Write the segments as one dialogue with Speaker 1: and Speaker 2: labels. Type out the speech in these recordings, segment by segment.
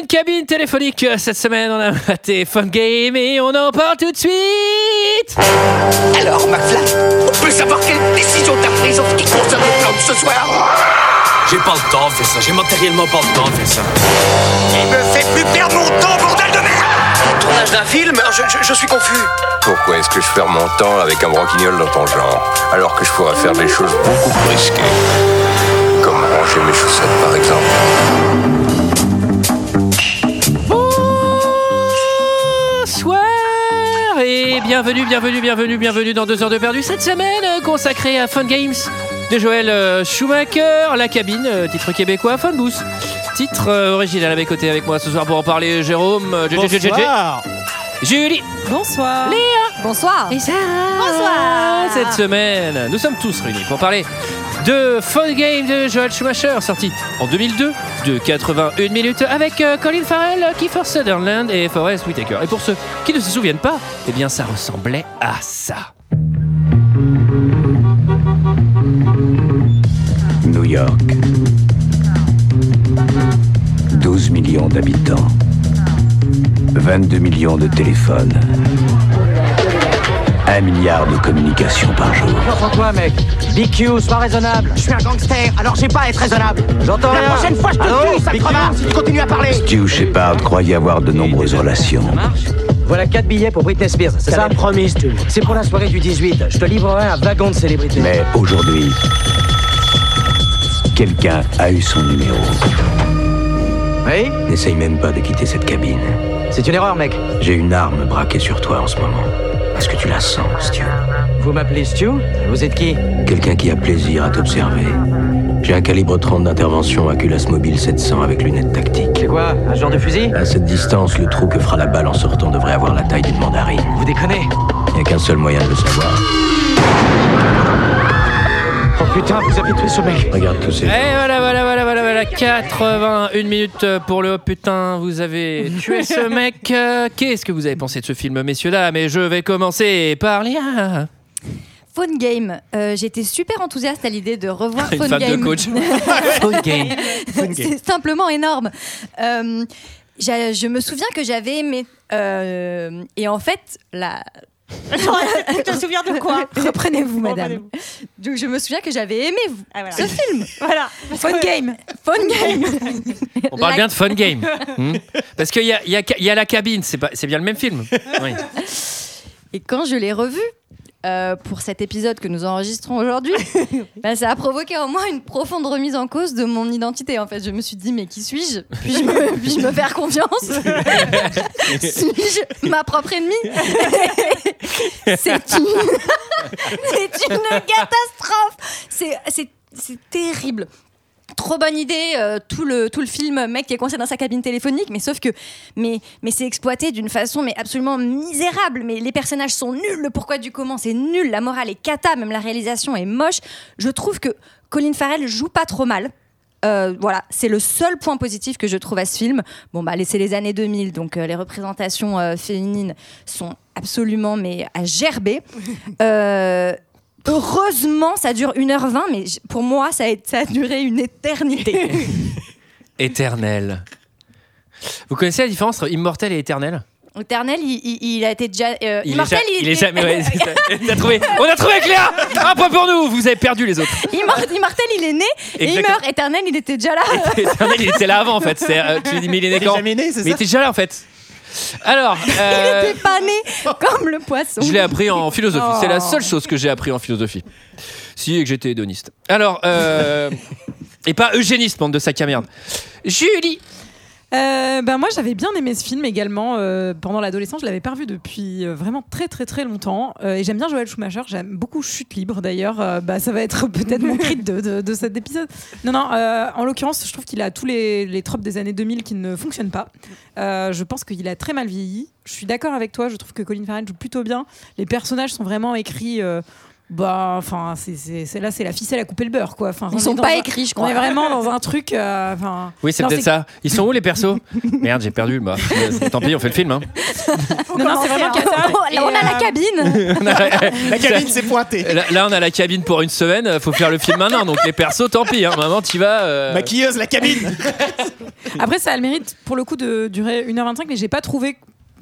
Speaker 1: une cabine téléphonique. euh, Cette semaine, on a un téléphone game et on en parle tout de suite.
Speaker 2: Alors, McFly, on peut savoir quelle décision t'as prise en ce qui concerne le plan de ce soir
Speaker 3: J'ai pas le temps de faire ça, j'ai matériellement pas le temps de faire ça.
Speaker 2: Il me fait plus perdre mon temps, bordel de merde
Speaker 4: Tournage d'un film je, je- je suis confus.
Speaker 5: Pourquoi est-ce que je perds mon temps avec un broquignol dans ton genre, alors que je pourrais faire des choses beaucoup plus risquées Comme ranger mes chaussettes, par exemple.
Speaker 1: Bonsoir et bienvenue, bienvenue, bienvenue, bienvenue dans 2 heures de perdu cette semaine euh, consacrée à Fun Games de Joël euh, Schumacher, La Cabine, euh, titre québécois, Fun Boost. Titre euh, original à mes côtés avec moi ce soir pour en parler Jérôme, euh, Gé- Gé- Gé- Gé- Julie
Speaker 6: Bonsoir. Bonsoir.
Speaker 1: et Sarah.
Speaker 6: Bonsoir.
Speaker 1: Cette semaine, nous sommes tous réunis pour parler de Fun Game de Joel Schumacher, sorti en 2002 de 81 minutes avec euh, Colin Farrell, Kiefer Sutherland et Forrest Whitaker. Et pour ceux qui ne se souviennent pas, eh bien ça ressemblait à ça.
Speaker 7: New York. 12 millions d'habitants. 22 millions de téléphones. 1 milliard de communications par jour.
Speaker 8: toi, mec. BQ, sois raisonnable.
Speaker 2: Je suis un gangster, alors j'ai pas à être raisonnable.
Speaker 8: J'entends
Speaker 2: La prochaine fois, je te tue, sale crevard, si tu continues à parler
Speaker 7: Stu Shepard croyait avoir de nombreuses relations.
Speaker 8: Voilà 4 billets pour Britney Spears, c'est ça promis, Stu. C'est pour la soirée du 18. Je te livrerai un wagon de célébrités.
Speaker 7: Mais aujourd'hui, quelqu'un a eu son numéro.
Speaker 8: Oui
Speaker 7: N'essaye même pas de quitter cette cabine.
Speaker 8: C'est une erreur, mec.
Speaker 7: J'ai une arme braquée sur toi en ce moment. Est-ce que tu la sens, Stu
Speaker 8: Vous m'appelez Stu Vous êtes qui
Speaker 7: Quelqu'un qui a plaisir à t'observer. J'ai un calibre 30 d'intervention Aculas Mobile 700 avec lunettes tactiques.
Speaker 8: C'est quoi Un genre de fusil
Speaker 7: À cette distance, le trou que fera la balle en sortant devrait avoir la taille d'une mandarine.
Speaker 8: Vous déconnez
Speaker 7: Il n'y a qu'un seul moyen de le savoir.
Speaker 8: Oh putain, vous avez tué ce mec.
Speaker 7: Regarde tous ces
Speaker 1: Et
Speaker 7: gens.
Speaker 1: voilà, voilà, voilà, voilà, voilà, 81 minutes pour le putain, vous avez tué ce mec. Euh, Qu'est-ce que vous avez pensé de ce film, messieurs dames Et je vais commencer par Léa.
Speaker 6: Phone Game. Euh, J'étais super enthousiaste à l'idée de revoir
Speaker 1: Une
Speaker 6: Phone
Speaker 1: femme
Speaker 6: Game.
Speaker 1: de coach. Phone Game.
Speaker 6: C'est simplement énorme. Euh, j'a- je me souviens que j'avais aimé. Euh, et en fait, la,
Speaker 9: tu te souviens de quoi
Speaker 6: Reprenez-vous, madame.
Speaker 10: bah.
Speaker 9: Reprenez-vous.
Speaker 6: Donc, je me souviens que j'avais aimé vous-
Speaker 9: Ah, voilà.
Speaker 6: ce film.
Speaker 9: Voilà. Parce
Speaker 6: Phone
Speaker 9: que-
Speaker 6: Game. Phone Game.
Speaker 1: On parle
Speaker 6: La-
Speaker 1: bien de Fun Game. Hmm. Parce qu'il y a, il y a- il y a la cabine, c'est, pas- c'est bien le même film. Oui.
Speaker 6: Et quand je l'ai revu, euh, pour cet épisode que nous enregistrons aujourd'hui, bah, ça a provoqué en moi une profonde remise en cause de mon identité. En fait, je me suis dit, mais qui suis-je Puis-je me, puis-je me faire confiance Suis-je ma propre ennemie C'est une... c'est une catastrophe C'est- C'est c'est terrible Trop bonne idée, euh, tout, le, tout le film, mec qui est coincé dans sa cabine téléphonique, mais sauf que mais, mais c'est exploité d'une façon mais absolument misérable. Mais les personnages sont nuls, le pourquoi du comment c'est nul, la morale est cata, même la réalisation est moche. Je trouve que Colin Farrell joue pas trop mal. Euh, voilà, c'est le seul point positif que je trouve à ce film. Bon, bah, c'est les années 2000, donc euh, les représentations euh, féminines sont absolument mais à gerber. Euh, heureusement, ça dure 1h20, mais j- pour moi, ça a, ça a duré une éternité.
Speaker 1: Éternel. Vous connaissez la différence entre immortel et éternel
Speaker 6: Éternel, il, il- il a été déjà. euh,
Speaker 1: Il est
Speaker 6: immortel,
Speaker 1: ja-
Speaker 6: il,
Speaker 1: il est
Speaker 6: était-
Speaker 1: jamais. ouais, c'est ça. On a trouvé, on a trouvé avec Léa Un point pour nous Vous avez perdu les autres.
Speaker 6: Immor- immortel, il est né et il
Speaker 1: Exactement.
Speaker 6: meurt. Éternel, il était déjà là.
Speaker 1: Éternel, il était là avant en fait. C'est, euh, tu dis, mais il est né quand Mais il était déjà là en fait. Alors. euh,
Speaker 6: Il était pas né comme le poisson.
Speaker 1: Je l'ai appris en philosophie.
Speaker 6: Oh.
Speaker 1: C'est la seule chose que j'ai appris en philosophie. Si, et que j'étais hédoniste. Alors, euh, et pas eugéniste, bande de sac à merde. Julie
Speaker 9: Euh, ben moi j'avais bien aimé ce film également euh, pendant l'adolescence, je l'avais pas revu depuis euh, vraiment très très très longtemps Euh, et j'aime bien Joël Schumacher, j'aime beaucoup Chute libre d'ailleurs, Euh, bah, ça va être peut-être mon cri de, de, de cet épisode. Non non, euh, en l'occurrence je trouve qu'il a tous les, les tropes des années 2000 qui ne fonctionnent pas. Euh, je pense qu'il a très mal vieilli, je suis d'accord avec toi, je trouve que Colin Farrell joue plutôt bien, les personnages sont vraiment écrits... euh, bah, enfin, c'est- c'est c'est- là, c'est la ficelle à couper le beurre, quoi. Enfin, on
Speaker 6: Ils
Speaker 9: est
Speaker 6: sont
Speaker 9: dans
Speaker 6: pas
Speaker 9: un-
Speaker 6: écrits, je
Speaker 9: On
Speaker 6: crois.
Speaker 9: est vraiment dans un truc. euh, Enfin,
Speaker 1: Oui, c'est
Speaker 9: non,
Speaker 1: peut-être ça. Ils sont où les persos Merde, j'ai perdu moi. Euh, Tant pis, on fait le film. Hein.
Speaker 9: Non, non, c'est vraiment
Speaker 6: Commencer,
Speaker 9: cata.
Speaker 6: hein.
Speaker 9: Et,
Speaker 6: on a la
Speaker 9: euh,
Speaker 6: cabine.
Speaker 1: la cabine
Speaker 11: s'est pointée.
Speaker 1: Là, là, on a la cabine pour une semaine. Faut faire le film maintenant. Donc les persos, tant pis. Hein. Maman, t'y vas. euh,
Speaker 11: Maquilleuse, la cabine
Speaker 9: Après, ça a le mérite, pour le coup, de durer 1h25, mais j'ai pas trouvé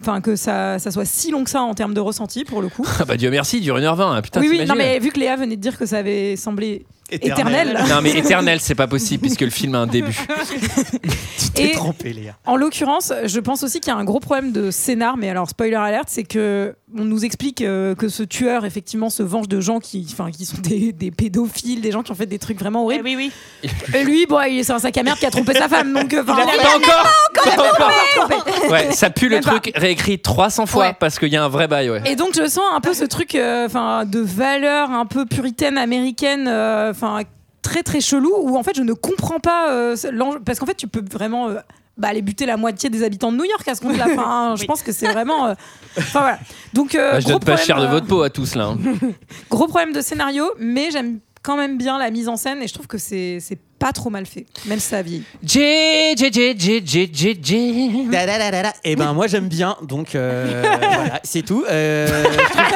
Speaker 9: enfin, que ça, ça soit si long que ça en termes de ressenti, pour le coup.
Speaker 1: Ah bah Dieu merci, il dure 1h20. hein. Putain,
Speaker 9: oui, oui,
Speaker 1: t'imagines
Speaker 9: non, mais vu que Léa venait de dire que ça avait semblé
Speaker 11: Éternel.
Speaker 9: éternel,
Speaker 1: Non, mais éternel, c'est pas possible puisque le film a un début.
Speaker 11: T'es
Speaker 9: Et-
Speaker 11: trompé, Léa.
Speaker 9: En l'occurrence, je pense aussi qu'il y a un gros problème de scénar, mais alors spoiler alert, c'est que on nous explique euh, que ce tueur effectivement se venge de gens qui, enfin, qui sont des, des pédophiles, des gens qui ont fait des trucs vraiment horribles.
Speaker 10: oui, oui.
Speaker 9: Et lui, bon, il est sur un sac à merde qui a trompé sa femme, donc euh, enfin,
Speaker 1: Pas
Speaker 9: il a-
Speaker 1: encore Pas encore
Speaker 9: trompé.
Speaker 1: Ouais, ça pue le
Speaker 9: Même pas.
Speaker 1: truc réécrit 300 fois
Speaker 9: Ouais.
Speaker 1: parce qu'il y a un vrai bail, ouais.
Speaker 9: Et donc je sens un peu ce truc, euh, enfin, de valeur un peu puritaine américaine, euh, enfin, très très chelou, où en fait je ne comprends pas euh, ce- l'enjeu- parce qu'en fait tu peux vraiment. euh, bah, aller buter la moitié des habitants de New York à ce compte-là. Enfin, hein, Je
Speaker 10: Oui.
Speaker 9: pense que c'est vraiment. euh, Enfin voilà. Donc, euh,
Speaker 1: Bah, je
Speaker 9: gros
Speaker 1: donne pas
Speaker 9: problème,
Speaker 1: cher de
Speaker 9: euh,
Speaker 1: votre peau à tous là. hein.
Speaker 9: Gros problème de scénario, mais j'aime quand même bien la mise en scène et je trouve que c'est c'est pas trop mal fait, même si ça vieillit.
Speaker 1: J, J, J, J, J, J, J.
Speaker 11: Da, da, da, da, da. Eh ben moi j'aime bien, donc euh, voilà, c'est tout. Euh, je trouve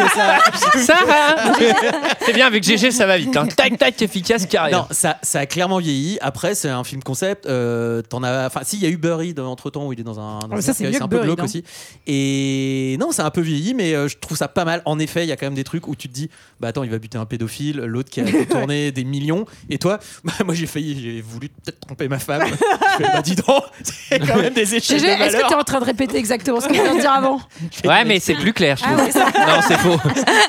Speaker 11: que ça,
Speaker 1: Sarah C'est bien, avec GG ça va vite. hein. Tac, tac, efficace, carré.
Speaker 11: non, ça, ça a clairement vieilli. Après c'est un film concept. Euh, T'en as, enfin si il y a eu Buried entre temps où il est dans
Speaker 1: Ah,
Speaker 11: un, dans
Speaker 9: mais
Speaker 11: un
Speaker 9: ça, c'est
Speaker 11: cercueil,
Speaker 9: mieux
Speaker 11: c'est
Speaker 9: que
Speaker 11: un peu
Speaker 9: Buried,
Speaker 11: glauque
Speaker 9: hein.
Speaker 11: aussi. Et non, c'est un peu vieilli, mais euh, je trouve ça pas mal. En effet, il y a quand même des trucs où tu te dis, bah attends, il va buter un pédophile, l'autre qui a détourné des millions, et toi, bah, moi j'ai failli, j'ai voulu peut-être tromper ma femme. je fais, bah dis donc, c'est quand même des échelles
Speaker 9: GG,
Speaker 11: de
Speaker 9: est-ce que
Speaker 11: valeur.
Speaker 9: tu es en train de répéter exactement ce que je viens de dire avant
Speaker 1: Ouais, mais c'est plus clair, je trouve.
Speaker 9: ouais, ça-
Speaker 1: Non, c'est faux.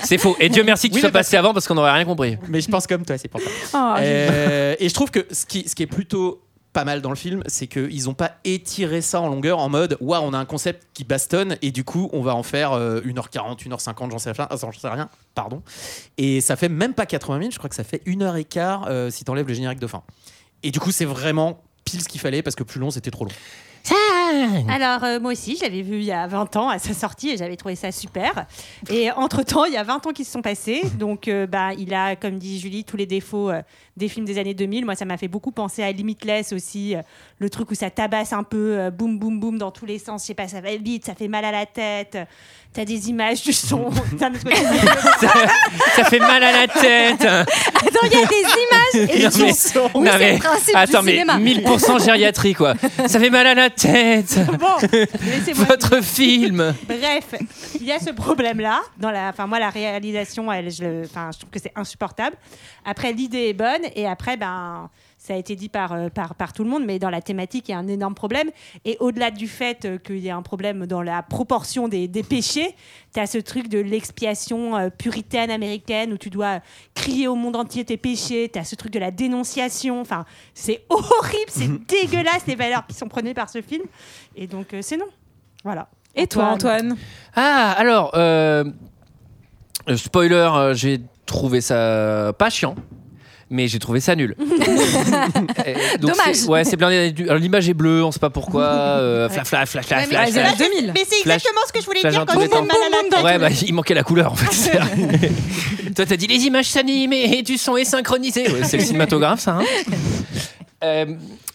Speaker 1: C'est faux. Et Dieu merci que tu
Speaker 11: Oui,
Speaker 1: sois
Speaker 11: mais parce-
Speaker 1: passé avant parce qu'on n'aurait rien compris.
Speaker 11: Mais je pense comme toi, c'est pour ça.
Speaker 9: Ah,
Speaker 11: Euh, et je trouve que ce qui, ce qui est plutôt pas mal dans le film, c'est qu'ils n'ont pas étiré ça en longueur en mode waouh, on a un concept qui bastonne et du coup on va en faire euh, 1h40, 1h50, j'en sais, rien- j'en sais rien, pardon. Et ça fait même pas 80 minutes, je crois que ça fait 1h15 euh, si t'enlèves le générique de fin. Et du coup, c'est vraiment pile ce qu'il fallait parce que plus long c'était trop long.
Speaker 10: Alors, euh, moi aussi, j'avais vu il y a 20 ans à sa sortie et j'avais trouvé ça super. Et entre-temps, il y a 20 ans qui se sont passés. Donc, euh, bah, il a, comme dit Julie, tous les défauts euh, des films des années 2000. Moi, ça m'a fait beaucoup penser à Limitless aussi, euh, le truc où ça tabasse un peu, euh, boum, boum, boum, dans tous les sens. Je sais pas, ça va vite, ça fait mal à la tête. T'as des images du son. D'un autre côté,
Speaker 1: Ça, ça fait mal à la tête.
Speaker 6: Attends, il y a des images et
Speaker 1: Non,
Speaker 6: du
Speaker 1: mais-
Speaker 6: son. Oui,
Speaker 1: non,
Speaker 6: c'est
Speaker 1: mais-
Speaker 6: le principe
Speaker 1: Attends,
Speaker 6: du
Speaker 1: mais
Speaker 6: cinéma.
Speaker 1: 1000% gériatrie, quoi. Ça fait mal à la tête.
Speaker 10: bon, laissez-moi
Speaker 1: Votre film.
Speaker 10: Bref, il y a ce problème-là. Dans la, enfin moi la réalisation, elle, je, le- enfin je trouve que c'est insupportable. Après l'idée est bonne et après ben ça a été dit par, euh, par, par tout le monde, mais dans la thématique, il y a un énorme problème. Et au-delà du fait euh, qu'il y a un problème dans la proportion des, des péchés, tu as ce truc de l'expiation euh, puritaine américaine où tu dois crier au monde entier tes péchés, tu as ce truc de la dénonciation. Enfin, c'est horrible, c'est dégueulasse les valeurs qui sont prônées par ce film. Et donc, euh, c'est non. Voilà.
Speaker 9: Et toi, Antoine
Speaker 1: Ah, alors, euh, euh, spoiler, euh, j'ai trouvé ça pas chiant. Mais j'ai trouvé ça nul. Euh, donc
Speaker 6: Dommage.
Speaker 1: c'est- Ouais, c'est blindé. d'années du- alors, L'image est bleue, on sait pas pourquoi. euh, fla, fla, fla, fla,
Speaker 6: Ouais, mais
Speaker 1: fla,
Speaker 9: Ah, les
Speaker 1: fla,
Speaker 9: années 2000.
Speaker 10: Mais c'est
Speaker 1: Flash-
Speaker 10: exactement ce que je voulais
Speaker 1: flash
Speaker 10: dire quand
Speaker 1: intermittent.
Speaker 10: j'étais mal à la tête.
Speaker 1: Ouais, bah, il manquait la couleur en fait. C'est vrai. Toi, t'as dit les images s'animent et du son est synchronisé. Ouais, c'est le cinématographe, ça. hein. Euh,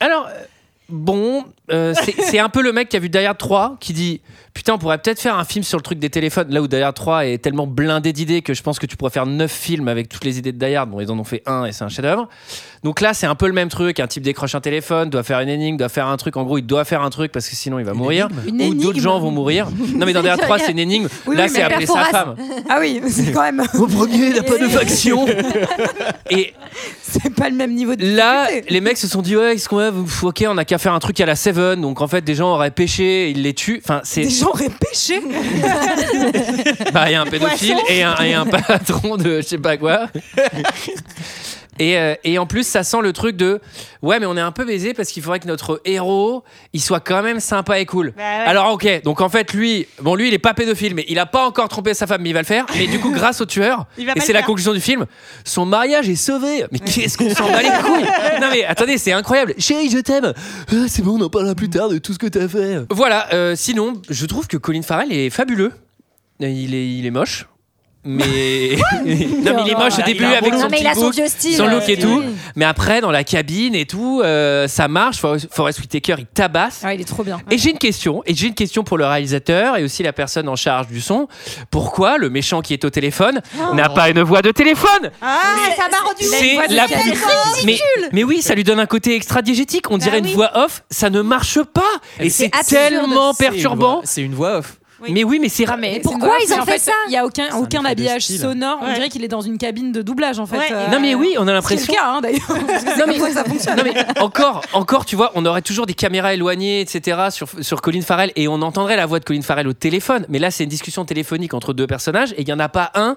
Speaker 1: alors, euh, bon, euh, c'est- c'est un peu le mec qui a vu Die Hard 3 qui dit Putain, on pourrait peut-être faire un film sur le truc des téléphones. Là où Die Hard 3 est tellement blindé d'idées que je pense que tu pourrais faire 9 films avec toutes les idées de Die Hard. Bon, ils en ont fait un et c'est un chef-d'œuvre. Donc là, c'est un peu le même truc. Un type décroche un téléphone, doit faire une énigme, doit faire un truc. En gros, il doit faire un truc parce que sinon, il va mourir.
Speaker 9: Une
Speaker 1: Ou d'autres
Speaker 9: énigme.
Speaker 1: gens vont mourir. Non, mais dans Die Hard 3, c'est une énigme.
Speaker 9: Oui,
Speaker 1: Là,
Speaker 9: oui,
Speaker 1: c'est
Speaker 9: mais
Speaker 1: appeler sa
Speaker 6: Perforas.
Speaker 1: femme.
Speaker 9: Ah oui, c'est quand même.
Speaker 1: Au premier, il n'a pas de faction. Et
Speaker 9: C'est pas le même niveau de.
Speaker 1: là,
Speaker 9: difficulté.
Speaker 1: les mecs se sont dit ouais, est-ce qu'on a- pff, ok, on a qu'à faire un truc à la Seven. Donc en fait, des gens auraient pêché, ils les tuent. Enfin, c'est
Speaker 9: Des gens auraient pêché
Speaker 1: bah, il y a un pédophile et un, et un patron de je sais pas quoi. Et, euh, et en plus, ça sent le truc de ouais, mais on est un peu baisé parce qu'il faudrait que notre héros il soit quand même sympa et cool.
Speaker 10: Bah ouais.
Speaker 1: Alors, ok, donc en fait, lui, bon, lui il est pas pédophile, mais il a pas encore trompé sa femme, mais il va le faire. Mais du coup, grâce au tueur,
Speaker 10: Il va
Speaker 1: et
Speaker 10: pas
Speaker 1: c'est
Speaker 10: le
Speaker 1: la
Speaker 10: faire.
Speaker 1: conclusion du film, son mariage est sauvé. Mais qu'est-ce qu'on s'en bat les couilles Non, mais attendez, c'est incroyable. Chérie, je t'aime. Ah, c'est bon, on en parlera
Speaker 11: Mm.
Speaker 1: plus tard de tout ce que t'as fait. Voilà, euh, sinon, je trouve que Colin Farrell est fabuleux. Il est, il est moche. mais non mais il est moche au
Speaker 6: Il a
Speaker 1: début
Speaker 6: un beau
Speaker 1: avec
Speaker 6: look.
Speaker 1: son
Speaker 6: Non, mais
Speaker 1: petit
Speaker 6: il a son
Speaker 1: book,
Speaker 6: vieux style,
Speaker 1: son
Speaker 6: ouais.
Speaker 1: look et
Speaker 6: Oui.
Speaker 1: tout mais après dans la cabine et tout euh, ça marche Forest Forest Whitaker il tabasse
Speaker 9: il est trop bien.
Speaker 1: et j'ai une question et j'ai une question pour le réalisateur et aussi la personne en charge du son pourquoi le méchant qui est au téléphone
Speaker 6: Oh.
Speaker 1: n'a pas une voix de téléphone
Speaker 10: Ah, ça m'a rendu
Speaker 1: c'est
Speaker 10: ouf.
Speaker 1: la
Speaker 10: C'est
Speaker 1: plus-
Speaker 10: ridicule.
Speaker 1: mais, mais oui, ça lui donne un côté extra diégétique. On dirait
Speaker 10: oui.
Speaker 1: une voix off, ça ne marche pas. Et
Speaker 11: C'est
Speaker 1: c'est
Speaker 11: absurde.
Speaker 1: tellement
Speaker 11: C'est une
Speaker 1: perturbant.
Speaker 11: voix- C'est une voix off.
Speaker 1: Mais oui, mais c'est
Speaker 9: Ah, mais
Speaker 1: mais
Speaker 9: c'est
Speaker 1: pourquoi
Speaker 9: une voix,
Speaker 6: ils
Speaker 9: c'est-
Speaker 6: ont
Speaker 9: en
Speaker 6: fait ça
Speaker 9: Il n'y a aucun,
Speaker 11: effet
Speaker 9: aucun
Speaker 11: de
Speaker 9: habillage
Speaker 11: style.
Speaker 9: sonore. On
Speaker 11: Ouais.
Speaker 9: dirait qu'il est dans une cabine de doublage en fait. euh.
Speaker 10: Ouais.
Speaker 1: Non, mais oui, on a
Speaker 9: C'est
Speaker 1: l'impression.
Speaker 9: le cas hein, d'ailleurs. Parce que c'est
Speaker 1: Non,
Speaker 9: comme
Speaker 1: mais-
Speaker 9: ça que ça fonctionne.
Speaker 1: Non, mais encore, encore, tu vois, on aurait toujours des caméras éloignées, etc. sur, sur Colin Farrell et on entendrait la voix de Colin Farrell au téléphone. Mais là, c'est une discussion téléphonique entre deux personnages et il n'y en a pas un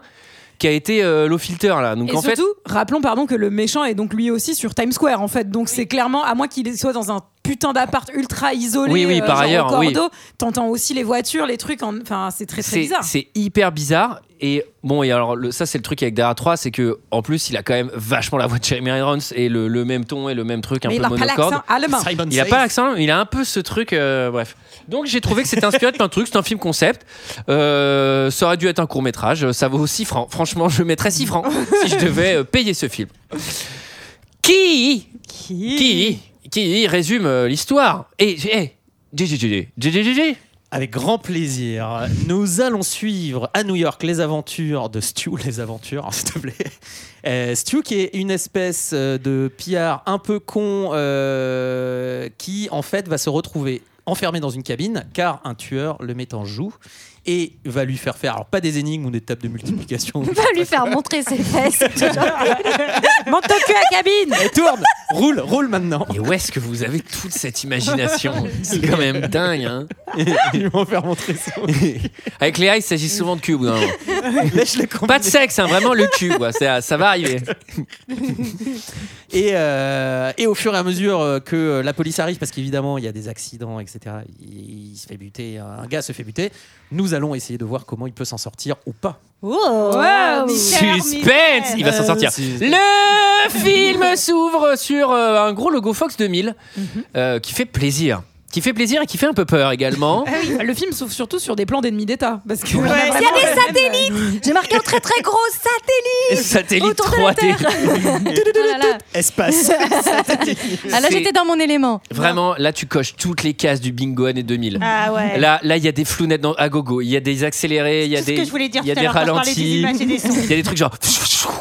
Speaker 1: qui a été euh, low filter là. Donc
Speaker 9: Et
Speaker 1: en fait,
Speaker 9: surtout, rappelons pardon que le méchant est donc lui aussi sur Times Square en fait. Donc c'est clairement à moins qu'il soit dans un putain d'appart ultra isolé.
Speaker 1: Oui, oui,
Speaker 9: euh,
Speaker 1: par
Speaker 9: genre au
Speaker 1: ailleurs, oui.
Speaker 9: Cordo, T'entends aussi les voitures, les trucs. en- Enfin, c'est très très
Speaker 1: c'est
Speaker 9: bizarre.
Speaker 1: c'est hyper bizarre. Et bon, et alors le- ça, c'est le truc avec Dara 3, c'est que en plus, il a quand même vachement la voix de Jeremy Irons et le, le même ton et le même truc un
Speaker 9: mais il
Speaker 1: peu
Speaker 9: a pas
Speaker 1: monocorde.
Speaker 9: l'accent allemand.
Speaker 11: Simon
Speaker 1: Il a
Speaker 11: Says.
Speaker 1: pas l'accent, mais il a un peu ce truc. euh, bref. Donc j'ai trouvé que c'était inspiré d'un truc, c'est un film concept. Euh, ça aurait dû être un court métrage. Ça vaut 6 francs. Franchement, je mettrais 6 francs si je devais euh, payer ce film. Qui Qui Qui résume euh, l'histoire Et. eh, GGG, GGG.
Speaker 11: Avec grand plaisir. Nous allons suivre à New York les aventures de Stu, les aventures, hein, s'il te plaît. Euh, Stu qui est une espèce euh, de pillard un peu con euh, qui en fait va se retrouver enfermé dans une cabine car un tueur le met en joue et va lui faire faire, alors pas des énigmes ou des tables de multiplication.
Speaker 6: va lui faire montrer ses fesses. Ah,
Speaker 9: Monte ton cul à la cabine.
Speaker 11: Et tourne, roule, roule maintenant.
Speaker 1: Et où est-ce que vous avez toute cette imagination C'est quand même dingue. Hein
Speaker 11: Ils vont faire montrer son.
Speaker 1: Avec les A, il s'agit souvent de cul. au bout d'un moment.
Speaker 11: Lèche le combiné.
Speaker 1: Pas de sexe, hein, vraiment le cul. Quoi. Ça, ça va arriver.
Speaker 11: Et, euh, et au fur et à mesure euh, que euh, la police arrive, parce qu'évidemment il y a des accidents, etc., il, il se fait buter, un gars se fait buter, nous allons essayer de voir comment il peut s'en sortir ou pas.
Speaker 10: Wow, mystère,
Speaker 1: Suspense Il va
Speaker 11: Euh,
Speaker 1: s'en sortir. Le film s'ouvre sur euh, un gros logo Fox 2000
Speaker 6: Mhm.
Speaker 1: euh, qui fait plaisir. Qui fait plaisir et qui fait un peu peur également.
Speaker 9: Ah Le film s'ouvre surtout sur des plans d'ennemis d'État parce que
Speaker 10: Ouais.
Speaker 9: vraiment- euh,
Speaker 10: Il
Speaker 6: Il y a des satellites J'ai marqué un très très gros satellite
Speaker 1: Satellite
Speaker 6: Autour de la
Speaker 1: 3D.
Speaker 6: Voilà.
Speaker 11: Espace.
Speaker 6: Oh Ah là
Speaker 1: C'est-
Speaker 6: j'étais dans mon élément.
Speaker 1: Vraiment, là tu coches toutes les cases du bingo année 2000.
Speaker 10: Ah ouais.
Speaker 1: Là, là, il y a des flounettes dans- à gogo, il y a des accélérés, il y a
Speaker 10: C'est tout ce
Speaker 1: des,
Speaker 10: que je voulais dire
Speaker 1: il y a
Speaker 10: tout à
Speaker 1: des
Speaker 10: l'heure quand je parlais des
Speaker 1: ralentis,
Speaker 10: images et des sons.
Speaker 1: il y a des trucs genre,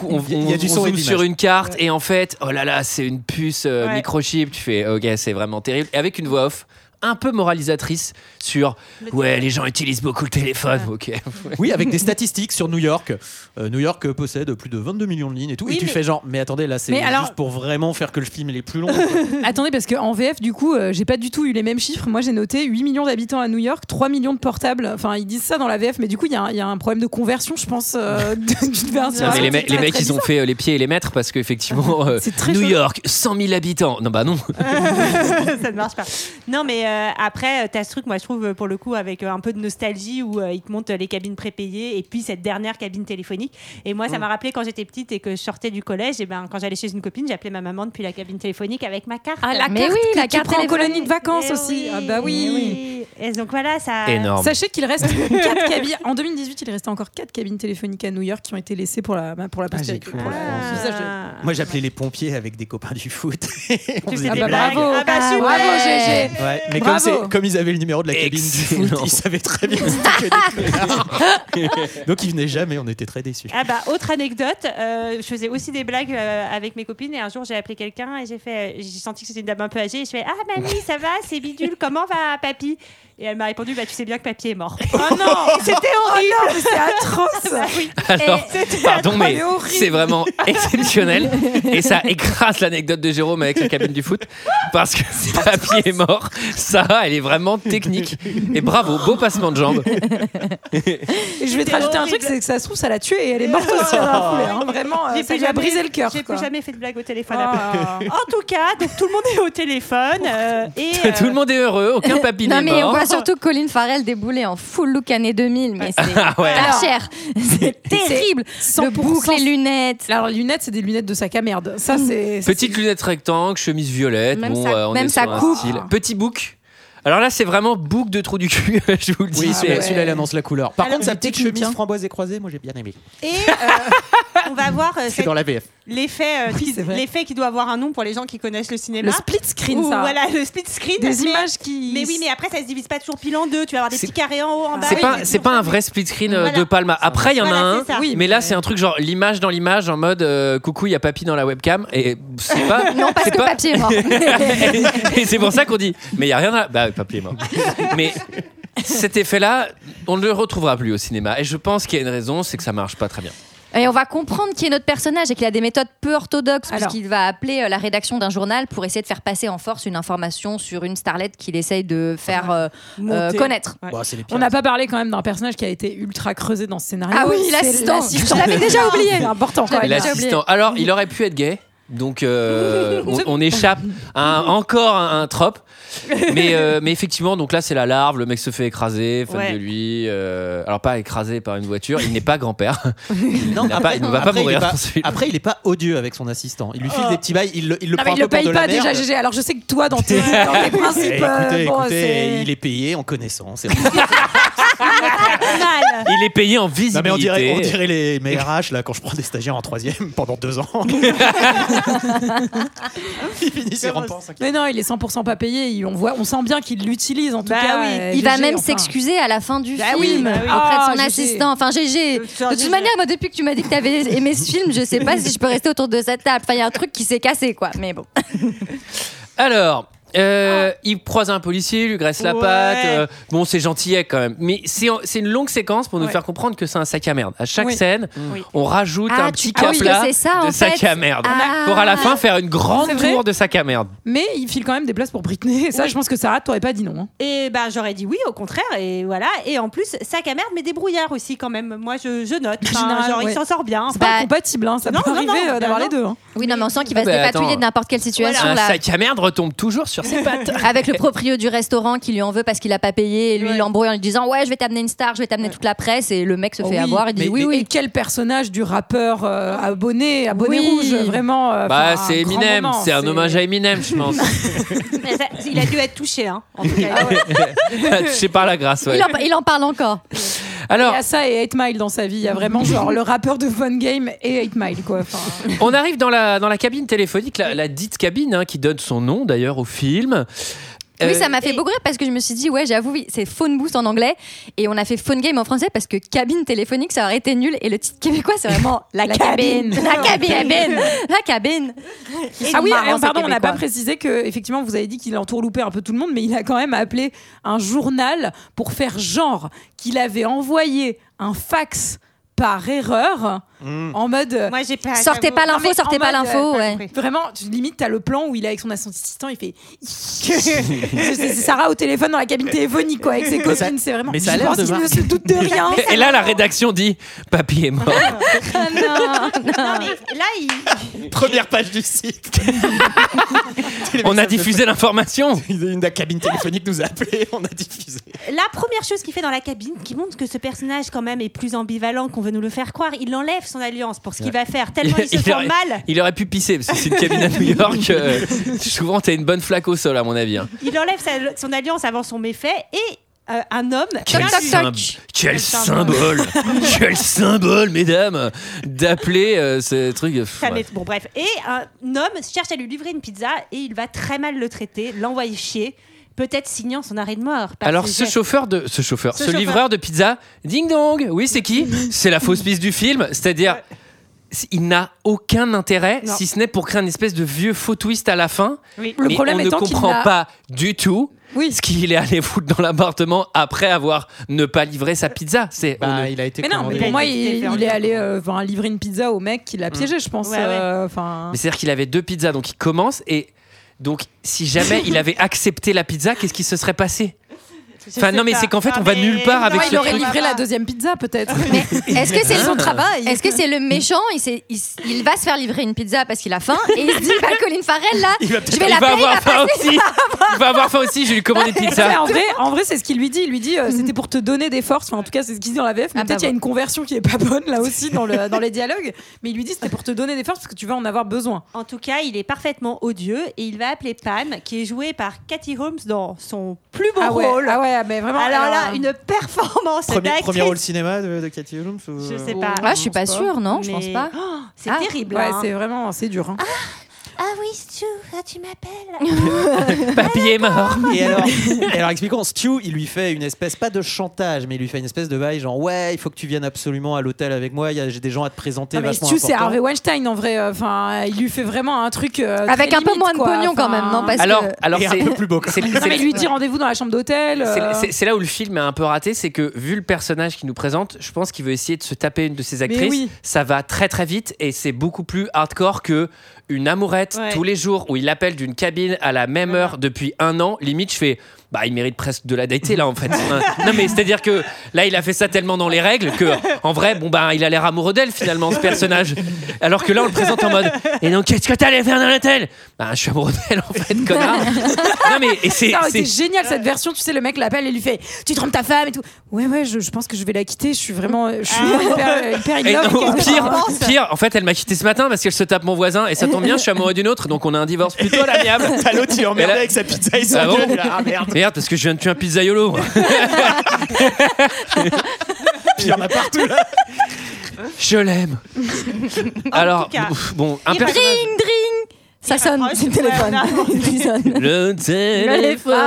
Speaker 1: on,
Speaker 11: Il y a du
Speaker 1: on
Speaker 11: son et
Speaker 1: zoome
Speaker 11: de l'image.
Speaker 1: sur une carte et en fait, oh là là, c'est une puce euh,
Speaker 10: Ouais.
Speaker 1: microchip. Tu fais, ok, c'est vraiment terrible. Et avec une voix off un peu moralisatrice sur,
Speaker 10: Le
Speaker 1: ouais, les gens utilisent beaucoup le téléphone, ok.
Speaker 11: oui, avec des statistiques sur New York. Euh, New York euh, possède plus de 22 millions de lignes et tout.
Speaker 9: Oui,
Speaker 11: et tu
Speaker 9: mais-
Speaker 11: fais genre, mais attendez, là c'est
Speaker 9: Mais
Speaker 11: juste
Speaker 9: alors-
Speaker 11: pour vraiment faire que le film il est plus long.
Speaker 9: Attendez, parce qu'en VF, du coup, euh, j'ai pas du tout eu les mêmes chiffres. Moi, j'ai noté 8 millions d'habitants à New York, 3 millions de portables. Enfin, ils disent ça dans la VF, mais du coup, il y, a un- il y a un problème de conversion, je pense, euh, d'une version.
Speaker 1: Non, Ah, mais les,
Speaker 9: à l'autre.
Speaker 1: me- les
Speaker 9: C'est
Speaker 1: mecs,
Speaker 9: très
Speaker 1: ils ont
Speaker 9: bizarre.
Speaker 1: fait euh, les pieds et les mètres parce qu'effectivement, euh,
Speaker 9: C'est très
Speaker 1: New
Speaker 9: chaud.
Speaker 1: York, 100 000 habitants. Non, bah non.
Speaker 10: ça ne marche pas. Non, mais euh, après, tu as ce truc, moi, je trouve, euh, pour le coup, avec euh, un peu de nostalgie où euh, ils te montrent euh, les cabines prépayées et puis cette dernière cabine téléphonique. Et moi, ça m'a rappelé quand j'étais petite et que je sortais du collège, et ben quand j'allais chez une copine, j'appelais ma maman depuis la cabine téléphonique avec ma carte.
Speaker 9: Ah, la
Speaker 6: Mais
Speaker 9: carte
Speaker 6: oui,
Speaker 9: que
Speaker 6: la
Speaker 9: tu
Speaker 6: carte
Speaker 9: prends en
Speaker 6: téléphonique.
Speaker 9: colonie de vacances
Speaker 10: Eh
Speaker 9: aussi. Ah bah oui.
Speaker 10: eh Et donc voilà, ça.
Speaker 1: Énorme.
Speaker 9: Sachez qu'il reste 4 cabines. En 2018, il restait encore 4 cabines téléphoniques à New York qui ont été laissées pour la, bah, pour la
Speaker 1: Ah,
Speaker 9: postérité.
Speaker 11: cru.
Speaker 9: C'est ça, je-
Speaker 10: Ah.
Speaker 11: Moi j'appelais les pompiers avec des copains du foot. On faisait
Speaker 10: Tu sais,
Speaker 9: Ah
Speaker 11: des
Speaker 10: des
Speaker 11: blagues.
Speaker 9: bah
Speaker 10: blagues.
Speaker 9: bravo.
Speaker 10: Ah bah,
Speaker 6: Ah
Speaker 10: super.
Speaker 9: Bravo, GG.
Speaker 11: Ouais, mais comme,
Speaker 9: Bravo.
Speaker 11: c'est- comme ils avaient le numéro de la cabine du foot,
Speaker 1: Excellent.
Speaker 11: ils savaient très bien que c'était des connards. Donc ils venaient jamais, on était très déçus.
Speaker 10: Ah bah autre anecdote, euh, je faisais aussi des blagues euh, avec mes copines et un jour j'ai appelé quelqu'un et j'ai fait, euh, j'ai senti que c'était une dame un peu âgée et je fais ah mamie ça va c'est bidule comment va papy et elle m'a répondu bah tu sais bien que papy est mort. oh non c'était horrible
Speaker 9: Oh non, mais c'est atroce.
Speaker 1: Alors, pardon, mais
Speaker 9: mais horrible.
Speaker 1: c'est vraiment exceptionnel. Et ça écrase l'anecdote de Jérôme avec la cabine du foot. Parce que Papier est mort. Ça, elle est vraiment technique. Et bravo, beau passement de jambes.
Speaker 9: Et je vais te rajouter un
Speaker 10: horrible.
Speaker 9: truc, c'est que ça se trouve, ça l'a tuée et elle est morte aussi dans la foulée. hein. Vraiment, euh,
Speaker 10: J'ai
Speaker 9: ça
Speaker 10: plus
Speaker 9: lui a
Speaker 10: jamais-
Speaker 9: brisé le cœur.
Speaker 10: J'ai plus
Speaker 9: quoi.
Speaker 10: jamais fait de blague au téléphone. après.
Speaker 9: Ah.
Speaker 10: En tout cas donc tout le monde est au téléphone euh, et euh,
Speaker 1: Tout le monde est heureux, aucun papy
Speaker 6: Non
Speaker 1: n'est
Speaker 6: mais on
Speaker 1: mort.
Speaker 6: voit surtout Colin Farrell débouler en full look années 2000 mais c'est
Speaker 1: Ah ouais.
Speaker 6: pas cher. C'est terrible. Le
Speaker 9: 100%
Speaker 6: boucle, les lunettes.
Speaker 9: Alors les lunettes, c'est des lunettes de sac à merde. Ça c'est
Speaker 1: Petite lunette rectangle, chemise violette.
Speaker 6: Même
Speaker 1: bon,
Speaker 6: sa-
Speaker 1: euh, on
Speaker 6: même
Speaker 1: est
Speaker 6: sa
Speaker 1: sur un
Speaker 6: coupe.
Speaker 1: style. Petit bouc. Alors là, c'est vraiment bouc de trou du cul, je vous le dis.
Speaker 11: Oui, celui-là,
Speaker 1: c'est-
Speaker 11: celui-là, il annonce la couleur. Par
Speaker 10: Alors,
Speaker 11: contre, sa
Speaker 10: les
Speaker 11: petite
Speaker 10: techniques,
Speaker 11: chemise
Speaker 10: hein.
Speaker 11: framboise et croisée, moi j'ai bien aimé.
Speaker 10: Et euh, on va voir euh,
Speaker 11: C'est
Speaker 10: cette-
Speaker 11: dans la VF.
Speaker 10: l'effet euh, qui-
Speaker 9: c'est vrai.
Speaker 10: l'effet qui doit avoir un nom pour les gens qui connaissent le cinéma.
Speaker 9: Le split screen,
Speaker 10: Ou
Speaker 9: ça.
Speaker 10: Voilà, le split screen.
Speaker 9: Des
Speaker 10: mais-
Speaker 9: images qui- Ah.
Speaker 10: Mais oui, mais après, ça se divise pas toujours pile en deux. Tu vas avoir des
Speaker 1: C'est-
Speaker 10: petits carrés en haut, en bas.
Speaker 1: C'est
Speaker 10: et
Speaker 1: pas,
Speaker 10: des-
Speaker 1: c'est pas un vrai split screen euh,
Speaker 10: Voilà.
Speaker 1: de Palma. Après, il y en
Speaker 10: Voilà,
Speaker 1: a
Speaker 10: c'est ça.
Speaker 1: un,
Speaker 10: Oui,
Speaker 1: mais là, c'est un truc genre l'image dans l'image en mode euh, coucou, il y a papy dans la webcam. Et c'est pas.
Speaker 6: Non, parce
Speaker 1: c'est
Speaker 6: que
Speaker 1: pas-
Speaker 6: papy est mort.
Speaker 1: et c'est pour ça qu'on dit, mais il n'y a rien à. Bah, papy est mort. mais cet effet-là, on ne le retrouvera plus au cinéma. Et je pense qu'il y a une raison, c'est que ça marche pas très bien.
Speaker 6: Et on va comprendre qui est notre personnage et qu'il a des méthodes peu orthodoxes,
Speaker 9: Alors.
Speaker 6: puisqu'il va appeler euh, la rédaction d'un journal pour essayer de faire passer en force une information sur une starlette qu'il essaye de faire euh, euh,
Speaker 9: Monter.
Speaker 6: connaître.
Speaker 9: Ouais.
Speaker 11: Bah, c'est les pires.
Speaker 9: On n'a pas parlé quand même d'un personnage qui a été ultra creusé dans ce scénario.
Speaker 6: Ah oui,
Speaker 9: C'est
Speaker 6: l'assistant.
Speaker 9: l'assistant.
Speaker 6: Je l'avais déjà oublié.
Speaker 9: C'est important.
Speaker 6: Je
Speaker 9: Quoi.
Speaker 6: l'avais déjà oublié.
Speaker 1: L'assistant.
Speaker 11: Ah,
Speaker 1: Alors, il aurait pu être gay. Donc, euh, on, on échappe à un- encore un, un trope. Mais, euh, mais effectivement, donc là, c'est la larve. Le mec se fait écraser, fan
Speaker 10: Ouais.
Speaker 1: de lui. euh, alors, pas écrasé par une voiture. Il n'est pas grand-père.
Speaker 11: Non,
Speaker 1: Il n'a pas- il ne va pas
Speaker 11: après,
Speaker 1: mourir
Speaker 11: il est
Speaker 1: dans celui-là.
Speaker 11: après, il est pas odieux avec son assistant. Il lui file des petits bails, il le, il le
Speaker 9: Ah, mais
Speaker 11: prend
Speaker 9: il
Speaker 11: un peu
Speaker 9: le
Speaker 11: par
Speaker 9: paye
Speaker 11: de la
Speaker 9: pas déjà,
Speaker 11: merde.
Speaker 9: GG. Alors je sais que toi, dans tes, dans tes
Speaker 11: Eh,
Speaker 9: principes,
Speaker 11: écoutez,
Speaker 9: euh, bon,
Speaker 11: écoutez,
Speaker 9: c'est-
Speaker 11: il est payé en connaissance.
Speaker 10: Mal.
Speaker 1: Il est payé en
Speaker 11: Non,
Speaker 1: visibilité.
Speaker 11: mais on dirait, on dirait les mes RH là quand je prends des stagiaires en troisième pendant deux ans. Ils finissent les rampants.
Speaker 9: Mais non, il est 100% pas payé. Il- on, voit, on sent bien qu'il l'utilise en tout
Speaker 10: Bah
Speaker 9: cas.
Speaker 10: oui.
Speaker 9: euh,
Speaker 6: Ah Il va
Speaker 9: GG,
Speaker 6: même
Speaker 9: enfin.
Speaker 6: s'excuser à la fin du
Speaker 10: Bah
Speaker 6: film
Speaker 10: oui, bah oui.
Speaker 6: auprès de son
Speaker 9: Ah, GG.
Speaker 6: assistant. Enfin, GG.
Speaker 10: Le sort
Speaker 6: De toute
Speaker 10: GG.
Speaker 6: manière, moi, depuis que tu m'as dit que tu avais aimé ce film, je sais pas si je peux rester autour de cette table. Enfin, il y a un truc qui s'est cassé, quoi. Mais bon.
Speaker 1: Alors, euh, il croise un policier, il lui graisse la
Speaker 10: Ouais.
Speaker 1: patte. euh, bon, c'est gentillet quand même. Mais c'est c'est une longue séquence pour nous
Speaker 9: Ouais.
Speaker 1: faire comprendre que c'est un sac à merde. À chaque
Speaker 9: Oui.
Speaker 1: scène,
Speaker 10: Oui.
Speaker 1: on rajoute
Speaker 6: Ah,
Speaker 1: un
Speaker 6: tu
Speaker 1: petit
Speaker 6: penses que
Speaker 1: capla
Speaker 6: c'est ça, en
Speaker 1: de sac
Speaker 6: fait
Speaker 1: à merde.
Speaker 6: Ah.
Speaker 1: Pour à la fin faire une grande
Speaker 9: C'est vrai
Speaker 1: tour de sac à merde.
Speaker 9: Mais il file quand même des places pour Britney. Et ça,
Speaker 10: Oui.
Speaker 9: je pense que Sarah, t'aurais pas dit non. hein.
Speaker 10: Et ben j'aurais dit oui au contraire et voilà et en plus sac à merde mais débrouillard aussi quand même moi je, je note Enfin,
Speaker 9: Général,
Speaker 10: Bah, genre
Speaker 9: ouais.
Speaker 10: il s'en sort bien
Speaker 9: C'est
Speaker 10: Enfin,
Speaker 9: pas
Speaker 6: Bah,
Speaker 9: incompatible. hein. Ça
Speaker 10: non,
Speaker 9: peut
Speaker 10: non, non,
Speaker 9: arriver euh,
Speaker 10: bah
Speaker 9: d'avoir
Speaker 10: non.
Speaker 9: les deux. hein.
Speaker 6: Oui, non, mais on sent qu'il va
Speaker 1: Bah,
Speaker 6: se dépatouiller
Speaker 1: attends.
Speaker 6: de n'importe quelle situation,
Speaker 1: Un
Speaker 6: là.
Speaker 1: sac à merde retombe toujours sur ses pattes.
Speaker 6: Avec le proprio du restaurant qui lui en veut parce qu'il a pas payé et lui
Speaker 10: Ouais.
Speaker 6: il l'embrouille en lui disant ouais je vais t'amener une star je vais t'amener toute la presse et le mec se
Speaker 9: Oh
Speaker 6: fait
Speaker 9: oui,
Speaker 6: avoir et dit
Speaker 9: mais-
Speaker 6: oui
Speaker 9: mais-
Speaker 6: oui
Speaker 9: Et quel personnage du rappeur euh, abonné, abonné
Speaker 6: Oui.
Speaker 9: rouge, vraiment. euh,
Speaker 1: Bah,
Speaker 9: enfin, un
Speaker 1: c'est
Speaker 9: grand
Speaker 1: Eminem,
Speaker 9: moment,
Speaker 1: c'est un hommage à Eminem, je pense.
Speaker 10: Mais ça- il a dû être touché hein en tout cas.
Speaker 1: je sais pas la grâce, ouais.
Speaker 6: il, en, il en parle encore
Speaker 9: Il y
Speaker 1: Alors,
Speaker 9: a ça et 8 Mile dans sa vie. Il y a vraiment genre le rappeur de Fun Game et 8 Mile quoi. Enfin,
Speaker 1: on arrive dans la, dans la cabine téléphonique, la, la dite cabine hein, qui donne son nom d'ailleurs au film.
Speaker 6: oui
Speaker 1: Euh,
Speaker 6: ça m'a fait beaucoup rire parce que je me suis dit ouais j'avoue oui, c'est phone booth en anglais et on a fait phone game en français parce que cabine téléphonique ça aurait été nul et le titre québécois c'est vraiment la,
Speaker 9: La
Speaker 6: cabine.
Speaker 9: cabine.
Speaker 6: la cabine la cabine euh, Ils
Speaker 9: Ah
Speaker 6: sont
Speaker 9: oui,
Speaker 6: marrants,
Speaker 9: alors,
Speaker 6: ces
Speaker 9: pardon, on n'a
Speaker 6: Québécois.
Speaker 9: pas précisé que effectivement vous avez dit qu'il entourloupait un peu tout le monde, mais il a quand même appelé un journal pour faire genre qu'il avait envoyé un fax par erreur
Speaker 11: Hmm.
Speaker 9: en mode euh,
Speaker 10: moi j'ai pas
Speaker 6: sortez pas
Speaker 9: Non,
Speaker 6: l'info
Speaker 9: mais
Speaker 6: sortez
Speaker 9: en
Speaker 6: pas
Speaker 9: mode,
Speaker 6: l'info
Speaker 10: euh,
Speaker 6: ouais
Speaker 10: compris.
Speaker 9: Vraiment, tu, limite, t'as le plan où il est avec son assistant, il fait. c'est c'est Sarah au téléphone dans la cabine téléphonique, quoi, avec ses
Speaker 11: Mais ça-
Speaker 9: copines. C'est vraiment.
Speaker 11: mais ça a
Speaker 9: je
Speaker 11: l'air
Speaker 9: pense
Speaker 11: de
Speaker 9: qu'il ne
Speaker 11: marcher.
Speaker 9: se doute de rien.
Speaker 1: Et là, la rédaction dit Papy est mort.
Speaker 6: Ah, non.
Speaker 10: non mais là il
Speaker 11: Première page du site.
Speaker 1: On a diffusé l'information.
Speaker 11: Une la cabine téléphonique nous a appelé, on a diffusé.
Speaker 10: La première chose qu'il fait dans la cabine, qui montre que ce personnage quand même est plus ambivalent qu'on veut nous le faire croire, il enlève son alliance pour ce qu'il va faire, tellement il se sent
Speaker 1: aurait,
Speaker 10: mal,
Speaker 1: il aurait pu pisser parce que c'est une cabine à New York. euh, souvent, t'as une bonne flaque au sol, à mon avis. hein.
Speaker 10: il enlève sa- son alliance avant son méfait et euh, un homme...
Speaker 1: Quel,
Speaker 10: vient lui-
Speaker 1: symb- quel symbole Quel symbole, mesdames D'appeler euh, ce truc. pff,
Speaker 10: Ça
Speaker 1: ouais.
Speaker 10: m'est- Bon bref, et un homme cherche à lui livrer une pizza et il va très mal le traiter, l'envoyer chier, peut-être signant son arrêt de mort. parce
Speaker 1: Alors
Speaker 10: que
Speaker 1: ce
Speaker 10: j'ai-
Speaker 1: chauffeur de ce chauffeur,
Speaker 10: Ce
Speaker 1: ce,
Speaker 10: chauffeur.
Speaker 1: livreur de pizza, ding dong. Oui, c'est qui C'est la fausse piste du film, c'est-à-dire il n'a aucun intérêt
Speaker 10: Non.
Speaker 1: si ce n'est pour créer une espèce de vieux faux twist à la fin.
Speaker 10: Oui.
Speaker 9: Le
Speaker 1: Mais
Speaker 9: problème
Speaker 1: on ne
Speaker 9: étant qu'il
Speaker 1: comprend
Speaker 9: n'a-
Speaker 1: pas du tout
Speaker 9: Oui.
Speaker 1: ce qu'il est allé foutre dans l'appartement après avoir ne pas livré sa pizza. C'est on ne-
Speaker 11: Bah, il a été
Speaker 9: Mais non, mais pour
Speaker 10: Il
Speaker 9: moi,
Speaker 10: a été
Speaker 9: il,
Speaker 10: fait en
Speaker 9: il
Speaker 10: même
Speaker 9: est
Speaker 10: temps.
Speaker 9: allé euh, enfin, livrer une pizza au mec qui l'a piégé, je pense.
Speaker 10: Ouais, ouais.
Speaker 9: euh, Enfin.
Speaker 1: mais c'est-à-dire qu'il avait deux pizzas, donc il commence et donc si jamais il avait accepté la pizza, qu'est-ce qui se serait passé
Speaker 10: Je
Speaker 1: Enfin,
Speaker 10: sais
Speaker 1: non, mais
Speaker 10: pas.
Speaker 1: c'est qu'en fait,
Speaker 10: Ah,
Speaker 1: on va
Speaker 10: mais
Speaker 1: nulle part
Speaker 10: non,
Speaker 1: avec
Speaker 10: il
Speaker 1: ce
Speaker 10: aurait
Speaker 1: truc.
Speaker 10: livré la
Speaker 9: deuxième pizza peut-être.
Speaker 6: Est-ce que c'est
Speaker 1: Hein
Speaker 6: son travail Est-ce que c'est le méchant il, s'est- il s- il va se faire livrer une pizza parce qu'il a faim et il se dit bah Colin Farrell là,
Speaker 1: Il va,
Speaker 6: je vais
Speaker 1: il va
Speaker 6: l'appeler,
Speaker 1: avoir
Speaker 6: il va
Speaker 1: faim
Speaker 6: passer-
Speaker 1: aussi. Il va avoir faim aussi, je vais lui commander une
Speaker 9: Mais
Speaker 1: pizza.
Speaker 9: en vrai, en vrai c'est ce qu'il lui dit. Il lui dit euh, c'était pour te donner des forces. Enfin, en tout cas, c'est ce qu'il dit dans la VF. Mais
Speaker 6: Ah,
Speaker 9: peut-être
Speaker 6: bah,
Speaker 9: qu'il y a
Speaker 6: bon.
Speaker 9: une conversion qui est pas bonne là aussi dans, le, dans les dialogues. Mais il lui dit c'était pour te donner des forces parce que tu vas en avoir besoin.
Speaker 10: En tout cas, il est parfaitement odieux et il va appeler Pam, qui est jouée par Cathy Holmes dans son plus beau
Speaker 9: ah ouais,
Speaker 10: rôle.
Speaker 9: Ah ouais, mais vraiment.
Speaker 10: Alors là, une performance
Speaker 11: Premier,
Speaker 10: d'actrice.
Speaker 11: premier rôle cinéma de, de Cathy Holmes ou- euh,
Speaker 10: Je sais pas.
Speaker 6: Ah, je suis pas sûre, non, je
Speaker 10: Mais-
Speaker 6: pense pas.
Speaker 10: Oh, c'est
Speaker 6: Ah,
Speaker 10: terrible.
Speaker 9: Ouais,
Speaker 10: hein.
Speaker 9: c'est vraiment c'est dur. hein.
Speaker 10: Ah oui, Stu, ah, tu m'appelles.
Speaker 1: Papy
Speaker 9: Ah,
Speaker 1: est mort.
Speaker 11: Et alors, et alors, expliquons, Stu, il lui fait une espèce, pas de chantage, mais il lui fait une espèce de bail, genre ouais, il faut que tu viennes absolument à l'hôtel avec moi, il y a- j'ai des gens à te présenter
Speaker 9: Non, mais
Speaker 11: vachement
Speaker 9: Stu, c'est
Speaker 11: importants.
Speaker 9: Harvey Weinstein en vrai. euh, Enfin, il lui fait vraiment un truc. euh,
Speaker 6: Avec
Speaker 9: très
Speaker 6: un peu
Speaker 9: limite,
Speaker 6: moins de
Speaker 9: quoi.
Speaker 6: pognon quand
Speaker 9: Enfin,
Speaker 6: même, non parce
Speaker 1: Alors,
Speaker 6: que
Speaker 1: alors
Speaker 11: Et
Speaker 1: c'est
Speaker 11: un peu plus beau. quoi.
Speaker 1: c'est-
Speaker 9: Non,
Speaker 1: c'est-
Speaker 9: mais lui dit rendez-vous dans la chambre d'hôtel. euh,
Speaker 1: c'est- c'est- c'est là où le film est un peu raté, c'est que vu le personnage qu'il nous présente, je pense qu'il veut essayer de se taper une de ses actrices.
Speaker 9: oui.
Speaker 1: Ça va très très vite et c'est beaucoup plus hardcore que une amourette
Speaker 10: Ouais.
Speaker 1: tous les jours où il l'appelle d'une cabine à la même heure depuis un an. Limite, je fais. Bah, il mérite presque de la dater là en fait. Hein. non mais c'est à dire que là il a fait ça tellement dans les règles que en vrai bon bah il a l'air amoureux d'elle finalement ce personnage. Alors que là on le présente en mode et donc qu'est-ce que t'allais faire dans l'hôtel Bah je suis amoureux d'elle en fait connard. non mais et c'est
Speaker 9: Ça aurait été
Speaker 1: c'est-
Speaker 9: génial cette version. Tu sais, le mec l'appelle et lui fait Tu trompes ta femme et tout. Ouais, ouais, je, je pense que je vais la quitter. Je suis vraiment euh, je suis
Speaker 6: Ah.
Speaker 9: hyper, hyper in
Speaker 1: Ah, Et
Speaker 9: love
Speaker 1: non,
Speaker 9: avec elle.
Speaker 1: pire, pire, en fait, elle m'a quitté ce matin parce qu'elle se tape mon voisin et ça tombe bien, je suis amoureux d'une autre, donc on a un divorce plutôt à l'amiable.
Speaker 11: T'as l'autre, il est emmerdé
Speaker 1: Et là-
Speaker 11: avec sa pizza, il
Speaker 1: Ah
Speaker 11: s'en
Speaker 1: bon
Speaker 11: gueule, là, ah merde.
Speaker 1: Merde, parce que je viens de tuer un pizzaïolo. moi.
Speaker 11: Puis il y en a partout là.
Speaker 1: Je l'aime. Alors,
Speaker 10: tout cas,
Speaker 1: ouf, bon, un
Speaker 10: il
Speaker 1: personnage-
Speaker 6: dring dring, ça sonne,
Speaker 10: raccroche,
Speaker 6: c'est le
Speaker 10: ouais,
Speaker 6: téléphone.
Speaker 10: non.
Speaker 6: Il sonne.
Speaker 1: Le téléphone.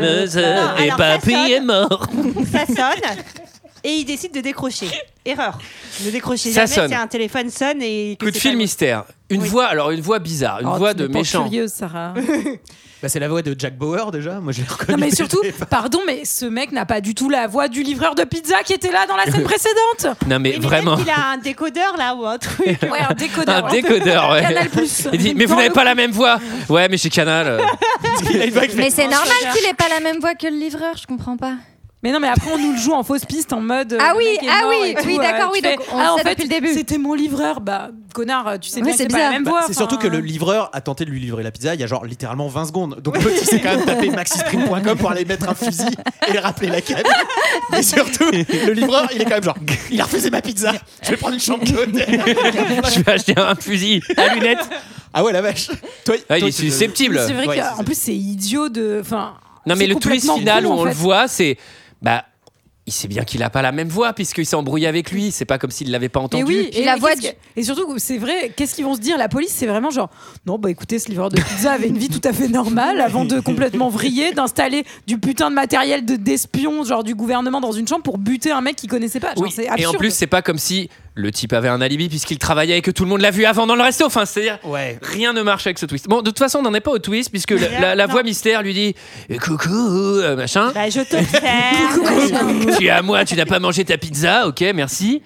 Speaker 1: le
Speaker 10: Non,
Speaker 1: tél- Et
Speaker 10: alors,
Speaker 1: papy
Speaker 10: ça sonne.
Speaker 1: est mort.
Speaker 10: Ça sonne et il décide de décrocher. Erreur. Ne décrochez
Speaker 1: Ça
Speaker 10: jamais.
Speaker 1: sonne.
Speaker 10: C'est un téléphone sonne et que
Speaker 1: Coup de
Speaker 10: c'est
Speaker 1: fil
Speaker 10: pas-
Speaker 1: mystère. Une
Speaker 10: Oui.
Speaker 1: voix, alors une voix bizarre, une
Speaker 9: Oh,
Speaker 1: voix
Speaker 9: tu
Speaker 1: de
Speaker 9: me portes
Speaker 1: méchant.
Speaker 9: curieuse, Sarah.
Speaker 11: Bah, c'est la voix de Jack Bauer déjà, moi j'ai reconnu.
Speaker 9: Non, mais
Speaker 11: dès le
Speaker 9: surtout,
Speaker 11: départ.
Speaker 9: pardon, mais ce mec n'a pas du tout la voix du livreur de pizza qui était là dans la scène précédente.
Speaker 1: Non mais
Speaker 10: Oui, mais
Speaker 1: vraiment,
Speaker 10: peut-être qu'il a un décodeur là ou un truc.
Speaker 9: Ouais, un décodeur.
Speaker 1: un décodeur. ouais.
Speaker 9: Canal Plus.
Speaker 1: Il dit, mais vous
Speaker 9: Dans
Speaker 1: n'avez
Speaker 9: le-
Speaker 1: pas la même voix. Ouais, mais chez Canal. euh,
Speaker 11: Il a une voix qui fait-
Speaker 6: Mais c'est normal qu'il ait pas la même voix que le livreur, je comprends pas.
Speaker 9: Mais non, mais après, on nous le joue en fausse piste en mode. euh,
Speaker 6: Ah
Speaker 9: le
Speaker 6: oui,
Speaker 9: mec est
Speaker 6: ah
Speaker 9: mort
Speaker 6: oui,
Speaker 9: et tout,
Speaker 6: oui,
Speaker 9: euh,
Speaker 6: d'accord,
Speaker 9: tu
Speaker 6: oui, donc
Speaker 9: fais,
Speaker 6: on
Speaker 9: ah, en
Speaker 6: sait
Speaker 9: fait,
Speaker 6: depuis le début.
Speaker 9: C'était mon livreur. Bah, connard, tu sais
Speaker 6: Oui,
Speaker 9: bien que
Speaker 6: c'est
Speaker 9: c'est pas la
Speaker 6: bizarre.
Speaker 9: même
Speaker 11: Bah,
Speaker 9: voix.
Speaker 11: c'est surtout
Speaker 9: enfin. hein.
Speaker 11: que le livreur a tenté de lui livrer la pizza il y a genre littéralement 20 secondes. Donc l'autre, il s'est quand même tapé maxisprime.com pour aller mettre un fusil et le rappeler la cabine. Et surtout, le livreur, il est quand même genre il a refusé ma pizza, je vais prendre une chambre d'hôtel.
Speaker 1: je vais acheter un fusil à lunettes.
Speaker 11: Ah ouais, la vache. Toi,
Speaker 1: Ah, il
Speaker 11: toi,
Speaker 1: est
Speaker 11: tu te-
Speaker 1: susceptible.
Speaker 9: C'est vrai
Speaker 11: Ouais, c'est
Speaker 9: qu'en
Speaker 11: ça.
Speaker 9: plus, c'est idiot de. Enfin.
Speaker 1: Non, mais le
Speaker 9: c'est
Speaker 1: twist
Speaker 9: complètement
Speaker 1: final
Speaker 9: con,
Speaker 1: où
Speaker 9: en
Speaker 1: on le
Speaker 9: fait.
Speaker 1: voit, c'est. Bah, il sait bien qu'il a pas la même voix, puisqu'il s'est embrouillé avec lui. C'est pas comme s'il l'avait pas
Speaker 9: Mais
Speaker 1: entendu.
Speaker 9: oui,
Speaker 6: Puis la voix
Speaker 9: qu'est-ce que- et surtout, c'est vrai, qu'est-ce qu'ils vont se dire La police, c'est vraiment genre, non, bah écoutez, ce livreur de pizza avait une vie tout à fait normale avant de complètement vriller, d'installer du putain de matériel de d'espion, genre du gouvernement, dans une chambre pour buter un mec qu'il connaissait pas. Genre,
Speaker 1: Oui,
Speaker 9: c'est
Speaker 1: Et en
Speaker 9: absurde.
Speaker 1: plus, c'est pas comme si le type avait un alibi, puisqu'il travaillait et que tout le monde l'a vu avant dans le resto. Enfin, c'est-à-dire.
Speaker 11: Ouais.
Speaker 1: Rien ne marche avec ce twist. Bon, de toute façon, on n'en est pas au twist, puisque la, la- la
Speaker 10: Non.
Speaker 1: voix mystère lui dit Eh, Coucou, euh, machin.
Speaker 10: Bah, je t'observe.
Speaker 1: tu es à moi, tu n'as pas mangé ta pizza, ok, merci.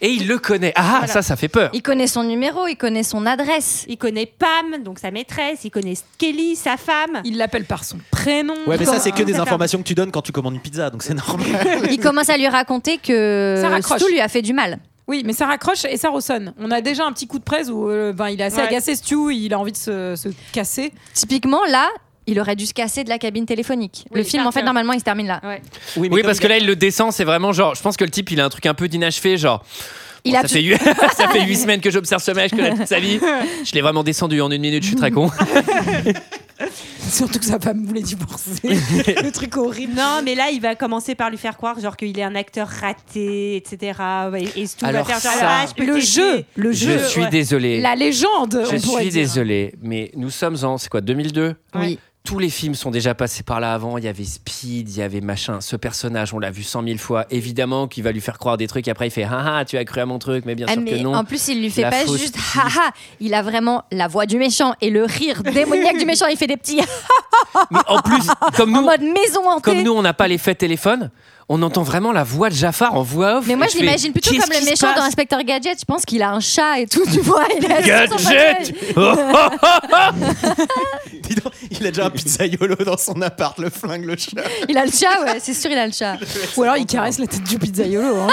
Speaker 1: Et il le connaît. Ah, ça, ça fait peur.
Speaker 6: Il connaît son numéro, il connaît son adresse.
Speaker 10: Il connaît Pam, donc sa maîtresse. Il connaît Kelly, sa femme.
Speaker 9: il l'appelle par son prénom.
Speaker 11: Ouais, mais ça, c'est que des
Speaker 10: Ça fait-
Speaker 11: informations que tu donnes quand tu commandes une pizza, donc c'est normal.
Speaker 6: Il commence à lui raconter que
Speaker 9: Ça raccroche.
Speaker 6: Stu lui a fait du mal.
Speaker 9: Oui, mais ça raccroche et ça ressonne. On a déjà un petit coup de presse où euh, ben, il est assez
Speaker 10: Ouais.
Speaker 9: agacé, Stu, il a envie de se, se casser.
Speaker 6: Typiquement, là, il aurait dû se casser de la cabine téléphonique.
Speaker 10: Oui,
Speaker 6: le film, en fait,
Speaker 10: parfait.
Speaker 6: normalement, il se termine là.
Speaker 1: Oui, parce que
Speaker 11: là
Speaker 1: là, il le descend, c'est vraiment genre. Je pense que le type, il a un truc un peu d'inachevé, genre.
Speaker 6: Il
Speaker 1: Bon,
Speaker 6: a
Speaker 1: ça,
Speaker 6: tout-
Speaker 1: fait 8, ça fait huit semaines que j'observe ce mec, je connais toute sa vie. Je l'ai vraiment descendu en une minute, je suis très con.
Speaker 9: Surtout que sa femme voulait divorcer. le truc horrible.
Speaker 10: Non, mais là, il va commencer par lui faire croire genre qu'il est un acteur raté, etc. Ouais, Et tout
Speaker 1: Alors
Speaker 10: va faire genre,
Speaker 1: ça-
Speaker 10: ah, je peux
Speaker 9: Le
Speaker 10: t'aider.
Speaker 9: jeu, le
Speaker 1: Je,
Speaker 9: jeu.
Speaker 1: suis
Speaker 10: ouais.
Speaker 1: désolé.
Speaker 9: La légende,
Speaker 1: Je
Speaker 9: on pourrait
Speaker 1: suis
Speaker 9: dire.
Speaker 1: désolé, mais nous sommes en, c'est quoi, 2002
Speaker 6: Oui.
Speaker 1: Tous les films sont déjà passés par là avant. Il y avait Speed, il y avait machin. Ce personnage, on l'a vu cent mille fois. Évidemment qu'il va lui faire croire des trucs. Et après, il fait Ah, ah tu as cru à mon truc, mais bien
Speaker 6: Ah,
Speaker 1: sûr
Speaker 6: mais
Speaker 1: que non.
Speaker 6: en plus, il lui fait
Speaker 1: La
Speaker 6: pas
Speaker 1: fausse
Speaker 6: juste
Speaker 1: piste.
Speaker 6: haha. Il a vraiment la voix du méchant et le rire démoniaque du méchant. Il fait des petits
Speaker 1: Mais en plus, comme
Speaker 6: en
Speaker 1: nous,
Speaker 6: mode maison hantée.
Speaker 1: comme nous, on n'a pas l'effet téléphone. on entend vraiment la voix de Jafar en voix off.
Speaker 6: Mais moi,
Speaker 1: Et
Speaker 6: je
Speaker 1: fais,
Speaker 6: l'imagine plutôt
Speaker 1: Qu'est-ce
Speaker 6: comme le
Speaker 1: qui se
Speaker 6: méchant
Speaker 1: passe
Speaker 6: dans Inspecteur Gadget. Je pense qu'il a un chat et tout, tu vois. Il est assis sur son
Speaker 1: Gadget
Speaker 6: fauteuil.
Speaker 1: Oh, oh,
Speaker 11: Il a déjà un pizzaïolo dans son appart, le flingue, le chat.
Speaker 6: Il a le chat, ouais, c'est sûr, il a le chat.
Speaker 9: Ou alors il caresse la tête du pizzaïolo. Hein.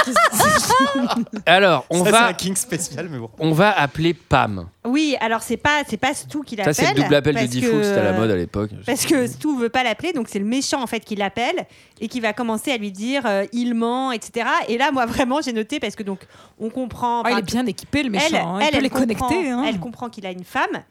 Speaker 1: Alors, on
Speaker 11: Ça, C'est
Speaker 1: va,
Speaker 11: un king spécial, mais bon.
Speaker 1: on va appeler Pam.
Speaker 10: Oui, alors c'est pas c'est pas Stu qui
Speaker 1: Ça,
Speaker 10: l'appelle.
Speaker 1: c'est le double appel de
Speaker 10: parce
Speaker 1: Diffoul,
Speaker 10: que-
Speaker 1: c'était à la mode à l'époque.
Speaker 10: Parce que Stu veut pas l'appeler, donc c'est le méchant en fait qui l'appelle et qui va commencer à lui dire euh, il ment, etc. Et là, moi vraiment, j'ai noté parce que donc on comprend.
Speaker 9: Ah, il
Speaker 10: enfin,
Speaker 9: est bien équipé, le méchant.
Speaker 10: elle,
Speaker 9: hein. Il
Speaker 10: elle,
Speaker 9: peut
Speaker 10: elle
Speaker 9: les
Speaker 10: comprend-
Speaker 9: connecter. hein.
Speaker 10: Elle comprend qu'il a une femme.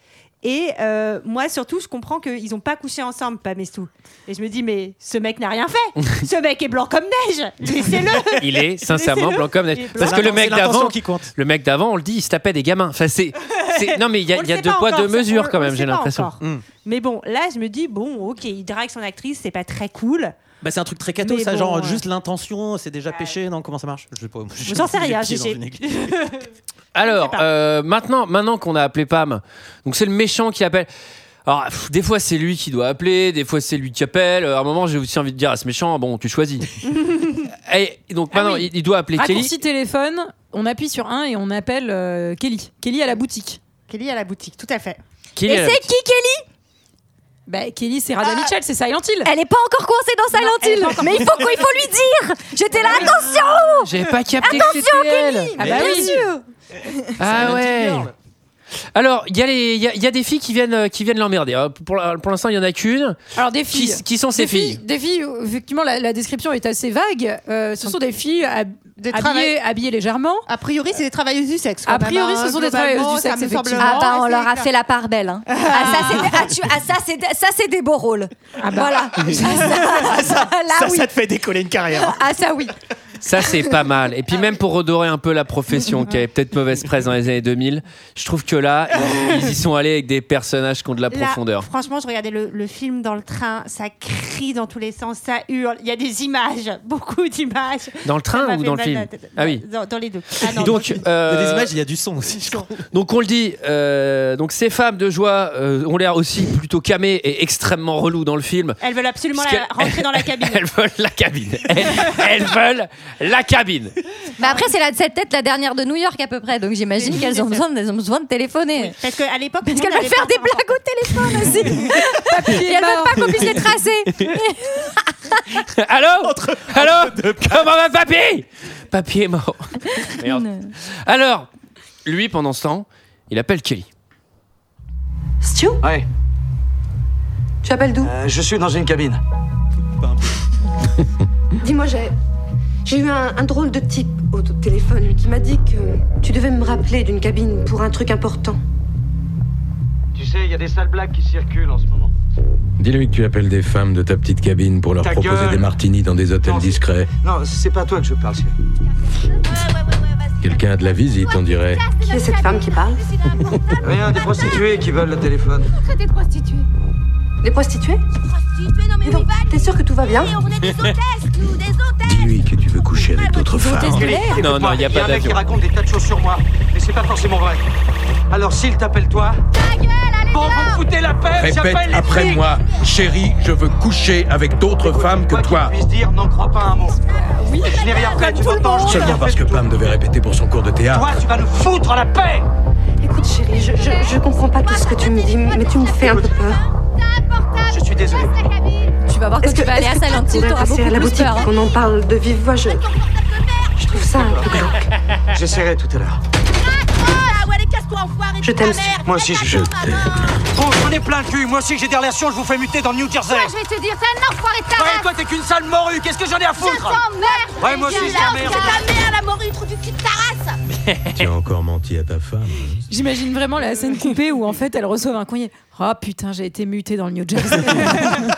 Speaker 10: Et euh, moi, surtout, je comprends qu'ils n'ont pas couché ensemble, Pam et Stu. Et je me dis, mais ce mec n'a rien fait. ce mec est blanc comme neige. Laissez-le.
Speaker 1: Il est sincèrement
Speaker 10: Laissez-le.
Speaker 1: blanc comme neige.
Speaker 10: Il est blanc.
Speaker 1: Parce que le
Speaker 11: C'est
Speaker 1: mec
Speaker 11: l'intention
Speaker 1: d'avant,
Speaker 11: qui compte.
Speaker 1: le mec d'avant, on le dit, il se tapait des gamins. Enfin, c'est, c'est- non mais il y a,
Speaker 10: On le
Speaker 1: il y a
Speaker 10: sait
Speaker 1: deux
Speaker 10: pas
Speaker 1: poids
Speaker 10: encore,
Speaker 1: deux
Speaker 10: ça, on
Speaker 1: mesures
Speaker 10: le-
Speaker 1: quand
Speaker 10: on le
Speaker 1: même,
Speaker 10: sait
Speaker 1: j'ai
Speaker 10: pas
Speaker 1: l'impression.
Speaker 10: encore. Mais bon, là, je me dis, bon, ok, il drague son actrice, c'est pas très cool.
Speaker 11: Bah, c'est un truc très catho,
Speaker 10: Mais
Speaker 11: ça,
Speaker 10: bon,
Speaker 11: genre
Speaker 10: ouais.
Speaker 11: juste l'intention, c'est déjà péché, non Comment ça marche Je sais pas. moi, j'ai
Speaker 10: J'en
Speaker 11: mis
Speaker 10: sais
Speaker 11: les
Speaker 10: rien,
Speaker 11: pieds dans
Speaker 10: GG.
Speaker 11: une église.
Speaker 1: Alors,
Speaker 10: Je sais pas.
Speaker 1: euh, maintenant, maintenant qu'on a appelé Pam, donc c'est le méchant qui appelle. Alors, pff, des fois c'est lui qui doit appeler, des fois c'est lui qui appelle. Euh, À un moment, j'ai aussi envie de dire à ce méchant, bon, tu choisis. et
Speaker 9: Ah
Speaker 1: donc maintenant, il, il doit appeler
Speaker 9: Raccourci
Speaker 1: Kelly.
Speaker 9: téléphone, on appuie sur un et on appelle euh, Kelly. Kelly à la boutique.
Speaker 10: Kelly à la boutique, tout à fait.
Speaker 1: Kelly,
Speaker 6: Et
Speaker 1: elle-
Speaker 6: c'est qui Kelly
Speaker 9: Bah, Kelly, c'est Radha Mitchell, c'est Silent Hill.
Speaker 6: Ah. Elle est pas encore coincée dans Silent
Speaker 10: elle est
Speaker 6: Hill.
Speaker 10: pas encore
Speaker 6: Mais il faut, quoi- il faut lui dire J'étais là, attention
Speaker 1: J'avais pas capté que c'était elle.
Speaker 9: Ah bah Ah oui.
Speaker 1: Ah ouais. Alors, il y, a les- il y a, il y a des filles qui viennent, euh, qui viennent l'emmerder. Alors, Pour, la- pour l'instant, il y en a qu'une.
Speaker 9: Alors des
Speaker 1: Qui,
Speaker 9: filles.
Speaker 1: qui sont ces
Speaker 9: Des
Speaker 1: filles,
Speaker 9: filles, des filles, où, effectivement, la, la description est assez vague. Euh, ce sont des filles hab- habillées,
Speaker 12: travail-
Speaker 9: habillées légèrement.
Speaker 12: A priori, c'est des travailleuses du sexe. hein,
Speaker 9: A priori, ce sont des travailleuses du sexe, effectivement.
Speaker 6: Ah bah on leur a fait la part belle. hein. Ah, ça, c'est des, ah, tu- ah, ça, c'est des- ça, c'est des beaux rôles.
Speaker 9: bah.
Speaker 6: Voilà. Ah, ça, là,
Speaker 11: Ah, Ça,
Speaker 6: oui.
Speaker 11: ça te fait décoller une carrière.
Speaker 6: Ah ça oui.
Speaker 1: Ça, c'est pas mal. Et puis, même pour redorer un peu la profession qui avait peut-être mauvaise presse dans les années 2000, je trouve que là, ils y sont allés avec des personnages qui ont de la
Speaker 10: Là,
Speaker 1: profondeur.
Speaker 10: franchement, je regardais le, le film dans le train, ça crie dans tous les sens, ça hurle. Il y a des images, beaucoup d'images.
Speaker 1: Dans le
Speaker 10: Ça m'a
Speaker 1: train ou
Speaker 10: fait
Speaker 1: dans le
Speaker 10: mal à
Speaker 1: film
Speaker 10: la tête.
Speaker 1: Ah oui.
Speaker 10: Dans, dans les deux. Ah non,
Speaker 1: Donc,
Speaker 11: Il y a des
Speaker 1: euh,
Speaker 11: images, il y a du son aussi, je crois.
Speaker 1: donc on le dit, euh, donc ces femmes de joie euh, ont l'air aussi plutôt camées et extrêmement reloues dans le film.
Speaker 10: elles veulent absolument la-
Speaker 1: Puisque-
Speaker 10: rentrer dans la cabine.
Speaker 1: Elles veulent la cabine. Elles, elles veulent la cabine.
Speaker 6: Mais après c'est la cette tête la dernière de New York à peu près. Donc j'imagine
Speaker 10: Oui,
Speaker 6: qu'elles ont
Speaker 10: c'est
Speaker 6: besoin, elles ont besoin de téléphoner.
Speaker 10: Parce qu'à l'époque,
Speaker 6: Parce qu'elles veulent faire des blagues au téléphone aussi. Et elles veulent pas qu'on puisse les tracer.
Speaker 1: Allô Allô Comment va papy Papy est mort. Merde. Alors, lui, pendant ce temps, il appelle Kelly.
Speaker 8: Stu Ouais.
Speaker 12: Tu appelles d'où
Speaker 8: Euh, je suis dans une cabine.
Speaker 12: Dis-moi, j'ai. J'ai eu un, un drôle de type au t- téléphone qui m'a dit que tu devais me rappeler d'une cabine pour un truc important.
Speaker 8: Tu sais, il y a des sales blagues qui circulent en ce moment.
Speaker 7: Dis-lui que tu appelles des femmes de ta petite cabine pour leur
Speaker 8: Ta
Speaker 7: proposer
Speaker 8: gueule.
Speaker 7: des martinis dans des hôtels
Speaker 8: Non, c'est-
Speaker 7: discrets.
Speaker 8: Non, c'est pas à toi que je parle, chérie.
Speaker 7: Quelqu'un a de la visite, on dirait.
Speaker 12: Qui est cette femme qui parle
Speaker 8: Rien, des prostituées qui veulent le téléphone.
Speaker 12: Des prostituées Mais non, T'es sûr que tout va bien
Speaker 7: Dis-lui que tu veux coucher avec d'autres femmes.
Speaker 8: Kelly,
Speaker 1: Non, non,
Speaker 8: écoute-moi,
Speaker 1: il n'y a
Speaker 8: y
Speaker 1: pas
Speaker 8: un mec qui
Speaker 1: d'avion.
Speaker 8: raconte des tas de choses sur moi, mais c'est pas forcément vrai. Alors s'il t'appelle toi. Bon, vous me foutez la paix,
Speaker 7: Répète
Speaker 8: j'appelle les
Speaker 7: après
Speaker 8: flics.
Speaker 7: moi, chérie, je veux coucher avec d'autres femmes que
Speaker 8: Quoi
Speaker 7: toi.
Speaker 8: qu'il puisse dire, n'en crois pas un mot. Et je n'ai rien fait, tu m'entends je n'ai rien
Speaker 7: Seulement
Speaker 8: fait
Speaker 7: parce
Speaker 8: du
Speaker 7: que
Speaker 8: tout.
Speaker 7: Pam devait répéter pour son cours de théâtre.
Speaker 8: Toi, tu vas nous foutre la paix
Speaker 12: Écoute, chérie, je, je, je comprends pas tout ce que tu me dis, mais tu me fais un peu peur.
Speaker 8: Je suis désolé.
Speaker 6: Tu vas voir quand
Speaker 12: Est-ce que,
Speaker 6: tu vas aller à
Speaker 12: est-ce que
Speaker 6: Silent
Speaker 12: tu
Speaker 6: Hill,
Speaker 12: pourrais
Speaker 6: t'auras beaucoup
Speaker 12: passer à la
Speaker 6: plus
Speaker 12: boutique
Speaker 6: peur. hein.
Speaker 12: qu'on en parle de vive voix Je, je trouve ça un peu glauque.
Speaker 8: J'essaierai tout à l'heure.
Speaker 12: Je t'aime, Stu.
Speaker 8: Moi aussi, je. Bon, j'en ai plein le cul. Moi aussi, j'ai des relations, je vous fais muter dans le New Jersey.
Speaker 13: Je vais te dire, t'es un enfoiré de
Speaker 8: Ouais,
Speaker 13: ta
Speaker 8: toi, t'es qu'une sale morue. Qu'est-ce que j'en ai à foutre
Speaker 13: merde
Speaker 8: Ouais, moi aussi, c'est la merde.
Speaker 13: ta mère, la morue, trou du cul de ta race
Speaker 7: Tu as encore menti à ta femme.
Speaker 9: J'imagine vraiment la scène coupée où en fait elle reçoit un courrier. Oh putain, j'ai été mutée dans le New Jersey.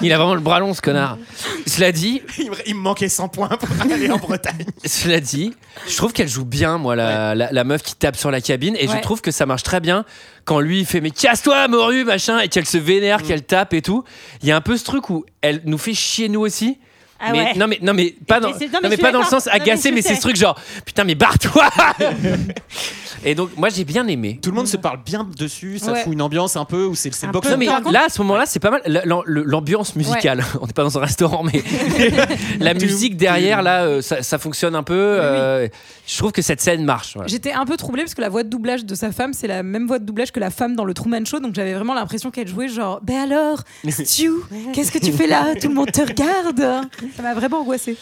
Speaker 1: Il a vraiment le bras long, ce connard. Cela dit,
Speaker 11: Il me, il me manquait 100 points pour aller en Bretagne.
Speaker 1: cela dit, je trouve qu'elle joue bien, moi, la, la- la meuf qui tape sur la cabine. Et je
Speaker 9: Ouais.
Speaker 1: trouve que ça marche très bien quand lui, il fait Mais casse-toi,
Speaker 11: Mm.
Speaker 1: morue, machin, et qu'elle se vénère, qu'elle tape et tout. Il y a un peu ce truc où elle nous fait chier, nous aussi.
Speaker 10: Ah
Speaker 1: mais,
Speaker 10: ouais.
Speaker 1: non mais non mais pas dans,
Speaker 10: Mais c'est- non,
Speaker 1: non,
Speaker 10: mais
Speaker 1: mais
Speaker 10: je suis
Speaker 1: pas dans le
Speaker 10: d'accord.
Speaker 1: sens
Speaker 10: Non, mais
Speaker 1: agacé
Speaker 10: je
Speaker 1: mais c'est
Speaker 10: sais.
Speaker 1: ce truc genre putain mais barre-toi et donc moi j'ai bien aimé
Speaker 11: tout le monde se parle bien dessus ça
Speaker 1: Ouais.
Speaker 11: fout une ambiance un peu où c'est c'est le box
Speaker 1: Non, mais là à ce moment là c'est pas mal la- l'am- le- l'ambiance musicale on n'est pas dans un restaurant mais la musique derrière là euh, ça, ça fonctionne un peu euh, je trouve que cette scène marche voilà.
Speaker 9: J'étais un peu troublée parce que la voix de doublage de sa femme, c'est la même voix de doublage que la femme dans le Truman Show, donc j'avais vraiment l'impression qu'elle jouait genre Ben alors, Stu, qu'est-ce que tu fais là Tout le monde te regarde. Ça
Speaker 6: Bah,
Speaker 9: m'a vraiment angoissée.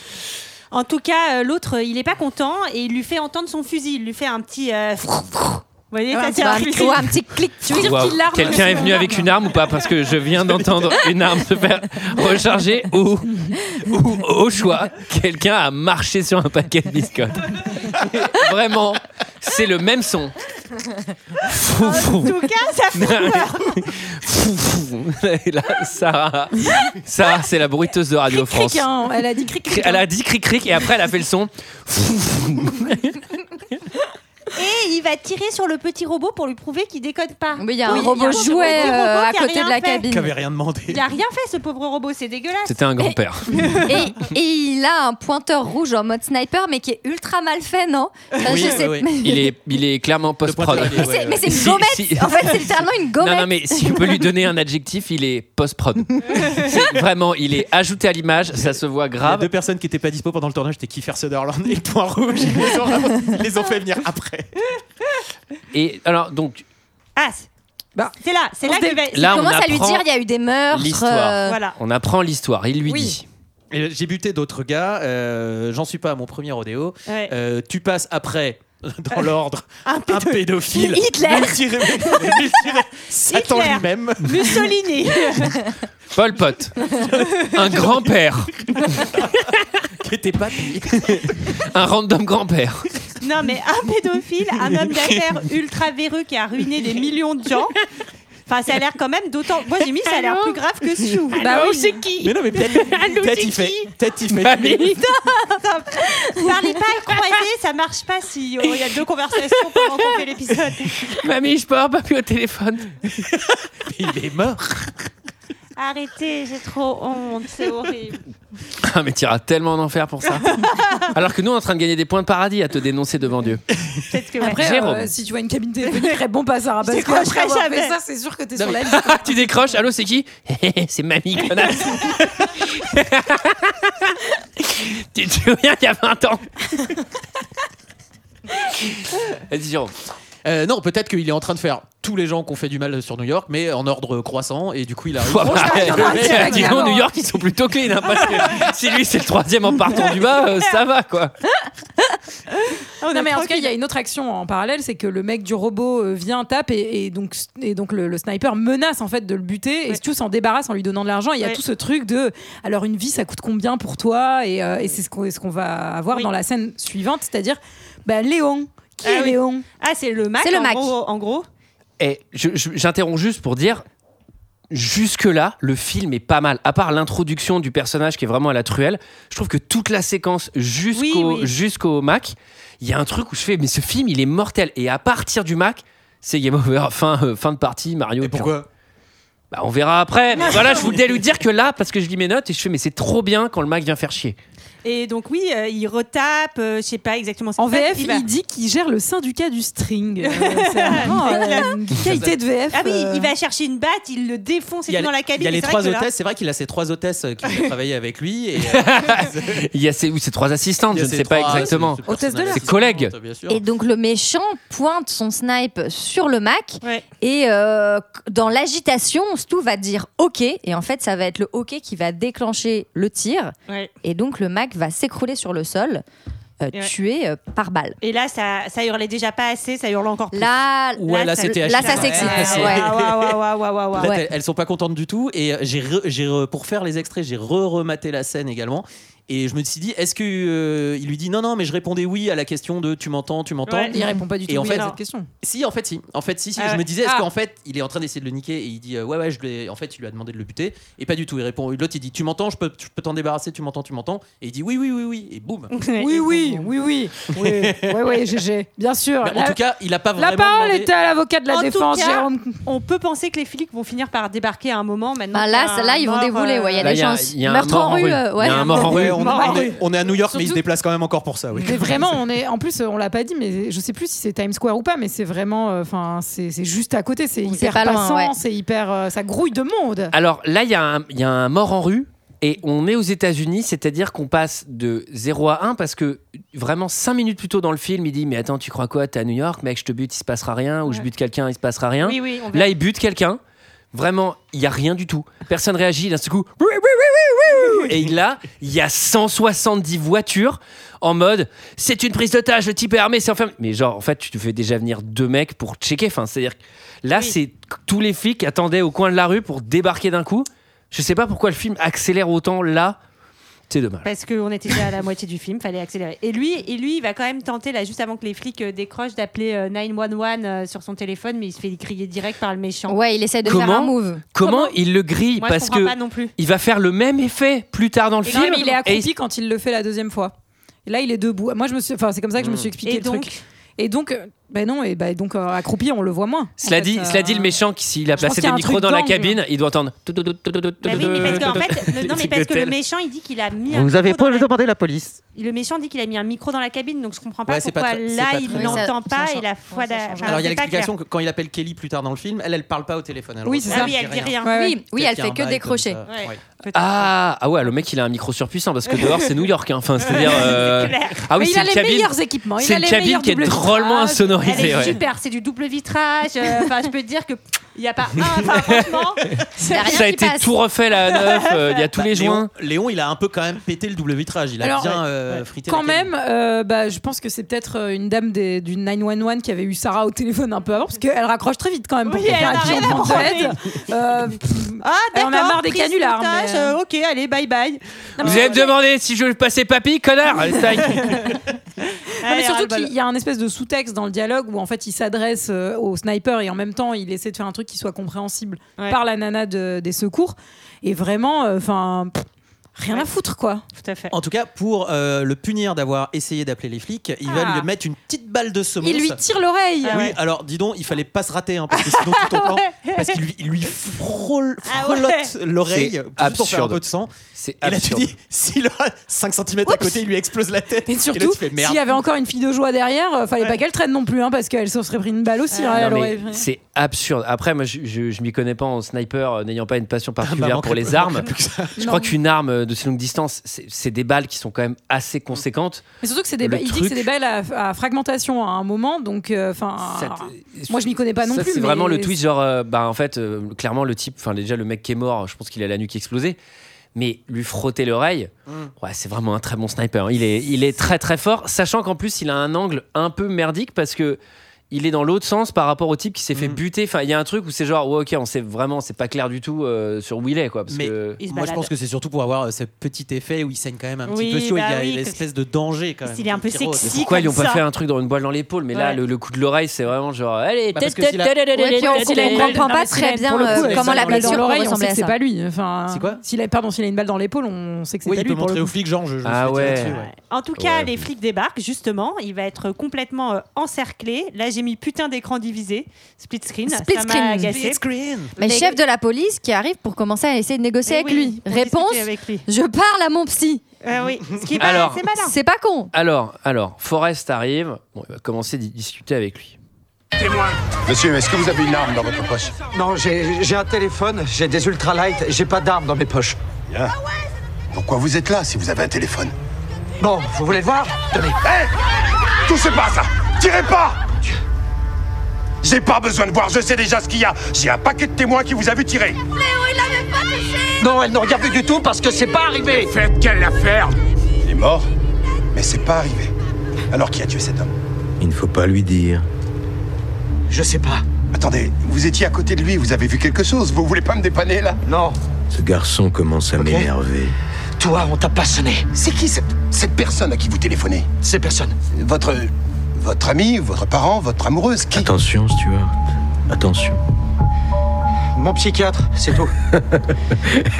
Speaker 10: En tout cas, euh, l'autre, euh, il est pas content et il lui fait entendre son fusil. Il lui fait un petit. euh, frouf, frouf. Vous voyez,
Speaker 6: Ouais,
Speaker 10: ça,
Speaker 6: Ah, un
Speaker 10: c'est
Speaker 6: petit
Speaker 10: un
Speaker 6: clic.
Speaker 10: fusil.
Speaker 6: Ouais, un petit clic. Tu veux dire
Speaker 1: Waouh.
Speaker 6: qu'il l'arme
Speaker 1: Quelqu'un est venu avec une arme ou pas Parce que je viens d'entendre une arme se faire recharger ou, ou au choix, quelqu'un a marché sur un paquet de biscottes. Vraiment, c'est le même son.
Speaker 13: Euh,
Speaker 1: Fou, fou.
Speaker 10: En tout cas, ça fait peur.
Speaker 1: Fou, fou. Et là, Sarah, Sarah c'est la bruiteuse de Radio France.
Speaker 9: Cric, hein, elle a dit cric. cric,
Speaker 1: Elle
Speaker 9: hein.
Speaker 1: a dit cric cric et après elle a fait le son. Fou, fou.
Speaker 10: Et il va tirer sur le petit robot pour lui prouver qu'il décode pas.
Speaker 6: Mais il y a un
Speaker 10: Oui,
Speaker 6: robot
Speaker 10: ce
Speaker 6: jouet, euh,
Speaker 10: gros robot
Speaker 6: à
Speaker 10: qui a
Speaker 6: côté
Speaker 10: rien
Speaker 6: de la
Speaker 10: fait.
Speaker 6: cabine.
Speaker 11: J'avais rien demandé
Speaker 10: Il a rien fait, ce pauvre robot, c'est dégueulasse.
Speaker 1: C'était un grand-père.
Speaker 6: et, et il a un pointeur rouge en mode sniper, mais qui est ultra mal fait, non Enfin, je sais-
Speaker 1: Il est, il est clairement post-prod.
Speaker 6: Mais c'est- mais c'est une gommette. En fait, c'est littéralement une gommette.
Speaker 1: Non, non, mais si on peut lui donner un adjectif, il est post-prod. C'est vraiment, il est ajouté à l'image, ça se voit
Speaker 11: Il y a
Speaker 1: grave.
Speaker 11: deux personnes qui n'étaient pas dispo pendant le tournage, c'était Kiefer Sutherland et le Point Rouge. Ils les ont, ils les ont fait venir après.
Speaker 1: Et alors, donc,
Speaker 10: Ah, c'est-
Speaker 6: Bah,
Speaker 10: c'est là, c'est là qu'il va.
Speaker 1: Là, on
Speaker 6: commence à lui
Speaker 1: apprend
Speaker 6: dire il y a eu des meurtres.
Speaker 1: l'histoire.
Speaker 6: euh,
Speaker 1: On apprend l'histoire. Il lui
Speaker 6: Oui.
Speaker 1: dit.
Speaker 11: Et euh, J'ai buté d'autres gars, euh, j'en suis pas à mon premier rodéo.
Speaker 10: Ouais.
Speaker 11: Euh, tu passes après, dans l'ordre,
Speaker 10: un,
Speaker 11: pédophile.
Speaker 10: Hitler.
Speaker 11: Multiré- multiré- Satan
Speaker 10: Hitler.
Speaker 11: lui-même.
Speaker 10: Mussolini.
Speaker 1: Paul Pot. Un grand-père.
Speaker 11: Qui était pas pire.
Speaker 1: Un random grand-père.
Speaker 10: Non, mais un pédophile, un homme d'affaires ultra véreux qui a ruiné des millions de gens. Enfin, ça a l'air quand même d'autant. Moi, j'ai mis, ça a l'air plus grave que Sioux. Ah
Speaker 9: Bah oui.
Speaker 11: Ah Mais non, mais peut-être peut-être il fait. Peut-être il
Speaker 10: Bah,
Speaker 11: fait.
Speaker 10: Parlez pas croisé, ça marche pas si oh, il y a deux conversations pendant qu'on fait l'épisode.
Speaker 1: Mamie, je peux avoir papy au téléphone.
Speaker 11: il est mort.
Speaker 10: Arrêtez, j'ai trop honte, c'est horrible.
Speaker 1: Ah, mais t'iras tellement en enfer pour ça. Alors que nous, on est en train de gagner des points de paradis à te dénoncer devant Dieu.
Speaker 10: Peut-être que ouais.
Speaker 9: Après,
Speaker 1: Jérôme.
Speaker 9: euh, si tu as une cabine téléphonique, réponds pas Sarah. Parce
Speaker 10: Je
Speaker 9: que après
Speaker 10: décrocherai
Speaker 9: avoir
Speaker 10: jamais.
Speaker 9: fait ça, c'est sûr que t'es
Speaker 1: Non,
Speaker 9: sur la
Speaker 1: mais-
Speaker 9: liste.
Speaker 1: tu décroches, allô, c'est qui C'est mamie, connasse. tu te souviens il y a 20 ans Vas-y, Jérôme.
Speaker 11: Euh, non, peut-être qu'il est en train de faire tous les gens qu'on fait du mal sur New York, mais en ordre croissant, et du coup il arrive.
Speaker 1: Faut pas-
Speaker 11: Le mec,
Speaker 1: Dis donc, New York, ils sont plutôt clean. hein, parce que si lui, c'est le troisième en partant du bas, euh, ça va, quoi.
Speaker 9: Non, mais en tout cas, il y a une autre action en parallèle, c'est que le mec du robot euh, vient, tape et, et donc, et donc le, le sniper menace en fait de le buter et Stu s'en débarrasse en lui donnant de l'argent. Il y a
Speaker 10: Ouais.
Speaker 9: tout ce truc de alors une vie ça coûte combien pour toi et, euh, et c'est ce qu'on ce qu'on va avoir
Speaker 10: Oui.
Speaker 9: dans la scène suivante, c'est-à-dire bah, Léon. Qui
Speaker 10: Ah
Speaker 9: est
Speaker 10: oui.
Speaker 9: Léon
Speaker 10: Ah, c'est le Mac.
Speaker 6: C'est le
Speaker 10: en
Speaker 6: Mac.
Speaker 10: Gros, en gros.
Speaker 1: Et je- je- j'interromps juste pour dire. Jusque-là, le film est pas mal. À part l'introduction du personnage qui est vraiment à la truelle, je trouve que toute la séquence jusqu'au
Speaker 10: Oui, oui.
Speaker 1: jusqu'au Mac, il y a un truc où je fais, mais ce film, il est mortel. Et à partir du Mac, c'est game over, fin, euh, fin de partie, Mario.
Speaker 11: Et pourquoi
Speaker 1: Bah, on verra après. Mais voilà, je voulais lui dire que là, parce que je lis mes notes et je fais, mais c'est trop bien quand le Mac vient faire chier.
Speaker 10: Et donc oui, euh, il retape, euh, je sais pas exactement. ce
Speaker 9: En
Speaker 10: qu'il fait,
Speaker 9: VF, il,
Speaker 10: va-
Speaker 9: dit qu'il gère le syndicat du string. Euh, c'est vraiment euh, une qualité de VF.
Speaker 10: Ah oui,
Speaker 9: euh.
Speaker 10: il va chercher une batte, il le défonce et
Speaker 11: Il y a
Speaker 10: tout dans
Speaker 11: les-
Speaker 10: la cabine.
Speaker 11: il y a
Speaker 10: et
Speaker 11: les
Speaker 10: c'est
Speaker 11: trois
Speaker 10: vrai que là-
Speaker 11: hôtesses, c'est vrai qu'il a ses trois hôtesses euh, qui ont travaillé avec lui. Et, euh,
Speaker 1: Il y a ces, ou ces trois assistantes,
Speaker 11: il y a
Speaker 1: je ne
Speaker 11: ses
Speaker 1: sais pas
Speaker 11: trois-
Speaker 1: exactement.
Speaker 11: ce- ce
Speaker 9: Hôtesse de
Speaker 11: personnage
Speaker 9: l'air.
Speaker 1: Ses
Speaker 11: assistante,
Speaker 1: collègues.
Speaker 11: bien sûr.
Speaker 6: Et donc le méchant pointe son snipe sur le Mac
Speaker 10: Ouais.
Speaker 6: et euh, dans l'agitation, Stu va dire OK et en fait ça va être le OK qui va déclencher le tir
Speaker 10: Ouais.
Speaker 6: et donc le Mac va s'écrouler sur le sol, euh,
Speaker 10: Ouais.
Speaker 6: tué euh, par balle.
Speaker 10: Et là, ça, ça hurlait déjà pas assez, ça hurle encore plus.
Speaker 6: Là,
Speaker 11: Ouais, là,
Speaker 10: ça-
Speaker 11: c'était
Speaker 6: là,
Speaker 11: H4.
Speaker 6: ça s'excite.
Speaker 10: Ouais,
Speaker 6: Ouais.
Speaker 10: ouais, ouais, ouais, ouais, ouais, ouais.
Speaker 11: Là,
Speaker 6: ouais.
Speaker 11: t'as- Elles sont pas contentes du tout. Et euh, j'ai re- j'ai re- pour faire les extraits, j'ai re-rematé la scène également. Et je me suis dit, est-ce que euh, il lui dit non, non, mais je répondais oui à la question de tu m'entends, tu m'entends.
Speaker 9: Ouais, il répond pas du tout
Speaker 11: Et en
Speaker 9: oui
Speaker 11: fait,
Speaker 9: à cette question.
Speaker 11: Si, en fait, si. En fait, si, si.
Speaker 9: Ah
Speaker 11: je
Speaker 9: ouais.
Speaker 11: me disais, est-ce
Speaker 9: Ah.
Speaker 11: qu'en fait, il est en train d'essayer de le niquer et il dit euh, ouais, ouais, je l'ai. En fait, il lui a demandé de le buter. Et pas du tout. Il répond. L'autre, il dit tu m'entends, je peux, je peux t'en débarrasser, tu m'entends, tu m'entends. Et il dit oui, oui, oui, oui. Et boum.
Speaker 9: Oui, oui, oui, oui. Oui, oui, oui, GG. Bien sûr.
Speaker 11: Mais en
Speaker 9: La-
Speaker 11: tout cas, il a pas vraiment.
Speaker 9: La parole
Speaker 11: demandé-
Speaker 9: est à l'avocat de la
Speaker 10: En tout
Speaker 9: défense,
Speaker 10: cas,
Speaker 9: Jérôme.
Speaker 10: On peut penser que les flics vont finir par débarquer à un moment maintenant.
Speaker 6: Bah là,
Speaker 10: qu'il y a
Speaker 6: ça- là,
Speaker 10: un
Speaker 6: ils vont
Speaker 10: mort, euh,
Speaker 6: dérouler, ouais, il y a
Speaker 11: Là,
Speaker 6: des
Speaker 11: y a-
Speaker 6: chances.
Speaker 11: y a un
Speaker 6: Meurtre
Speaker 11: mort
Speaker 6: en
Speaker 11: en
Speaker 6: rue,
Speaker 11: rue.
Speaker 6: euh, ouais.
Speaker 11: Il y a un mort en rue. on-
Speaker 9: Mort en
Speaker 11: on est-
Speaker 9: rue.
Speaker 11: on est à New York, mais ils se déplacent quand même encore pour ça. Oui.
Speaker 9: Mais vraiment, on est en plus, euh, on l'a pas dit, mais je sais plus si c'est Times Square ou pas, mais c'est vraiment, euh, enfin, c'est c'est juste à côté, c'est hyper
Speaker 6: pas loin,
Speaker 9: passant,
Speaker 6: ouais.
Speaker 9: c'est hyper, euh, ça grouille de monde.
Speaker 1: Alors là, il y, a un- il y a un mort en rue. Et on est aux États-Unis, c'est-à-dire qu'on passe de 0 à 1 parce que vraiment 5 minutes plus tôt dans le film, il dit Mais attends, tu crois quoi T'es à New York, mec, je te bute, il se passera rien, ou je bute quelqu'un, il se passera rien.
Speaker 10: Oui, oui, on verra.
Speaker 1: là, il bute quelqu'un. Vraiment, il y a rien du tout. Personne réagit. D'un seul coup, et là, il y a 170 voitures en mode c'est une prise d'otage, le type est armé, c'est enfermé. Mais genre, en fait, tu te fais déjà venir deux mecs pour checker. Enfin, c'est-à-dire que là, c'est tous les flics attendaient au coin de la rue pour débarquer d'un coup. Je sais pas pourquoi le film accélère autant là. C'est dommage.
Speaker 10: Parce qu'on était déjà à la moitié du film, fallait accélérer. Et lui, et lui, il va quand même tenter, là, juste avant que les flics euh, décrochent, d'appeler euh, 911 euh, sur son téléphone, mais il se fait crier direct par le méchant.
Speaker 6: Ouais, il essaie de faire
Speaker 1: Comment,
Speaker 6: un move.
Speaker 1: comment il le grille
Speaker 10: Moi, je
Speaker 1: Parce
Speaker 10: comprends
Speaker 1: que
Speaker 10: pas non plus.
Speaker 1: il va faire le même effet plus tard dans le
Speaker 9: Et non,
Speaker 1: film.
Speaker 9: mais il est accroupi
Speaker 1: Et-
Speaker 9: quand il le fait la deuxième fois. Et là, il est debout. Moi, je me suis, enfin, c'est comme ça que je me suis expliqué
Speaker 10: Et
Speaker 9: le
Speaker 10: donc
Speaker 9: truc. Et donc, euh, ben non, et ben donc euh, accroupi, on le voit moins.
Speaker 1: Cela,
Speaker 9: En fait,
Speaker 1: dit,
Speaker 9: euh,
Speaker 1: cela dit, le méchant, qui- s'il a
Speaker 9: pense
Speaker 1: placé
Speaker 9: qu'il y a
Speaker 1: des
Speaker 9: un
Speaker 1: micros
Speaker 9: truc
Speaker 1: dans la
Speaker 9: d'angle.
Speaker 1: cabine, il doit entendre.
Speaker 10: Bah oui, mais parce qu'en fait, le, non, mais parce que le
Speaker 1: Hôtel.
Speaker 10: méchant, il dit qu'il a mis. un
Speaker 14: Vous avez
Speaker 10: micro
Speaker 14: pas
Speaker 10: dans la-
Speaker 14: demandé la police.
Speaker 10: Le méchant dit qu'il a mis un micro dans la cabine, donc je comprends pas
Speaker 11: Ouais, c'est pas
Speaker 10: pourquoi
Speaker 11: très- c'est
Speaker 10: là
Speaker 11: pas
Speaker 10: il
Speaker 11: très-
Speaker 10: n'entend
Speaker 11: Ça-
Speaker 10: pas
Speaker 11: ça
Speaker 10: et la fois d'a- enfin,
Speaker 11: Alors il y a
Speaker 10: c'est pas
Speaker 11: l'explication que quand il appelle Kelly plus tard dans le film, elle elle parle pas au téléphone. Elle
Speaker 10: Oui,
Speaker 11: reprend,
Speaker 10: c'est ça. Ah oui, elle dit rien. Ouais, ouais.
Speaker 6: Oui, oui,
Speaker 11: Peut-être
Speaker 6: elle
Speaker 11: qu'il y a
Speaker 6: fait
Speaker 11: un
Speaker 6: que
Speaker 11: bail
Speaker 6: décrocher.
Speaker 11: comme ça.
Speaker 10: Ouais.
Speaker 1: Ah, ah ouais, le mec il a un micro surpuissant parce que dehors c'est New York. hein. Enfin, c'est-à-dire. euh,
Speaker 10: clair.
Speaker 1: Ah oui,
Speaker 9: Mais il
Speaker 1: c'est
Speaker 9: a
Speaker 1: une
Speaker 9: les
Speaker 1: cabine.
Speaker 9: meilleurs équipements, il
Speaker 1: C'est
Speaker 9: a
Speaker 1: une
Speaker 9: les
Speaker 1: cabine
Speaker 9: meilleurs
Speaker 1: qui est
Speaker 9: double
Speaker 1: drôlement
Speaker 9: vitrage.
Speaker 10: Elle
Speaker 1: insonorisée.
Speaker 10: est
Speaker 1: ouais.
Speaker 10: super, c'est du double vitrage. euh, Enfin, je peux te dire que il n'y a pas un. Enfin, franchement,
Speaker 6: y a rien
Speaker 1: Ça a
Speaker 6: qui
Speaker 1: été
Speaker 6: passe.
Speaker 1: tout refait là à neuf. euh, Il y a tous
Speaker 11: Bah,
Speaker 1: les
Speaker 11: Léon-
Speaker 1: joints.
Speaker 11: Léon, il a un peu quand même pété le double vitrage. Il a
Speaker 9: Alors,
Speaker 11: bien
Speaker 9: ouais,
Speaker 11: euh, frité. la
Speaker 9: Quand
Speaker 11: cabine.
Speaker 9: même, euh, bah, je pense que c'est peut-être euh, une dame des- du 911 qui avait eu Sarah au téléphone un peu avant, parce qu'elle raccroche très vite quand même pour
Speaker 10: Oui, elle
Speaker 9: quelqu'un à
Speaker 10: a
Speaker 9: qui on
Speaker 10: rien à
Speaker 9: demande de
Speaker 10: branler.
Speaker 9: l'aide. Euh, pff,
Speaker 10: Ah,
Speaker 9: Elle en a
Speaker 10: d'accord.
Speaker 9: marre des
Speaker 10: prise
Speaker 9: canulars,
Speaker 10: d'otage,
Speaker 9: mais, euh,
Speaker 10: euh, ok, allez, bye bye.
Speaker 9: non,
Speaker 1: Vous
Speaker 9: mais-
Speaker 1: allez me demander si je veux passer papy, connard Allez, tac.
Speaker 9: Non, mais surtout qu'il y a un espèce de sous-texte dans le dialogue où en fait il s'adresse euh, au sniper et en même temps il essaie de faire un truc qui soit compréhensible
Speaker 10: Ouais.
Speaker 9: par la nana de- des secours. Et vraiment, euh, enfin, rien à foutre quoi.
Speaker 10: Tout à fait.
Speaker 11: En tout cas, pour euh, le punir d'avoir essayé d'appeler les flics, il va
Speaker 9: Ah.
Speaker 11: lui mettre une petite balle de semonce.
Speaker 9: Il lui tire l'oreille.
Speaker 11: Oui, alors dis donc, il fallait pas se rater hein, parce que sinon tout ton temps, parce qu'il lui, il lui frôle,
Speaker 10: Ah ouais.
Speaker 11: frôlote l'oreille
Speaker 1: C'est
Speaker 11: juste pour faire un
Speaker 1: absurde.
Speaker 11: peu de sang.
Speaker 1: C'est
Speaker 11: Et là tu
Speaker 1: absurde.
Speaker 11: dis, s'il a 5 cm à côté, il lui explose la tête.
Speaker 9: Et
Speaker 11: là,
Speaker 9: surtout,
Speaker 11: tu fais, merde.
Speaker 9: s'il y avait encore une fille de joie derrière, euh, fallait pas qu'elle traîne non plus, hein, parce qu'elle se serait pris une balle aussi. hein,
Speaker 1: Ah, Non,
Speaker 9: elle
Speaker 1: mais
Speaker 9: aurait-
Speaker 1: c'est absurde. Après, moi, je, je, je m'y connais pas en sniper, euh, n'ayant pas une
Speaker 14: Ah,
Speaker 1: passion particulière
Speaker 11: manquerait-
Speaker 1: pour les armes.
Speaker 11: manquerait plus que ça.
Speaker 1: Je
Speaker 9: Non.
Speaker 1: crois qu'une arme euh, de si longue distance, c'est c'est des balles qui sont quand même assez conséquentes.
Speaker 9: Mais surtout que c'est des,
Speaker 1: Le
Speaker 9: ba- il dit que
Speaker 1: truc-
Speaker 9: c'est des balles à, à fragmentation à un moment, donc euh, enfin,
Speaker 1: Ça- euh,
Speaker 9: moi je m'y connais pas non
Speaker 1: Ça,
Speaker 9: plus.
Speaker 1: c'est vraiment
Speaker 9: mais
Speaker 1: le twist, genre, euh, bah, en fait, euh, clairement, le type, enfin, déjà, le mec qui est mort, je pense qu'il a la nuque explosée, mais lui frotter l'oreille, ouais, c'est vraiment un très bon sniper. Il est, il est très, très fort, sachant qu'en plus, il a un angle un peu merdique parce que. Il est dans l'autre sens par rapport au type qui s'est fait buter. Enfin, il y a un truc où c'est genre, ouais, ok, on sait vraiment, c'est pas clair du tout euh, sur où il est, quoi. Parce
Speaker 11: Mais
Speaker 1: que...
Speaker 10: Il se
Speaker 11: moi je
Speaker 10: balade.
Speaker 11: pense que c'est surtout pour avoir euh, ce petit effet où il saigne quand même un petit
Speaker 10: Oui,
Speaker 11: peu chaud.
Speaker 10: bah
Speaker 11: il y a
Speaker 10: oui, que
Speaker 11: l'espèce de danger quand même.
Speaker 10: S'il est un peu
Speaker 11: qui rôde.
Speaker 10: sexy.
Speaker 1: Mais pourquoi
Speaker 10: comme
Speaker 1: ils ont pas
Speaker 10: ça.
Speaker 1: fait un truc dans une balle dans l'épaule Mais là,
Speaker 10: Ouais.
Speaker 1: le, le coup de l'oreille, c'est vraiment genre, allez,
Speaker 11: Bah, parce que si la-
Speaker 6: Ouais, puis on comprend pas très bien, euh, comment la
Speaker 9: balle dans
Speaker 6: blessure
Speaker 9: l'oreille, on sait
Speaker 6: ressemblait à
Speaker 9: que c'est
Speaker 6: ça.
Speaker 9: pas lui. Enfin,
Speaker 11: C'est quoi
Speaker 9: s'il a, pardon, s'il a une balle dans l'épaule, on sait que c'est
Speaker 11: Oui,
Speaker 9: pas
Speaker 11: il
Speaker 9: lui.
Speaker 11: peut
Speaker 9: pour le
Speaker 11: montrer
Speaker 9: coup.
Speaker 11: aux flics, genre, je, je me
Speaker 1: Ah
Speaker 11: suis fait tirer
Speaker 1: ouais.
Speaker 11: dessus, ouais.
Speaker 10: En tout cas, les flics débarquent, justement. Il va être complètement euh, encerclé. Là, j'ai mis putain d'écran divisé, split screen.
Speaker 6: Split
Speaker 10: ça m'a
Speaker 6: screen.
Speaker 10: agacé.
Speaker 6: Split
Speaker 11: screen.
Speaker 6: Mais le chef de la police qui arrive pour commencer à essayer de négocier
Speaker 10: Eh
Speaker 6: avec
Speaker 10: oui,
Speaker 6: lui.
Speaker 10: pour
Speaker 6: Réponse
Speaker 10: discuter avec lui.
Speaker 6: Je parle à mon psy.
Speaker 10: Ah oui, ce qui est pas
Speaker 1: Alors-
Speaker 10: c'est malin.
Speaker 6: C'est pas con.
Speaker 1: Alors, alors, Forrest arrive. Bon, il va commencer à discuter avec lui.
Speaker 5: Monsieur, est-ce que vous avez une arme dans votre poche
Speaker 4: Non, j'ai j'ai un téléphone, j'ai des ultralights, j'ai pas d'armes dans mes poches.
Speaker 5: Bien. Pourquoi vous êtes là si vous avez un téléphone
Speaker 4: Bon, vous voulez le voir Tenez.
Speaker 5: Touchez pas à ça hein. Tirez pas J'ai pas besoin de voir, je sais déjà ce qu'il y a. J'ai un paquet de témoins qui vous a vu tirer.
Speaker 13: Léo, il l'avait pas touché
Speaker 4: Non, elle ne regarde plus du tout parce que c'est pas arrivé.
Speaker 5: Faites quelle affaire Il est mort, mais c'est pas arrivé. Alors qui a tué cet homme
Speaker 7: Il ne faut pas lui dire.
Speaker 4: Je sais pas.
Speaker 5: Attendez, vous étiez à côté de lui, vous avez vu quelque chose, vous voulez pas me dépanner là
Speaker 4: Non.
Speaker 7: Ce garçon commence à m'énerver.
Speaker 2: Toi, on t'a pas sonné.
Speaker 14: C'est qui cette, cette personne à qui vous téléphonez
Speaker 2: Ces personnes.
Speaker 14: Votre. votre ami, votre parent, votre amoureuse, qui
Speaker 7: Attention, Stuart. Attention.
Speaker 4: Mon psychiatre, c'est tout.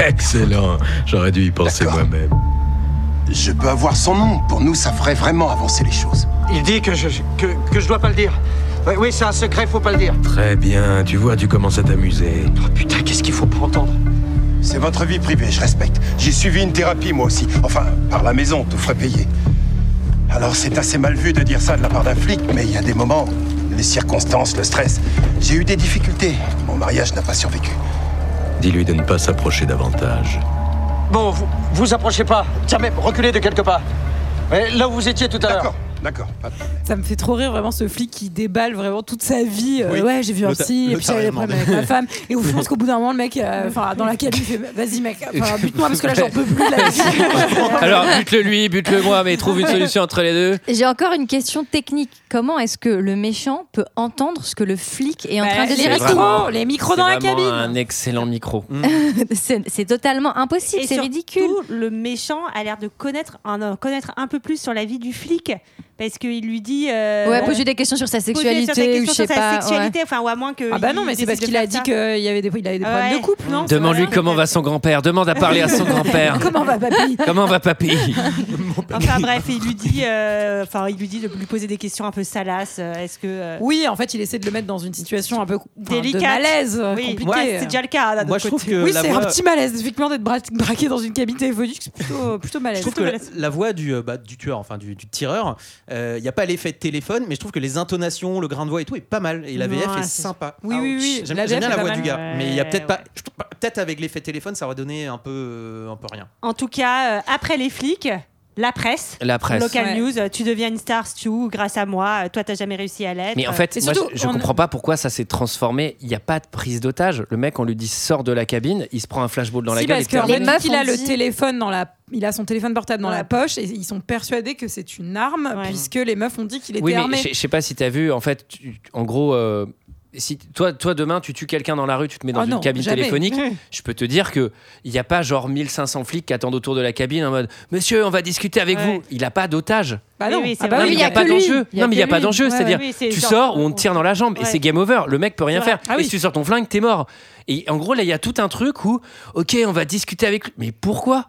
Speaker 7: Excellent. J'aurais dû y penser moi-même.
Speaker 14: Je peux avoir son nom. Pour nous, ça ferait vraiment avancer les choses.
Speaker 4: Il dit que je, que, que je dois pas le dire. Ouais, Oui, c'est un secret, faut pas le dire.
Speaker 7: Très bien. Tu vois, tu commences à t'amuser.
Speaker 4: Oh putain, qu'est-ce qu'il faut pour entendre
Speaker 14: C'est votre vie privée, je respecte. J'ai suivi une thérapie, moi aussi. Enfin, par la maison, tout frais payé. Alors, c'est assez mal vu de dire ça de la part d'un flic, mais il y a des moments, les circonstances, le stress. J'ai eu des difficultés. Mon mariage n'a pas survécu.
Speaker 7: Dis-lui de ne pas s'approcher davantage.
Speaker 4: Bon, vous, vous approchez pas. Tiens, mais reculez de quelques pas. Ouais, Là où vous étiez tout à l'heure. D'accord,
Speaker 14: d'accord.
Speaker 9: Ça me fait trop rire vraiment ce flic qui déballe vraiment toute sa vie. euh,
Speaker 11: Oui.
Speaker 9: ouais, j'ai vu un
Speaker 11: Le ta-
Speaker 9: psy, et
Speaker 11: le
Speaker 9: puis j'avais des
Speaker 11: taré
Speaker 9: problèmes avec
Speaker 11: demandé.
Speaker 9: ma femme. Et au fond, je pense qu'au bout d'un moment, le mec, euh, enfin, dans la cabine, il fait Vas-y, mec, enfin, bute-moi parce que là, j'en peux plus. de la vie.
Speaker 1: Alors, bute-le lui, bute-le moi, mais trouve une solution entre les
Speaker 9: Euh,
Speaker 1: deux.
Speaker 15: J'ai encore une question technique. Comment est-ce que le méchant peut entendre ce que le flic
Speaker 10: Bah.
Speaker 15: est en train de
Speaker 1: C'est
Speaker 15: dire
Speaker 1: vraiment- c'est vraiment
Speaker 15: cabine
Speaker 1: Un excellent micro.
Speaker 9: Mm.
Speaker 15: C'est c'est totalement impossible,
Speaker 10: Et
Speaker 15: c'est
Speaker 10: surtout,
Speaker 15: ridicule.
Speaker 10: Le méchant a l'air de connaître un, euh, connaître un peu plus sur la vie du flic parce qu'il lui dit. euh,
Speaker 15: Ouais, pose-lui des questions sur sa
Speaker 10: pose-lui
Speaker 15: sexualité
Speaker 10: sur ta question
Speaker 15: ou je
Speaker 10: sur
Speaker 15: sais
Speaker 10: sa
Speaker 15: pas,
Speaker 10: sexualité,
Speaker 15: ouais.
Speaker 10: enfin, ou à moins que.
Speaker 9: Ah bah
Speaker 10: il
Speaker 9: non, mais c'est
Speaker 10: décide
Speaker 9: parce
Speaker 10: de
Speaker 9: qu'il a
Speaker 10: faire
Speaker 9: dit
Speaker 10: ça.
Speaker 9: qu'il avait des, il avait des problèmes
Speaker 10: Ouais.
Speaker 9: de couple, non
Speaker 1: Demande-lui comment va son grand-père. Demande à parler à son grand-père.
Speaker 9: Comment va papy
Speaker 1: Comment va papy
Speaker 10: Enfin bref, il lui dit, euh, enfin il lui dit de lui poser des questions un peu salaces. euh, Est-ce que euh,
Speaker 9: Oui, en fait, il essaie de le mettre dans une situation un peu enfin,
Speaker 10: Délicate.
Speaker 9: de malaise, euh,
Speaker 10: Oui.
Speaker 9: compliquée.
Speaker 10: Ouais, c'est déjà le cas, là, de
Speaker 11: Moi, je trouve que
Speaker 9: oui,
Speaker 11: la
Speaker 9: c'est un
Speaker 11: voix-
Speaker 9: petit malaise, effectivement, d'être bra- braqué dans une cabine téléphonique, c'est plutôt, euh, plutôt
Speaker 11: Je
Speaker 9: malaise.
Speaker 11: trouve que la, la voix du, euh, bah, du tueur, enfin du, du tireur, il n'y a pas l'effet de téléphone, mais je trouve que les intonations, le grain de voix et tout est pas mal. Et la VF
Speaker 9: Ouais,
Speaker 11: est
Speaker 9: c'est-
Speaker 11: sympa. Ah,
Speaker 9: Oui, oui, oui,
Speaker 11: J'aime
Speaker 9: la
Speaker 11: j'aime
Speaker 9: VF
Speaker 11: bien
Speaker 9: est
Speaker 11: la
Speaker 9: pas
Speaker 11: voix
Speaker 9: mal.
Speaker 11: du gars, mais il y a peut-être
Speaker 10: Ouais,
Speaker 11: pas. je trouve pas- Peut-être avec l'effet téléphone, ça aurait donné un peu, un peu rien.
Speaker 10: En tout cas, euh, après les flics, la presse.
Speaker 1: La presse.
Speaker 10: Local
Speaker 1: Ouais.
Speaker 10: news, euh, tu deviens une star, Stu, grâce à moi. euh, Toi, t'as jamais réussi à l'être.
Speaker 1: Mais en fait, moi, je, je comprends pas pourquoi ça s'est transformé. Il n'y a pas de prise d'otage. Le mec, on lui dit sort de la cabine, il se prend un flashball dans la
Speaker 9: si,
Speaker 1: gueule.
Speaker 9: parce qu'en
Speaker 1: et puis-
Speaker 9: fait, il a le téléphone dans la, il a son téléphone portable dans la poche et ils sont persuadés que c'est une arme puisque les meufs ont dit qu'il était
Speaker 1: Oui, mais
Speaker 9: armé.
Speaker 1: je je sais pas si t'as vu. En fait, tu- en gros, euh, si toi, toi demain, tu tues quelqu'un dans la rue, tu te mets dans
Speaker 9: Ah
Speaker 1: une
Speaker 9: non,
Speaker 1: cabine
Speaker 9: jamais.
Speaker 1: téléphonique.
Speaker 9: Mmh.
Speaker 1: Je peux te dire que il n'y a pas genre 1500 flics qui attendent autour de la cabine en mode Monsieur, on va discuter avec vous. Il a pas d'otage.
Speaker 9: Bah non.
Speaker 10: Oui, oui, c'est
Speaker 9: Ah bah
Speaker 10: vrai.
Speaker 1: non, mais il n'y a, pas d'enjeu. Non, mais il n'y a pas d'enjeu. C'est-à-dire, tu sors ou on te tire dans la jambe et
Speaker 10: Ouais.
Speaker 1: c'est game over. Le mec peut rien
Speaker 10: C'est vrai.
Speaker 1: faire.
Speaker 10: Ah
Speaker 1: Et
Speaker 10: oui.
Speaker 1: si tu sors ton flingue, t'es mort. Et en gros, là, il y a tout un truc où, ok, on va discuter avec lui. Mais pourquoi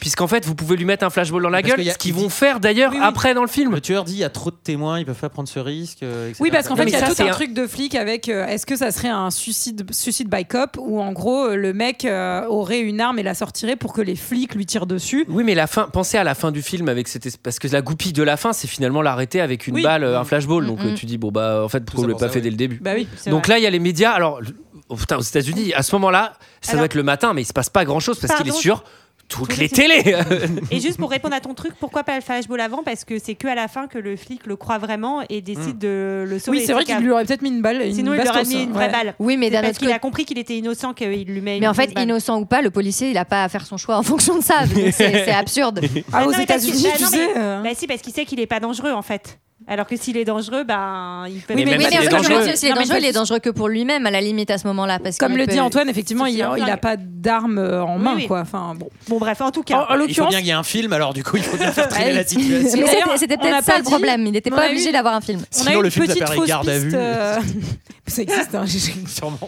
Speaker 1: Puisqu'en fait, vous pouvez lui mettre un flashball dans la
Speaker 11: Parce qu'il
Speaker 1: gueule,
Speaker 11: y a-
Speaker 1: ce qu'ils vont faire d'ailleurs après dans le film.
Speaker 11: Le tueur dit il y a trop de témoins, ils peuvent pas prendre ce risque. euh, etc.
Speaker 9: Oui, parce qu'en fait,
Speaker 1: Mais
Speaker 9: il y a
Speaker 1: ça,
Speaker 9: tout
Speaker 1: c'est
Speaker 9: un
Speaker 1: un-
Speaker 9: truc de flic avec euh, est-ce que ça serait un suicide, suicide by cop où en gros euh, le mec euh, aurait une arme et la sortirait pour que les flics lui tirent dessus
Speaker 1: Oui, mais la fin, pensez à la fin du film avec cette es- parce que la goupille de la fin, c'est finalement l'arrêter avec une
Speaker 9: Oui.
Speaker 1: balle, euh, un flashball. Donc
Speaker 9: Mm, mm.
Speaker 1: euh, tu dis bon bah en fait pourquoi
Speaker 11: ça
Speaker 1: on l'a
Speaker 11: pour
Speaker 1: pas
Speaker 11: ça,
Speaker 1: fait
Speaker 11: oui.
Speaker 1: dès le début.
Speaker 9: Bah oui, c'est
Speaker 1: Donc
Speaker 9: vrai.
Speaker 1: là il y a les médias. Alors le- oh, putain aux États-Unis à ce moment-là, ça
Speaker 10: Alors-
Speaker 1: doit être le matin, mais il se passe pas grand chose parce qu'il est
Speaker 10: Pardon,
Speaker 1: sur toutes les télés.
Speaker 10: Et juste pour répondre à ton truc, pourquoi pas le flashball avant Parce que c'est que à la fin que le flic le croit vraiment et
Speaker 15: Mm.
Speaker 10: décide de le sauver.
Speaker 9: Oui, c'est vrai qu'il lui aurait peut-être mis une balle. une
Speaker 10: Sinon, il lui aurait
Speaker 9: bastos,
Speaker 10: mis une
Speaker 9: hein.
Speaker 10: vraie
Speaker 9: Ouais.
Speaker 10: balle.
Speaker 15: Oui, mais
Speaker 10: C'est
Speaker 15: d'un
Speaker 10: parce
Speaker 15: autre
Speaker 10: qu'il
Speaker 15: côté-
Speaker 10: a compris qu'il était innocent qu'il lui
Speaker 15: Mais
Speaker 10: met. une
Speaker 15: en fait,
Speaker 10: grosse balle.
Speaker 15: innocent ou pas, le policier, il a pas à faire son choix en fonction de ça. Donc C'est c'est absurde.
Speaker 9: Ah, aux
Speaker 10: Bah non, mais parce que-
Speaker 9: États-Unis,
Speaker 10: bah
Speaker 9: tu
Speaker 10: non, mais-
Speaker 9: sais, hein.
Speaker 10: Bah si, parce qu'il sait qu'il est pas dangereux en fait. Alors que s'il est dangereux, ben il peut.
Speaker 1: Oui, mais
Speaker 15: Oui,
Speaker 1: même
Speaker 15: mais
Speaker 1: s'il est
Speaker 15: en fait,
Speaker 1: dangereux.
Speaker 15: le policier, s'il est
Speaker 1: Non, mais
Speaker 15: dangereux,
Speaker 1: t'as-
Speaker 15: il est dangereux que pour lui-même à la limite à ce moment-là. parce
Speaker 9: Comme
Speaker 15: qu'il
Speaker 9: le
Speaker 15: peut-
Speaker 9: dit Antoine, effectivement,
Speaker 15: se
Speaker 9: il
Speaker 15: filer un
Speaker 9: il a
Speaker 15: flingue.
Speaker 9: pas d'arme euh, en main,
Speaker 15: oui.
Speaker 9: quoi. Enfin, bon.
Speaker 10: Bon, bref, en tout cas.
Speaker 9: En, en
Speaker 11: Il faut
Speaker 9: l'occurrence.
Speaker 11: bien qu'il y ait un film, alors du coup, il faut bien faire
Speaker 9: Ouais,
Speaker 11: traîner la
Speaker 9: il-
Speaker 11: situation.
Speaker 15: Mais
Speaker 9: D'ailleurs,
Speaker 15: c'était- c'était
Speaker 9: on n'a
Speaker 15: peut-être
Speaker 9: pas
Speaker 15: ça le
Speaker 9: dit-
Speaker 15: problème. Il n'était
Speaker 9: on a
Speaker 15: pas
Speaker 9: eu-
Speaker 15: obligé d'avoir un film.
Speaker 9: On a eu
Speaker 11: Sinon,
Speaker 9: une
Speaker 11: le film
Speaker 9: petite
Speaker 11: s'appellerait
Speaker 9: fausse
Speaker 11: Garde à
Speaker 9: piste.
Speaker 11: vue.
Speaker 9: euh, Ça existe, hein, j'ai- j'ai-
Speaker 11: Sûrement.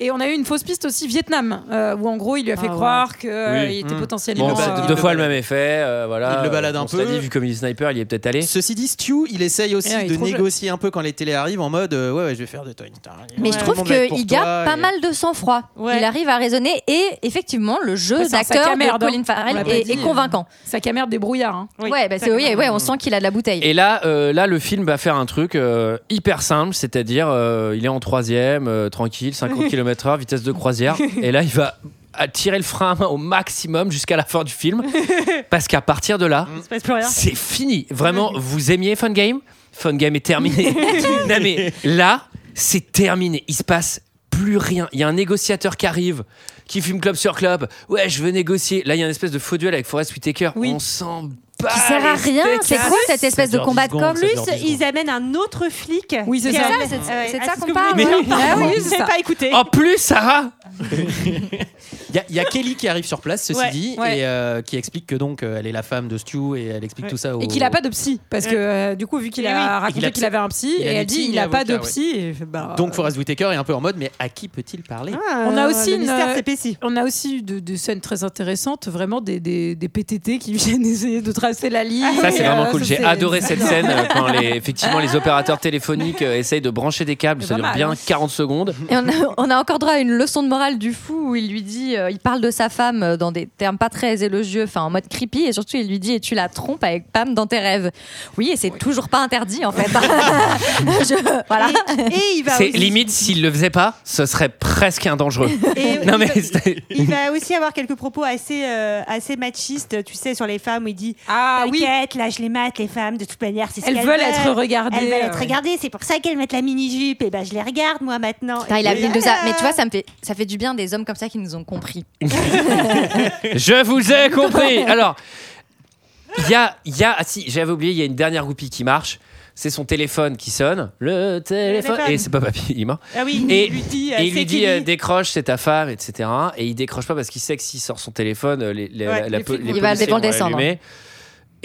Speaker 9: Et on a eu une fausse piste aussi Vietnam, euh, où en gros, il lui a
Speaker 15: Ah,
Speaker 9: fait croire qu'il
Speaker 1: Oui.
Speaker 9: était
Speaker 15: Hmm.
Speaker 1: Mm.
Speaker 9: potentiellement. euh,
Speaker 1: Bon,
Speaker 11: balade-
Speaker 1: c'est
Speaker 11: il
Speaker 1: deux
Speaker 11: le
Speaker 1: fois le même effet. euh, voilà.
Speaker 11: Il le balade
Speaker 1: Euh,
Speaker 11: un
Speaker 1: on se l'a
Speaker 11: peu.
Speaker 1: dit, vu comme il est sniper, il y est peut-être allé.
Speaker 11: Ceci dit, Stu, il essaye aussi
Speaker 9: Ah, il est
Speaker 11: de
Speaker 9: trop jeune.
Speaker 11: négocier un peu quand les télés arrivent en mode euh, ouais, ouais, je vais faire de toi une star.
Speaker 15: Mais je
Speaker 11: Tout le
Speaker 15: trouve
Speaker 11: monde va être pour
Speaker 15: qu'il garde
Speaker 11: toi,
Speaker 15: pas
Speaker 11: et-
Speaker 15: mal de sang-froid. Il arrive à raisonner et effectivement, le jeu
Speaker 9: Ouais, c'est un sac à
Speaker 15: d'acteur de
Speaker 9: merde, hein.
Speaker 15: Colin
Speaker 9: On l'a
Speaker 15: Farrell
Speaker 9: pas
Speaker 15: est,
Speaker 9: dit,
Speaker 15: est
Speaker 9: euh,
Speaker 15: convaincant.
Speaker 9: Sa camère débrouillard. Hein.
Speaker 15: ouais, bah, c'est- oui, ouais, on sent qu'il a de la bouteille.
Speaker 1: Et là, euh, là, le film va faire un truc euh, hyper simple, c'est-à-dire euh, il est en troisième, euh, tranquille, 50 km/h, vitesse de croisière, et là il va à- tirer le frein à main au maximum jusqu'à la fin du film, parce qu'à partir de là,
Speaker 10: se passe plus rien.
Speaker 1: c'est fini. Vraiment, vous aimiez Fun Game Fun Game est terminé. non mais là, c'est terminé. Il se passe plus rien. Il y a un négociateur qui arrive, qui fume club sur club. Ouais, je veux négocier. Là, il y a un espèce de faux duel avec Forest Whitaker. On s'en bat.
Speaker 15: Qui sert à
Speaker 1: les
Speaker 15: rien.
Speaker 1: steaks.
Speaker 15: C'est quoi cette espèce de combat de
Speaker 1: secondes,
Speaker 15: corps
Speaker 1: ça dure
Speaker 10: Plus, ils amènent un autre flic.
Speaker 9: Oui, c'est
Speaker 10: qui
Speaker 9: ça.
Speaker 10: a-
Speaker 9: C'est-
Speaker 10: Ouais,
Speaker 15: c'est de
Speaker 10: ah,
Speaker 15: ça
Speaker 10: ce
Speaker 15: qu'on
Speaker 10: que vous
Speaker 15: parle,
Speaker 10: voulez
Speaker 15: ouais.
Speaker 10: dire.
Speaker 15: Ah oui, c'est
Speaker 10: Vous n'avez
Speaker 15: ça.
Speaker 10: pas écouté.
Speaker 1: En plus, Sarah,
Speaker 11: Il y a- il y, a Kelly qui arrive sur place, ceci
Speaker 9: Ouais,
Speaker 11: dit,
Speaker 9: ouais.
Speaker 11: et euh, qui explique que donc euh, elle est la femme de Stu et elle explique tout ça. Au...
Speaker 9: Et qu'il n'a pas de psy, parce que
Speaker 11: Ouais.
Speaker 9: euh, du coup, vu qu'il
Speaker 11: Et
Speaker 9: a
Speaker 11: oui. Et qu'il
Speaker 9: raconté
Speaker 11: a-
Speaker 9: qu'il avait un psy,
Speaker 11: il a
Speaker 9: et
Speaker 11: ni
Speaker 9: elle dit
Speaker 11: psy,
Speaker 9: il
Speaker 11: ni
Speaker 9: n'a pas de
Speaker 11: avocat, ouais.
Speaker 9: psy, et je- bah,
Speaker 11: Donc Forrest Whitaker est un peu en mode, mais à qui peut-il parler
Speaker 9: on a aussi
Speaker 10: le
Speaker 9: une,
Speaker 10: mystère
Speaker 9: euh, on a aussi eu de- des scènes très intéressantes, vraiment des, des, des PTT qui viennent essayer de tracer la ligne.
Speaker 1: Ça, c'est vraiment
Speaker 9: Euh,
Speaker 1: cool.
Speaker 9: ça,
Speaker 1: J'ai
Speaker 9: c'est-
Speaker 1: adoré cette scène euh, quand les, effectivement, les
Speaker 9: Ah.
Speaker 1: opérateurs téléphoniques euh, essayent de brancher des câbles. Ça
Speaker 15: pas
Speaker 1: dure
Speaker 15: mal,
Speaker 1: bien
Speaker 15: hein.
Speaker 1: 40 secondes.
Speaker 15: Et on a, on a encore droit à une leçon de morale du fou où il lui dit, euh, il parle de sa femme euh, dans des termes pas très élogieux, enfin en mode creepy, et surtout il lui dit et tu la trompes avec Pam dans tes rêves. Oui, et c'est toujours pas interdit en fait. Je- voilà.
Speaker 10: Et, il va
Speaker 6: Bah
Speaker 1: C'est
Speaker 10: aussi-
Speaker 1: limite, s'il le faisait pas, ce serait presque un dangereux.
Speaker 10: Et
Speaker 1: non,
Speaker 10: il
Speaker 1: mais
Speaker 10: va-
Speaker 1: c'était-
Speaker 10: Il va aussi avoir quelques propos assez, euh, assez machistes, tu sais, sur les femmes où il dit
Speaker 9: Ah
Speaker 10: oui. là, je les mate, les femmes, de toute manière, c'est ce
Speaker 9: Elles
Speaker 10: qu'elles
Speaker 9: veulent être regardées,
Speaker 10: Elles veulent
Speaker 9: euh,
Speaker 10: être
Speaker 9: ouais.
Speaker 10: regardées, c'est pour ça qu'elles mettent la mini-jupe, et ben je les regarde, moi, maintenant.
Speaker 15: Putain, il a
Speaker 10: Et-
Speaker 15: vu de ça. Mais tu vois, ça me fait, ça fait du bien des hommes comme ça qui nous ont compris.
Speaker 1: Je vous ai compris. Alors, il y a, il y a, ah si, j'avais oublié, il y a une dernière goupille qui marche. C'est son téléphone qui sonne. Le téléphone.
Speaker 10: téléphone.
Speaker 1: Et c'est pas papy, il est mort.
Speaker 10: Ah oui,
Speaker 1: et
Speaker 10: il lui dit, euh,
Speaker 1: et il
Speaker 10: c'est
Speaker 1: lui dit,
Speaker 10: Kelly.
Speaker 1: euh, décroche, c'est ta femme, etc. Et il décroche pas parce qu'il sait que s'il sort son téléphone, euh, les, les-
Speaker 9: Ouais,
Speaker 1: la-
Speaker 9: les
Speaker 1: la-
Speaker 9: flics
Speaker 1: les
Speaker 9: vont- Il va-
Speaker 1: policiers
Speaker 9: ils vont
Speaker 1: vont
Speaker 9: le descendre. hein.
Speaker 1: allumer.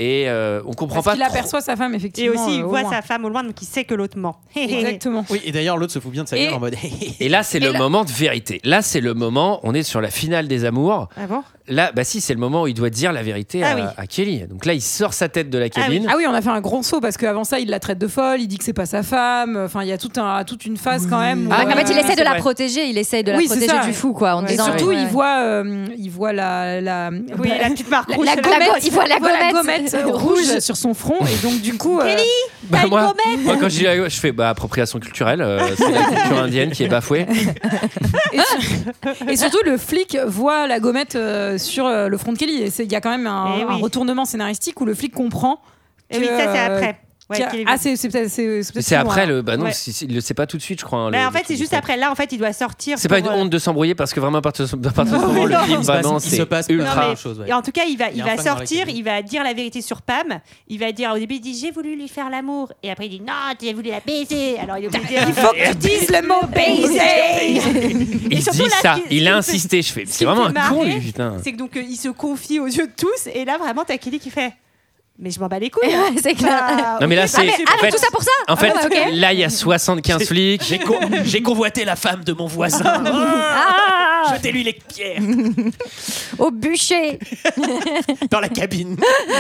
Speaker 1: Et euh, on comprend
Speaker 9: Parce
Speaker 1: pas
Speaker 9: qu'il
Speaker 1: trop.
Speaker 9: aperçoit sa femme,
Speaker 10: Et
Speaker 9: effectivement.
Speaker 10: aussi, il
Speaker 9: euh, au
Speaker 10: voit
Speaker 9: loin.
Speaker 10: sa femme au loin, donc il sait que l'autre ment.
Speaker 9: Exactement.
Speaker 11: Oui, et d'ailleurs, l'autre se fout bien de sa
Speaker 10: Et-
Speaker 11: gueule en mode.
Speaker 1: Et là, c'est
Speaker 10: Et
Speaker 1: le
Speaker 10: là-
Speaker 1: moment de vérité. Là, c'est le moment. On est sur la finale des amours.
Speaker 10: Ah bon
Speaker 1: Là, bah si, c'est le moment où il doit dire la vérité
Speaker 9: Ah
Speaker 1: à,
Speaker 9: oui.
Speaker 1: à Kelly. Donc là, il sort sa tête de la
Speaker 9: Ah oui.
Speaker 1: cabine.
Speaker 9: Ah oui, on a fait un grand saut parce qu'avant ça, il la traite de folle, il dit que c'est pas sa femme. Enfin, il y a tout un, toute une phase quand même. euh,
Speaker 15: Ah, en fait, il essaie de la protéger, il essaie de la
Speaker 9: Oui, c'est
Speaker 15: protéger
Speaker 9: ça.
Speaker 15: du fou, quoi. En
Speaker 9: Et
Speaker 15: disant,
Speaker 9: surtout,
Speaker 15: ouais, ouais.
Speaker 9: il voit, euh, il voit la, la,
Speaker 10: Oui, la petite marque rouge,
Speaker 9: la
Speaker 10: là.
Speaker 9: gommette,
Speaker 15: La go- il voit la gommette.
Speaker 9: gommette, euh, rouge sur son front, et donc du coup, euh, Kelly,
Speaker 1: Bah, moi, moi, quand je dis la- je fais bah, appropriation culturelle, euh, c'est la culture indienne qui est bafouée.
Speaker 9: et, sur- et surtout, le flic voit la gommette euh, sur euh, le front de Kelly. Et c'est- Il y a quand même un,
Speaker 10: Eh oui.
Speaker 9: un retournement scénaristique où le flic comprend.
Speaker 10: Eh oui, ça, c'est
Speaker 9: euh,
Speaker 10: après. Ouais,
Speaker 9: qu'il y a-
Speaker 10: qu'il est
Speaker 9: ah,
Speaker 10: venu.
Speaker 9: c'est c'est peut-être. c'est- c'est peut-être
Speaker 1: C'est
Speaker 9: plus loin,
Speaker 1: après
Speaker 9: alors.
Speaker 1: le. Bah non,
Speaker 10: Ouais.
Speaker 1: si- si- il le sait pas tout de suite, je crois. hein,
Speaker 10: Mais
Speaker 1: le-
Speaker 10: Bah, en fait, c'est juste après. Là, en fait, il doit sortir.
Speaker 1: C'est pas une
Speaker 10: pour, euh,
Speaker 1: honte de s'embrouiller parce que vraiment, à partir de à partir de ce
Speaker 10: Non,
Speaker 1: moment,
Speaker 10: mais
Speaker 1: le
Speaker 10: non.
Speaker 1: film,
Speaker 10: Il se
Speaker 1: bah
Speaker 10: passe-
Speaker 1: non,
Speaker 11: il se
Speaker 1: c'est
Speaker 11: passe plein de
Speaker 1: ultra.
Speaker 11: choses,
Speaker 10: Et en tout cas, il va,
Speaker 11: Il y
Speaker 10: il,
Speaker 11: a un
Speaker 10: va
Speaker 11: fan dans la
Speaker 10: sortir,
Speaker 11: cabine.
Speaker 10: il va dire la vérité sur Pam. Il va dire au début, il dit j'ai voulu lui faire l'amour, et après il dit non, tu as voulu la baiser. Alors il, il
Speaker 9: faut que tu dises le mot baiser.
Speaker 1: Il
Speaker 10: surtout,
Speaker 1: dit
Speaker 10: là,
Speaker 1: ça,
Speaker 10: ce qui-
Speaker 1: il
Speaker 10: ce
Speaker 1: a
Speaker 10: qui
Speaker 1: insisté. Je fais.
Speaker 10: Ce qui
Speaker 1: C'est
Speaker 10: me
Speaker 1: vraiment
Speaker 10: fait
Speaker 1: un con,
Speaker 10: marrer,
Speaker 1: lui, putain.
Speaker 10: C'est que donc euh, il se confie aux yeux de tous, et là vraiment t'as Kelly qui fait mais je m'en bats les couilles.
Speaker 15: Ouais, c'est clair.
Speaker 1: Non Ah, mais là
Speaker 10: ok,
Speaker 1: c'est
Speaker 10: bah,
Speaker 1: en fait- En fait,
Speaker 10: Ah, bah, ok.
Speaker 1: là il y a 75 flics.
Speaker 11: J'ai con- j'ai convoité la femme de mon voisin.
Speaker 15: Ah
Speaker 11: Jetez-lui les pierres
Speaker 15: Au bûcher.
Speaker 11: dans la cabine.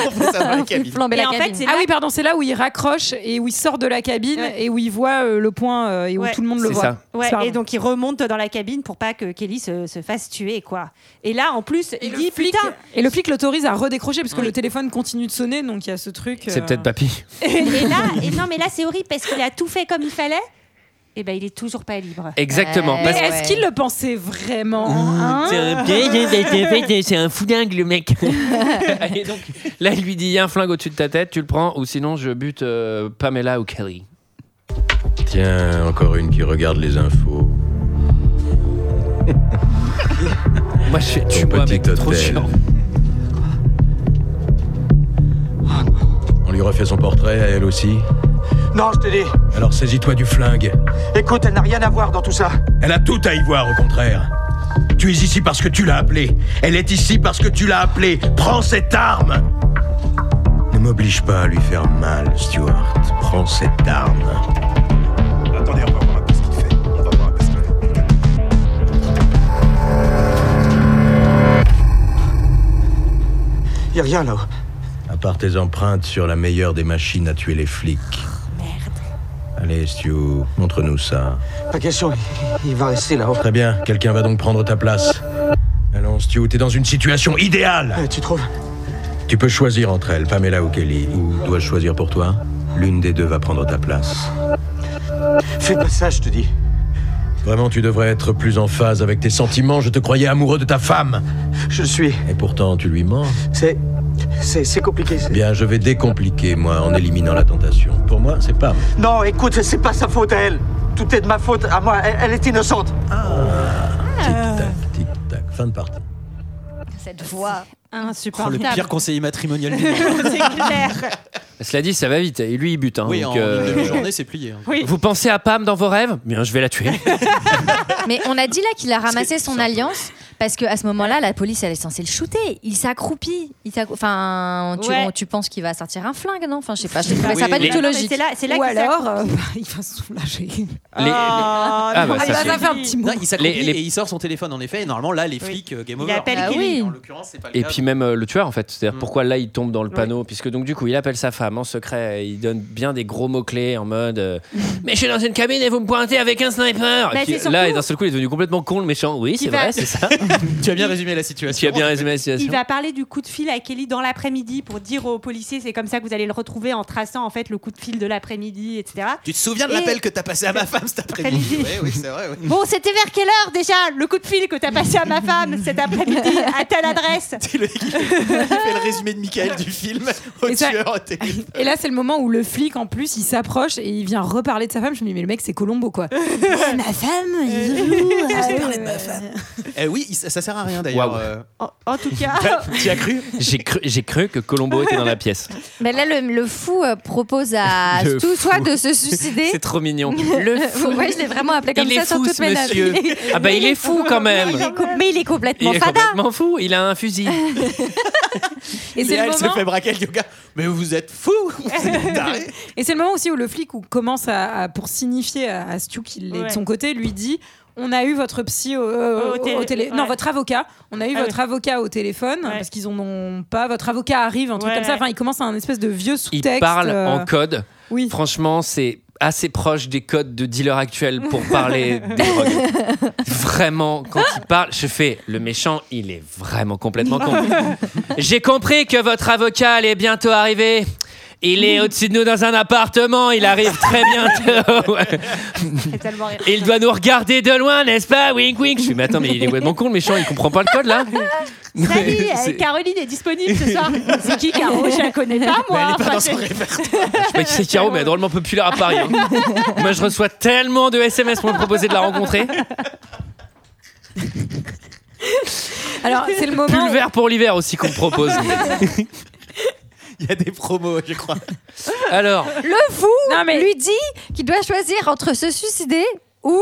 Speaker 11: On fait ça dans la cabine.
Speaker 9: Et en fait, c'est là- ah oui, pardon, c'est là où il raccroche et où il sort de la cabine
Speaker 10: Ouais.
Speaker 9: et où il voit euh, le point euh, et où
Speaker 10: Ouais.
Speaker 9: tout le monde le voit.
Speaker 10: Ouais,
Speaker 9: C'est pas
Speaker 10: et
Speaker 9: grave.
Speaker 10: donc il remonte dans la cabine pour pas que Kelly se, se fasse tuer quoi. Et là en plus il dit putain.
Speaker 9: Et le flic l'autorise à redécrocher parce que le téléphone continue de sonner, donc il y a ce truc.
Speaker 1: C'est
Speaker 9: euh,
Speaker 1: peut-être papy.
Speaker 10: et là et non mais là c'est horrible parce qu'il a tout fait comme il fallait. Et ben il est toujours pas libre. Euh,
Speaker 1: Exactement.
Speaker 9: Mais
Speaker 1: Parce-
Speaker 9: est-ce qu'il le pensait vraiment
Speaker 10: Ah.
Speaker 9: hein
Speaker 1: C'est un fou dingue le mec. Et donc, là, il lui dit il y a un flingue au-dessus de ta tête, tu le prends, ou sinon je bute euh, Pamela ou Kelly.
Speaker 7: Tiens, encore une qui regarde les infos.
Speaker 1: Moi, je fais tu
Speaker 7: moi, mec,
Speaker 1: trop chiant.
Speaker 7: On lui refait son portrait à elle aussi.
Speaker 8: Non, je te dis.
Speaker 7: Alors saisis-toi du flingue.
Speaker 8: Écoute, elle n'a rien à voir dans tout ça.
Speaker 7: Elle a tout à y voir, au contraire. Tu es ici parce que tu l'as appelée. Elle est ici parce que tu l'as appelée. Prends cette arme Ne m'oblige pas à lui faire mal, Stuart. Prends cette arme.
Speaker 14: Attendez, on va voir un peu ce qu'il fait. On va voir un peu ce qu'il fait.
Speaker 7: Y a rien là-haut. À part tes empreintes sur la meilleure des machines à tuer les flics. Merde. Allez, Stu, montre-nous ça.
Speaker 8: Pas question, il va rester là-haut.
Speaker 7: Très bien, quelqu'un va donc prendre ta place. Allons, Stu, t'es dans une situation idéale.
Speaker 8: Eh, tu trouves
Speaker 7: Tu peux choisir entre elles, Pamela ou Kelly, ou dois-je choisir pour toi L'une des deux va prendre ta place.
Speaker 8: Fais pas ça, je te dis.
Speaker 7: Vraiment, tu devrais être plus en phase avec tes sentiments. Je te croyais amoureux de ta femme.
Speaker 8: Je suis.
Speaker 7: Et pourtant, tu lui mens.
Speaker 8: C'est. C'est c'est compliqué. c'est-
Speaker 7: Bien, je vais décompliquer, moi, en éliminant la tentation. Pour moi, c'est pas.
Speaker 8: Non, écoute, c'est pas sa faute à elle. Tout est de ma faute à moi. Elle, elle est innocente.
Speaker 7: Tac, fin de partie.
Speaker 15: Cette voix
Speaker 11: Oh,
Speaker 10: insupportable.
Speaker 11: le pire conseiller matrimonial du monde.
Speaker 10: c'est clair.
Speaker 1: Cela dit, ça va vite. Et lui, il bute. hein,
Speaker 11: Oui,
Speaker 1: donc,
Speaker 11: en
Speaker 1: euh,
Speaker 11: une demi-journée, c'est plié. hein.
Speaker 1: Vous pensez à Pam dans vos rêves Bien, je vais la tuer.
Speaker 15: Mais on a dit là qu'il a ramassé son alliance Parce qu'à ce moment-là, la police, elle est censée le shooter. Il s'accroupit. Il s'accrou- enfin, tu,
Speaker 10: Ouais.
Speaker 15: on- tu penses qu'il va sortir un flingue, non Enfin, je sais pas. Je trouvais ça pas du tout
Speaker 10: Non, mais
Speaker 15: logique.
Speaker 10: c'est là- c'est là
Speaker 9: Ou
Speaker 10: qu'il
Speaker 9: alors,
Speaker 10: s'accroupit.
Speaker 9: euh, bah, il va se soulager.
Speaker 11: Les- les- Ah,
Speaker 9: bah,
Speaker 11: ça
Speaker 9: ça
Speaker 11: suffit.
Speaker 9: fait un petit mot.
Speaker 11: Non, il s'accroupit et il sort son téléphone en effet. Et normalement, là, les flics, euh, game
Speaker 10: Il
Speaker 11: over.
Speaker 10: appelle Ah Kevin. oui.
Speaker 11: En l'occurrence, c'est pas le
Speaker 1: Et
Speaker 11: cas.
Speaker 1: puis même euh, le tueur en fait,
Speaker 11: Mm.
Speaker 1: c'est-à-dire pourquoi là il tombe dans le panneau, puisque donc du coup il appelle sa femme en secret, il donne bien des gros mots clés en mode euh, mais je suis dans une cabine et vous me pointez avec un sniper.
Speaker 10: Bah,
Speaker 1: Et puis,
Speaker 10: c'est surtout-
Speaker 1: là et d'un seul coup il est devenu complètement con le méchant. Oui c'est
Speaker 10: Il va-
Speaker 1: vrai c'est ça.
Speaker 11: tu as bien résumé la situation.
Speaker 1: Tu as bien résumé la situation.
Speaker 10: Il va parler du coup de fil à Kelly dans l'après-midi pour dire aux policiers c'est comme ça que vous allez le retrouver en traçant en fait le coup de fil de l'après-midi, etc.
Speaker 11: Tu te souviens de
Speaker 10: Et-
Speaker 11: l'appel que t'as passé à ma femme cet après-midi Oui, oui, c'est vrai. oui.
Speaker 10: Bon, c'était vers quelle heure déjà le coup de fil que t'as passé à ma femme cet après-midi Ah, à telle adresse
Speaker 11: Il fait le résumé de Michael du film au tueur au téléphone.
Speaker 9: Et là, c'est le moment où le flic, en plus, il s'approche et il vient reparler de sa femme. Je me dis, mais le mec, c'est Colombo, quoi. Ah, ma femme, il joue, euh,
Speaker 11: Eh oui, il- ça sert à rien d'ailleurs. euh.
Speaker 10: En, en tout cas,
Speaker 11: Tu as cru
Speaker 1: J'ai cru j'ai cru que Colombo était dans la pièce.
Speaker 15: Mais là, le, le fou euh, propose à
Speaker 1: Le
Speaker 15: tout soit
Speaker 1: fou.
Speaker 15: de se suicider.
Speaker 1: C'est trop mignon.
Speaker 15: Ouais, je l'ai vraiment appelé comme
Speaker 1: Il
Speaker 15: ça
Speaker 1: est
Speaker 15: sur
Speaker 1: fou,
Speaker 15: toutes
Speaker 1: ce
Speaker 15: mes
Speaker 1: monsieur.
Speaker 15: notes.
Speaker 1: Ah bah, il est fou, quand même.
Speaker 15: Il est co- Mais il est complètement
Speaker 1: Il est
Speaker 15: fada.
Speaker 1: complètement fou, il a un fusil.
Speaker 9: Et c'est
Speaker 11: Léa, elle
Speaker 9: le moment-
Speaker 11: se fait braquer le yoga. Mais vous êtes fou
Speaker 9: Et c'est le moment aussi où le flic où commence à, à- pour signifier à, à Stu qu'il est
Speaker 10: Ouais.
Speaker 9: de son côté, lui dit on a eu votre psy au, euh,
Speaker 10: Au
Speaker 9: au
Speaker 10: télé-
Speaker 9: télé-
Speaker 10: ouais.
Speaker 9: non votre avocat, on a eu
Speaker 10: Ah
Speaker 9: votre
Speaker 10: oui.
Speaker 9: avocat au téléphone
Speaker 10: Ouais.
Speaker 9: parce qu'ils en ont pas. Votre avocat arrive, un truc
Speaker 10: Ouais,
Speaker 9: comme ça.
Speaker 10: ouais.
Speaker 9: Enfin, il commence à un espèce de vieux
Speaker 1: Il
Speaker 9: sous-texte.
Speaker 1: parle
Speaker 9: euh,
Speaker 1: en code.
Speaker 9: Oui.
Speaker 1: Franchement, c'est assez proche des codes de dealer actuels pour parler des drogues. Vraiment, quand il parle, je fais le méchant, il est vraiment complètement con. J'ai compris que votre avocat allait bientôt arriver. Il est au-dessus de nous dans un appartement, il arrive très bientôt.
Speaker 10: c'est tellement rire.
Speaker 1: Il doit nous regarder de loin, n'est-ce pas Wink wink. Je suis mais attends, mais il est complètement con le méchant, il comprend pas le code là.
Speaker 10: Salut,
Speaker 1: Mais
Speaker 10: euh,
Speaker 1: c'est-
Speaker 10: Caroline est disponible ce soir. C'est qui Caro Je la connais pas moi. Enfin, c'est-
Speaker 1: Je sais pas qui c'est Caro, mais elle est drôlement populaire à Paris. hein. Moi, je reçois tellement de SMS pour me proposer de la rencontrer.
Speaker 9: Alors c'est le moment. où-
Speaker 1: Pulvère pour l'hiver aussi qu'on me propose.
Speaker 11: Il y a des promos, je crois.
Speaker 1: Alors,
Speaker 10: Ah
Speaker 15: Le fou
Speaker 9: Non, mais-
Speaker 15: lui dit qu'il doit choisir entre se suicider ou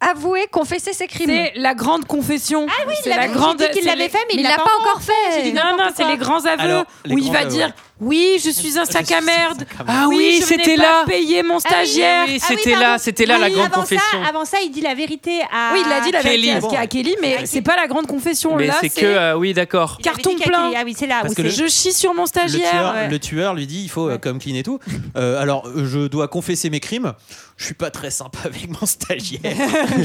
Speaker 15: avouer, confesser ses crimes.
Speaker 9: C'est la grande confession. Ah oui,
Speaker 15: il l'avait- j'ai dit qu'il l'avait fait, mais il l'a pas encore fait.
Speaker 9: J'ai dit non, non, c'est les grands aveux
Speaker 15: Alors,
Speaker 11: les
Speaker 9: où il
Speaker 11: grands
Speaker 9: va
Speaker 11: aveux,
Speaker 9: dire
Speaker 11: ouais.
Speaker 9: oui, je suis un sac à merde.
Speaker 1: Ah oui,
Speaker 9: je venais
Speaker 1: c'était
Speaker 9: pas
Speaker 1: là.
Speaker 9: Payer mon stagiaire.
Speaker 1: oui, c'était là, c'était là la grande
Speaker 10: avant
Speaker 1: confession.
Speaker 10: Ça, avant ça, il dit la vérité à.
Speaker 9: Oui, il l'a dit la
Speaker 1: Kelly.
Speaker 9: vérité à- à Kelly, mais c'est pas la grande confession.
Speaker 1: mais
Speaker 9: là,
Speaker 1: c'est que, euh, oui, d'accord.
Speaker 10: Il avait
Speaker 9: carton
Speaker 10: dit qu'à
Speaker 9: plein.
Speaker 10: Kelly. Ah oui, c'est là.
Speaker 11: Parce
Speaker 10: où
Speaker 11: que
Speaker 10: c'est-
Speaker 11: le-
Speaker 9: je chie sur mon
Speaker 11: Le tueur,
Speaker 9: stagiaire.
Speaker 11: le tueur lui dit il faut euh, comme clean et tout. Euh, alors euh, je dois confesser mes crimes. Je suis pas très sympa avec mon stagiaire.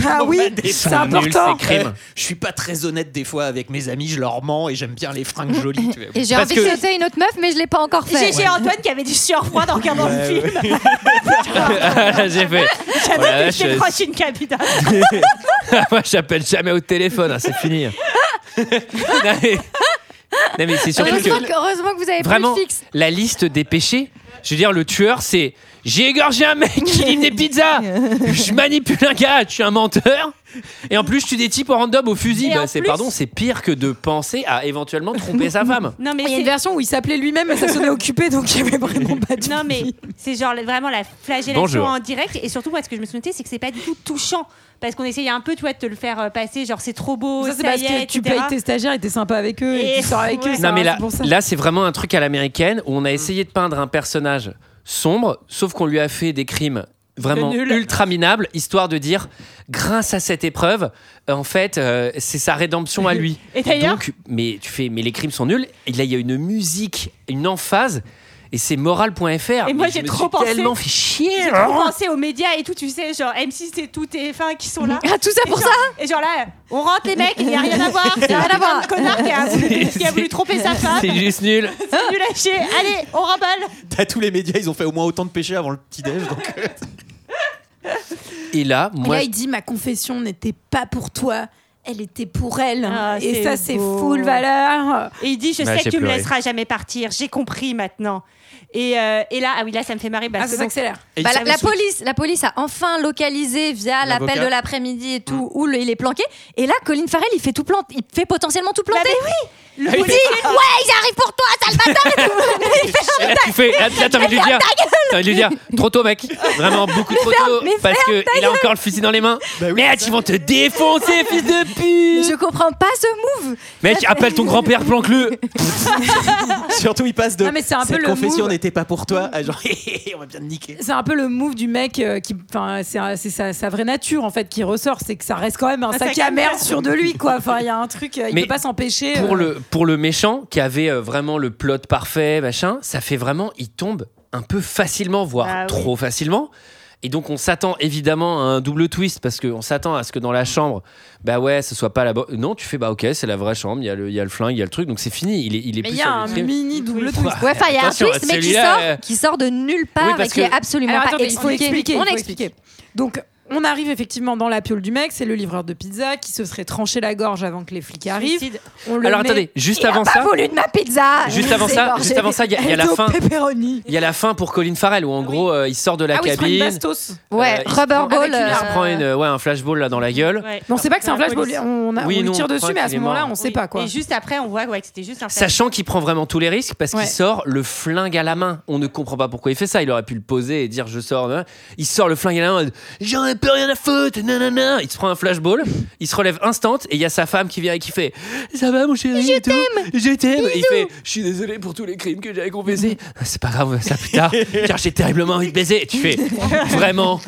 Speaker 9: Ah
Speaker 11: On
Speaker 9: oui,
Speaker 11: m'a défendu.
Speaker 9: c'est important.
Speaker 1: ces crimes.
Speaker 11: Euh, Je suis pas très honnête des fois avec mes amis. Je leur mens et j'aime bien les fringues jolies. tu vois.
Speaker 15: Et j'ai
Speaker 11: Parce
Speaker 15: envie
Speaker 11: que-
Speaker 15: de sauter une autre meuf, mais je l'ai pas encore fait.
Speaker 10: J'ai j'ai Antoine qui avait du surfroid en regardant le film.
Speaker 1: J'ai fait. Oh la
Speaker 10: J'avais
Speaker 1: vache,
Speaker 10: Ah. que je décroche une capitale.
Speaker 1: Moi, j'appelle jamais au téléphone, hein, c'est fini. non, mais, non, mais c'est surtout
Speaker 15: Heureusement
Speaker 1: que.
Speaker 15: que, heureusement que vous avez pris
Speaker 1: Vraiment,
Speaker 15: le fixe.
Speaker 1: la liste des péchés, je veux dire, le tueur, c'est j'ai égorgé un mec qui livre des pizzas, je manipule un gars, je suis un menteur, et en plus, je tue des types au random au fusil.
Speaker 10: Et
Speaker 1: Bah,
Speaker 10: en
Speaker 1: c'est
Speaker 10: plus-
Speaker 1: pardon, c'est pire que de penser à éventuellement tromper sa femme.
Speaker 10: Non mais
Speaker 9: Il y a
Speaker 10: c'est-
Speaker 9: une version où il s'appelait lui-même, mais ça sonnait occupé, donc il y avait vraiment pas de.
Speaker 10: Non mais c'est genre vraiment la flagellation
Speaker 1: Bonjour.
Speaker 10: en direct et surtout moi ce que je me suis noté c'est que c'est pas du tout touchant parce qu'on essayait un peu tu vois de te le faire euh, passer genre c'est trop beau
Speaker 9: Ça, c'est
Speaker 10: ça
Speaker 9: parce
Speaker 10: y est,
Speaker 9: que tu
Speaker 10: etc..
Speaker 9: payes tes stagiaires et t'es sympa avec eux et,
Speaker 10: Et-
Speaker 9: tu sors avec eux.
Speaker 10: ouais.
Speaker 9: ça
Speaker 1: Non,
Speaker 9: va,
Speaker 1: mais là,
Speaker 9: c'est pour ça.
Speaker 1: là c'est vraiment un truc à l'américaine où
Speaker 10: Mm.
Speaker 1: on a essayé de peindre un personnage sombre, sauf qu'on lui a fait des crimes vraiment
Speaker 9: Nul.
Speaker 1: ultra minables, histoire de dire, grâce à cette épreuve, euh, en fait, euh, c'est sa rédemption à lui.
Speaker 10: Et d'ailleurs-
Speaker 1: Donc, mais tu fais, mais les crimes sont nuls. Et là, il y a une musique, une emphase. Et c'est moral.fr.
Speaker 10: Et moi, j'ai trop pensé-
Speaker 1: tellement fait chier. hein.
Speaker 10: J'ai trop pensé aux médias et tout, tu sais, genre M6 et tout, TF1 qui sont là.
Speaker 15: Ah, tout ça
Speaker 10: Et
Speaker 15: pour
Speaker 10: genre-
Speaker 15: ça
Speaker 10: Et genre là, on rentre les mecs, il n'y a rien à voir, c'est
Speaker 15: Rien à
Speaker 10: un
Speaker 15: voir.
Speaker 10: énorme connard qui a, voulu, qui a voulu tromper sa femme,
Speaker 1: C'est juste nul.
Speaker 10: c'est nul à chier. allez, on remballe
Speaker 11: T'as tous les médias, ils ont fait au moins autant de péchés avant le petit déj. Donc euh,
Speaker 1: Et là,
Speaker 9: Et
Speaker 1: moi,
Speaker 9: là, il dit ma confession n'était pas pour toi, elle était pour elle.
Speaker 10: Ah,
Speaker 9: et
Speaker 10: c'est
Speaker 9: ça, c'est
Speaker 10: beau.
Speaker 9: full valeur.
Speaker 10: Et il dit, je
Speaker 1: Bah,
Speaker 10: sais
Speaker 1: j'ai
Speaker 10: que tu me
Speaker 1: pleuré.
Speaker 10: laisseras jamais partir, j'ai compris maintenant. Et, euh, et là, ah oui, là, ça me fait marrer. parce
Speaker 9: Ah, ça
Speaker 10: que donc-
Speaker 9: s'accélère.
Speaker 11: Et
Speaker 15: Bah, la,
Speaker 11: il sort
Speaker 15: la
Speaker 11: le switch.
Speaker 15: police, la police a enfin localisé via
Speaker 11: L'avocat.
Speaker 15: l'appel de l'après-midi et
Speaker 1: Mm.
Speaker 15: tout où le- il est planqué. Et là, Colin Farrell, il fait tout planter, il fait potentiellement tout planter.
Speaker 10: Bah, Le
Speaker 15: il dit ouais, ils arrivent pour toi, sale bâtard. et tout. Il fait,
Speaker 1: Et là, tu fais. Là, là, t'as envie de lui dire. T'as envie de lui dire. Trop tôt, mec. Vraiment beaucoup trop
Speaker 15: ferme-
Speaker 1: tôt.
Speaker 15: mais
Speaker 1: Parce
Speaker 15: ferme ta
Speaker 1: qu'il a
Speaker 15: gueule.
Speaker 1: encore le fusil dans les mains. Merde, ils vont te défoncer, fils de pute.
Speaker 15: Je comprends pas ce move.
Speaker 1: Mec, appelle ton grand-père, planque-le.
Speaker 11: Surtout, il passe de.
Speaker 9: Non, mais c'est un peu
Speaker 11: Cette
Speaker 9: le
Speaker 11: confession
Speaker 9: move.
Speaker 11: n'était pas pour toi. à genre, on va bien te niquer.
Speaker 9: C'est un peu le move du mec euh, qui, enfin, c'est un- c'est sa, sa vraie nature en fait qui ressort, c'est que ça reste quand même
Speaker 15: Ah,
Speaker 9: un, sac à merde sur de lui quoi. Enfin, il y a un truc, euh, il
Speaker 1: Mais
Speaker 9: peut pas s'empêcher.
Speaker 1: Pour
Speaker 9: euh,
Speaker 1: le, pour le méchant qui avait euh, vraiment le plot parfait, machin, ça fait vraiment, il tombe un peu facilement, voire
Speaker 11: Ah oui.
Speaker 1: trop facilement. Et donc on s'attend évidemment à un double twist parce qu'on s'attend à ce que dans la chambre, bah ouais, ce soit pas la bonne. Non, tu fais bah ok, c'est la vraie chambre, il y, a le- il y a le flingue, il y a le truc, donc c'est fini. Il est, il est
Speaker 9: Mais
Speaker 1: plus
Speaker 9: il y a
Speaker 1: sur le
Speaker 9: un
Speaker 1: crime.
Speaker 9: mini double twist.
Speaker 15: Ouais, enfin, il y a un
Speaker 1: Attention,
Speaker 15: twist, mais qui
Speaker 1: celui-là,
Speaker 15: sort,
Speaker 1: euh,
Speaker 15: qui sort de nulle part
Speaker 1: Oui, parce
Speaker 15: et qui
Speaker 1: que-
Speaker 15: est absolument
Speaker 9: Alors,
Speaker 15: pas
Speaker 9: attendez,
Speaker 15: expliqué.
Speaker 9: On explique.
Speaker 15: On
Speaker 9: faut
Speaker 15: explique.
Speaker 9: expliquer. Donc, on arrive effectivement dans la piole du mec, c'est le livreur de pizza qui se serait tranché la gorge avant que les flics arrivent. On le
Speaker 1: Alors,
Speaker 9: met-
Speaker 1: attendez, juste
Speaker 9: Il a
Speaker 1: avant
Speaker 9: pas
Speaker 1: ça-
Speaker 9: voulu de ma pizza.
Speaker 1: Juste
Speaker 9: Il
Speaker 1: avant
Speaker 9: s'est
Speaker 1: ça-
Speaker 9: gorgé.
Speaker 1: juste avant ça, il y a- il y a la
Speaker 9: Elle est au
Speaker 1: fin.
Speaker 9: pepperoni.
Speaker 1: Il y a la fin pour Colin Farrell où en gros euh, il sort de la
Speaker 9: Ah oui, il se prend une
Speaker 1: cabine.
Speaker 9: bastos. Ah.
Speaker 15: Ouais,
Speaker 1: Euh, il se
Speaker 15: rubber
Speaker 1: prend-
Speaker 15: ball,
Speaker 1: Il se
Speaker 15: euh,
Speaker 1: prend une, euh, ouais, un flashball là dans la gueule.
Speaker 9: Mais on sait pas que c'est un flashball. On, a-
Speaker 1: Oui,
Speaker 9: on lui
Speaker 1: non,
Speaker 9: tire
Speaker 1: on croit
Speaker 9: dessus, mais à
Speaker 1: qu'il
Speaker 9: ce
Speaker 1: est
Speaker 9: moment-là,
Speaker 1: mort.
Speaker 9: on sait pas quoi.
Speaker 10: Et juste après, on voit ouais, que c'était juste un flash.
Speaker 1: Sachant qu'il prend vraiment tous les risques parce
Speaker 10: Ouais.
Speaker 1: qu'il sort le flingue à la main. On ne comprend pas pourquoi il fait ça. Il aurait pu le poser et dire je sors. nan, nan. Il sort le flingue à la main. en mode, J'en ai plus rien à foutre. Nanana. Il se prend un flashball. Il se relève instant et il y a sa femme qui vient et qui fait ça va mon chéri. Je t'aime. Je t'aime. Et Il fait je suis désolé pour tous les crimes que j'avais confessés. Ah, C'est pas grave on verra ça plus tard. Car j'ai terriblement envie de baiser. Et tu fais vraiment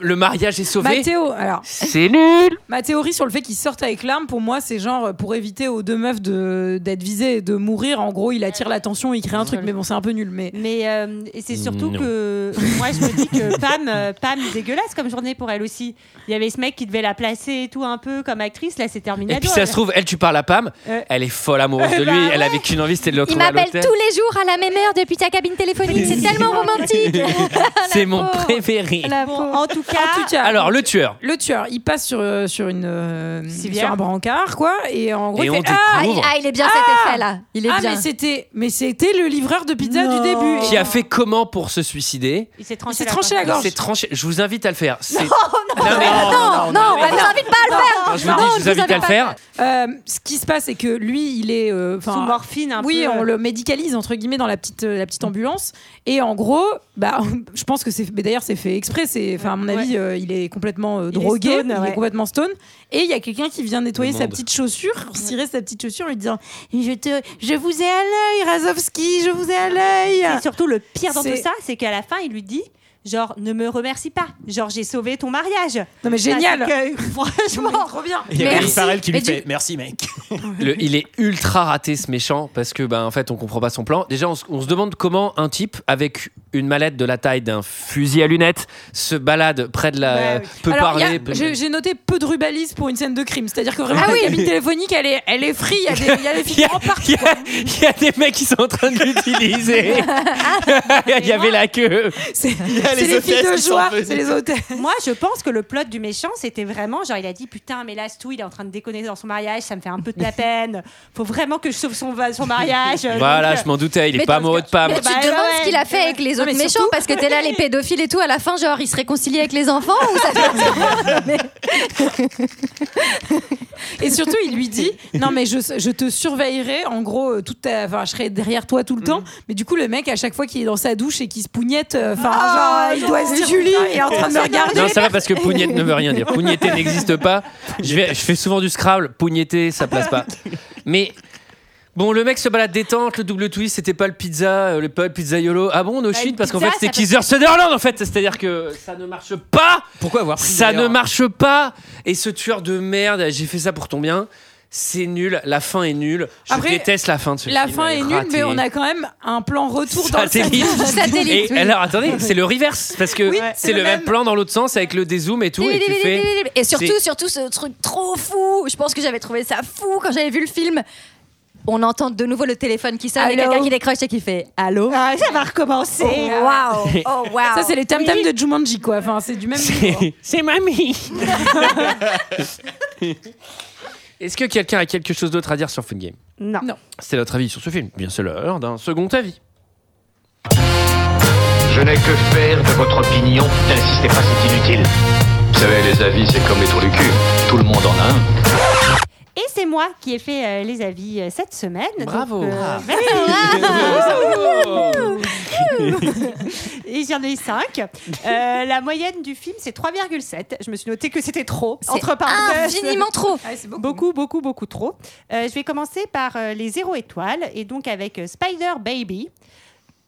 Speaker 1: le, le mariage est sauvé.
Speaker 9: Mathéo, alors.
Speaker 1: C'est nul.
Speaker 9: Ma théorie sur le fait qu'il sorte avec l'arme, pour moi, c'est genre euh, pour éviter aux deux meufs de- d'être visées et de mourir. En gros, il attire l'attention, il crée un truc. Mais bon, c'est un peu nul. Mais,
Speaker 10: mais euh, et c'est surtout
Speaker 9: Non.
Speaker 10: que moi je me dis que Pam, euh, Pam dégueulasse comme journée pour elle aussi. Il y avait ce mec qui devait la placer et tout un peu comme actrice, là c'est terminé.
Speaker 1: Et puis ça se trouve, elle, tu parles à Pam,
Speaker 10: Ouais.
Speaker 1: elle est folle amoureuse
Speaker 10: Eh
Speaker 1: de lui,
Speaker 10: bah
Speaker 1: elle avait qu'une envie, c'était de le
Speaker 15: Il
Speaker 1: retrouver à
Speaker 15: m'appelle tous
Speaker 1: l'hôtel.
Speaker 15: les jours à la même heure depuis ta cabine téléphonique. C'est tellement romantique.
Speaker 9: Ah,
Speaker 1: C'est mon préféré.
Speaker 10: en, tout cas,
Speaker 1: Alors, le tueur.
Speaker 9: Le tueur, il passe sur, euh, sur une euh,
Speaker 15: Civière.
Speaker 9: sur un brancard quoi et en gros
Speaker 1: Et
Speaker 9: il
Speaker 1: on
Speaker 9: fait,
Speaker 1: découvre-
Speaker 9: ah,
Speaker 1: Ah, il- ah,
Speaker 15: il est bien
Speaker 9: Ah
Speaker 15: cet effet, là. Il est
Speaker 9: ah,
Speaker 15: bien.
Speaker 9: mais c'était mais c'était le livreur de pizza du début.
Speaker 1: Qui a fait comment pour se suicider
Speaker 10: Il s'est
Speaker 9: tranché, la gorge.
Speaker 1: Il s'est tranché. Je vous invite à le faire. C'est-
Speaker 9: non,
Speaker 1: Non, mais- non,
Speaker 15: non, non, bah, non.
Speaker 1: Non, je vous dis, je vous invite à le faire.
Speaker 9: Euh, ce qui se passe, c'est que lui, il est euh, 'fin,
Speaker 10: Sous morphine, un
Speaker 9: Oui,
Speaker 10: peu.
Speaker 9: on le médicalise entre guillemets dans la petite euh, la petite ambulance. Et en gros, bah, je pense que c'est. Mais d'ailleurs, c'est fait exprès. C'est, enfin, à mon avis, euh, il est complètement euh,
Speaker 10: Il est
Speaker 9: drogué,
Speaker 10: stone,
Speaker 9: il
Speaker 10: ouais.
Speaker 9: est complètement stone. Et il y a quelqu'un qui vient nettoyer
Speaker 10: Le
Speaker 9: sa
Speaker 10: monde.
Speaker 9: petite chaussure, cirer sa petite chaussure, en lui disant "Je te, je vous ai à l'œil, Razovski, je vous ai à l'œil."
Speaker 10: C'est surtout le pire dans
Speaker 9: C'est-
Speaker 10: tout ça, c'est qu'à la fin, il lui dit genre ne me remercie pas, genre j'ai sauvé ton mariage.
Speaker 9: Non mais génial.
Speaker 10: Parce que, franchement,
Speaker 9: trop bien.
Speaker 11: Il y a Colin Farrell qui lui
Speaker 10: Mais
Speaker 11: fait Merci, mec.
Speaker 1: Le- il est ultra raté ce méchant parce que ben en fait on comprend pas son plan. Déjà on, se- on se demande comment un type avec une mallette de la taille d'un fusil à lunettes se balade près de la
Speaker 9: Ouais, Ah Bah oui.
Speaker 1: peut
Speaker 9: Alors, il y a-
Speaker 1: Euh, parler. peut-
Speaker 9: j'ai- J'ai noté peu de rubalises pour une scène de crime. C'est-à-dire que vraiment,
Speaker 1: Ah oui.
Speaker 9: la cabine téléphonique, elle est, elle est free. Il y a des, il y a des
Speaker 1: Il y
Speaker 9: filles
Speaker 1: a- il y a- il y a des mecs qui sont en train de l'utiliser. Il y avait la queue.
Speaker 9: C'est
Speaker 10: c'est les filles de joie, c'est les
Speaker 9: hôtels.
Speaker 10: Moi, je pense que le plot du méchant, c'était vraiment genre il a dit putain, mais là, tout, il est en train de déconner dans son mariage, ça me fait un peu de la peine. Faut vraiment que je sauve son, son mariage.
Speaker 1: Voilà, je m'en doutais, il est
Speaker 15: Mais
Speaker 1: pas
Speaker 15: dans
Speaker 1: amoureux de Pam.
Speaker 15: Mais tu
Speaker 10: Bah,
Speaker 15: te demandes
Speaker 10: ouais,
Speaker 15: ce qu'il a fait
Speaker 10: ouais.
Speaker 15: avec les
Speaker 10: Non,
Speaker 15: autres
Speaker 10: mais
Speaker 15: méchants
Speaker 10: surtout-
Speaker 15: parce que t'es là les pédophiles et tout à la fin genre ils se réconcilient avec les enfants ou ça fait- Mais-
Speaker 9: Et surtout, il lui dit Non, mais je, je te surveillerai. En gros, euh, toute ta- enfin, je serai derrière toi tout le
Speaker 1: Mm.
Speaker 9: temps. Mais du coup, le mec, à chaque fois qu'il est dans sa douche et qu'il se pougnette, euh, enfin,
Speaker 1: Ah,
Speaker 9: genre, il doit se dire Julie il est en train de me regarder.
Speaker 1: Non, ça va parce que pougnette ne veut rien dire. Pougnetter n'existe pas. Je, vais- je fais souvent du Scrabble. Pougnetter, ça place pas. Mais bon, le mec se balade détente. Le double twist, c'était pas le pizza, euh, le pas le pizzaiolo. Ah bon, no shit, parce qu'en
Speaker 11: pizza,
Speaker 1: fait, c'était
Speaker 11: ça fait-
Speaker 1: Kaiser Sutherland en fait. C'est-à-dire que ça ne marche pas.
Speaker 11: Pourquoi avoir pris
Speaker 1: Ça
Speaker 11: d'ailleurs
Speaker 1: ne marche pas. Et ce tueur de merde, j'ai fait ça pour ton bien. C'est nul. La fin est nulle. Je
Speaker 9: Après,
Speaker 1: déteste la fin de ce
Speaker 9: La
Speaker 1: film.
Speaker 9: fin
Speaker 1: Elle
Speaker 9: est nulle, mais
Speaker 1: ratée.
Speaker 9: on a quand même un plan retour dans le
Speaker 1: Satellite. Et alors attendez, c'est le reverse parce que
Speaker 15: Oui,
Speaker 1: c'est le même plan dans l'autre sens avec le dézoom et tout. Et tu fais.
Speaker 15: Et surtout,
Speaker 1: c'est-
Speaker 15: surtout ce truc trop fou. Je pense que j'avais trouvé ça fou quand j'avais vu le film. On entend de nouveau le téléphone qui sonne et
Speaker 9: Allô
Speaker 15: quelqu'un qui décroche et qui fait Allô
Speaker 10: Ça va recommencer.
Speaker 15: Oh, waouh Oh, waouh
Speaker 9: Ça, c'est les tam-tams de Jumanji, quoi. Enfin, c'est du même.
Speaker 10: hein.
Speaker 1: C'est mamie Est-ce que quelqu'un a quelque chose d'autre à dire sur Fun Game
Speaker 10: Non.
Speaker 1: C'est notre avis sur ce film. Bien, c'est l'heure d'un second avis.
Speaker 2: Je n'ai que faire de votre opinion. N'insistez pas, c'est inutile.
Speaker 5: Vous savez, les avis, c'est comme les trous du cul. Tout le monde en a un.
Speaker 10: Et c'est moi qui ai fait euh, les avis euh, cette semaine.
Speaker 1: Bravo.
Speaker 10: Donc, euh,
Speaker 1: Ah.
Speaker 10: merci.
Speaker 1: Bravo.
Speaker 10: Et j'en ai eu 5. la moyenne du film, c'est 3,7. Je me suis noté que c'était trop.
Speaker 15: C'est
Speaker 10: Entre parenthèses.
Speaker 15: infiniment trop.
Speaker 10: Ouais, Ah, c'est beaucoup. beaucoup, beaucoup, beaucoup trop. Euh, je vais commencer par euh, les zéro étoiles et donc avec euh, Spider Baby.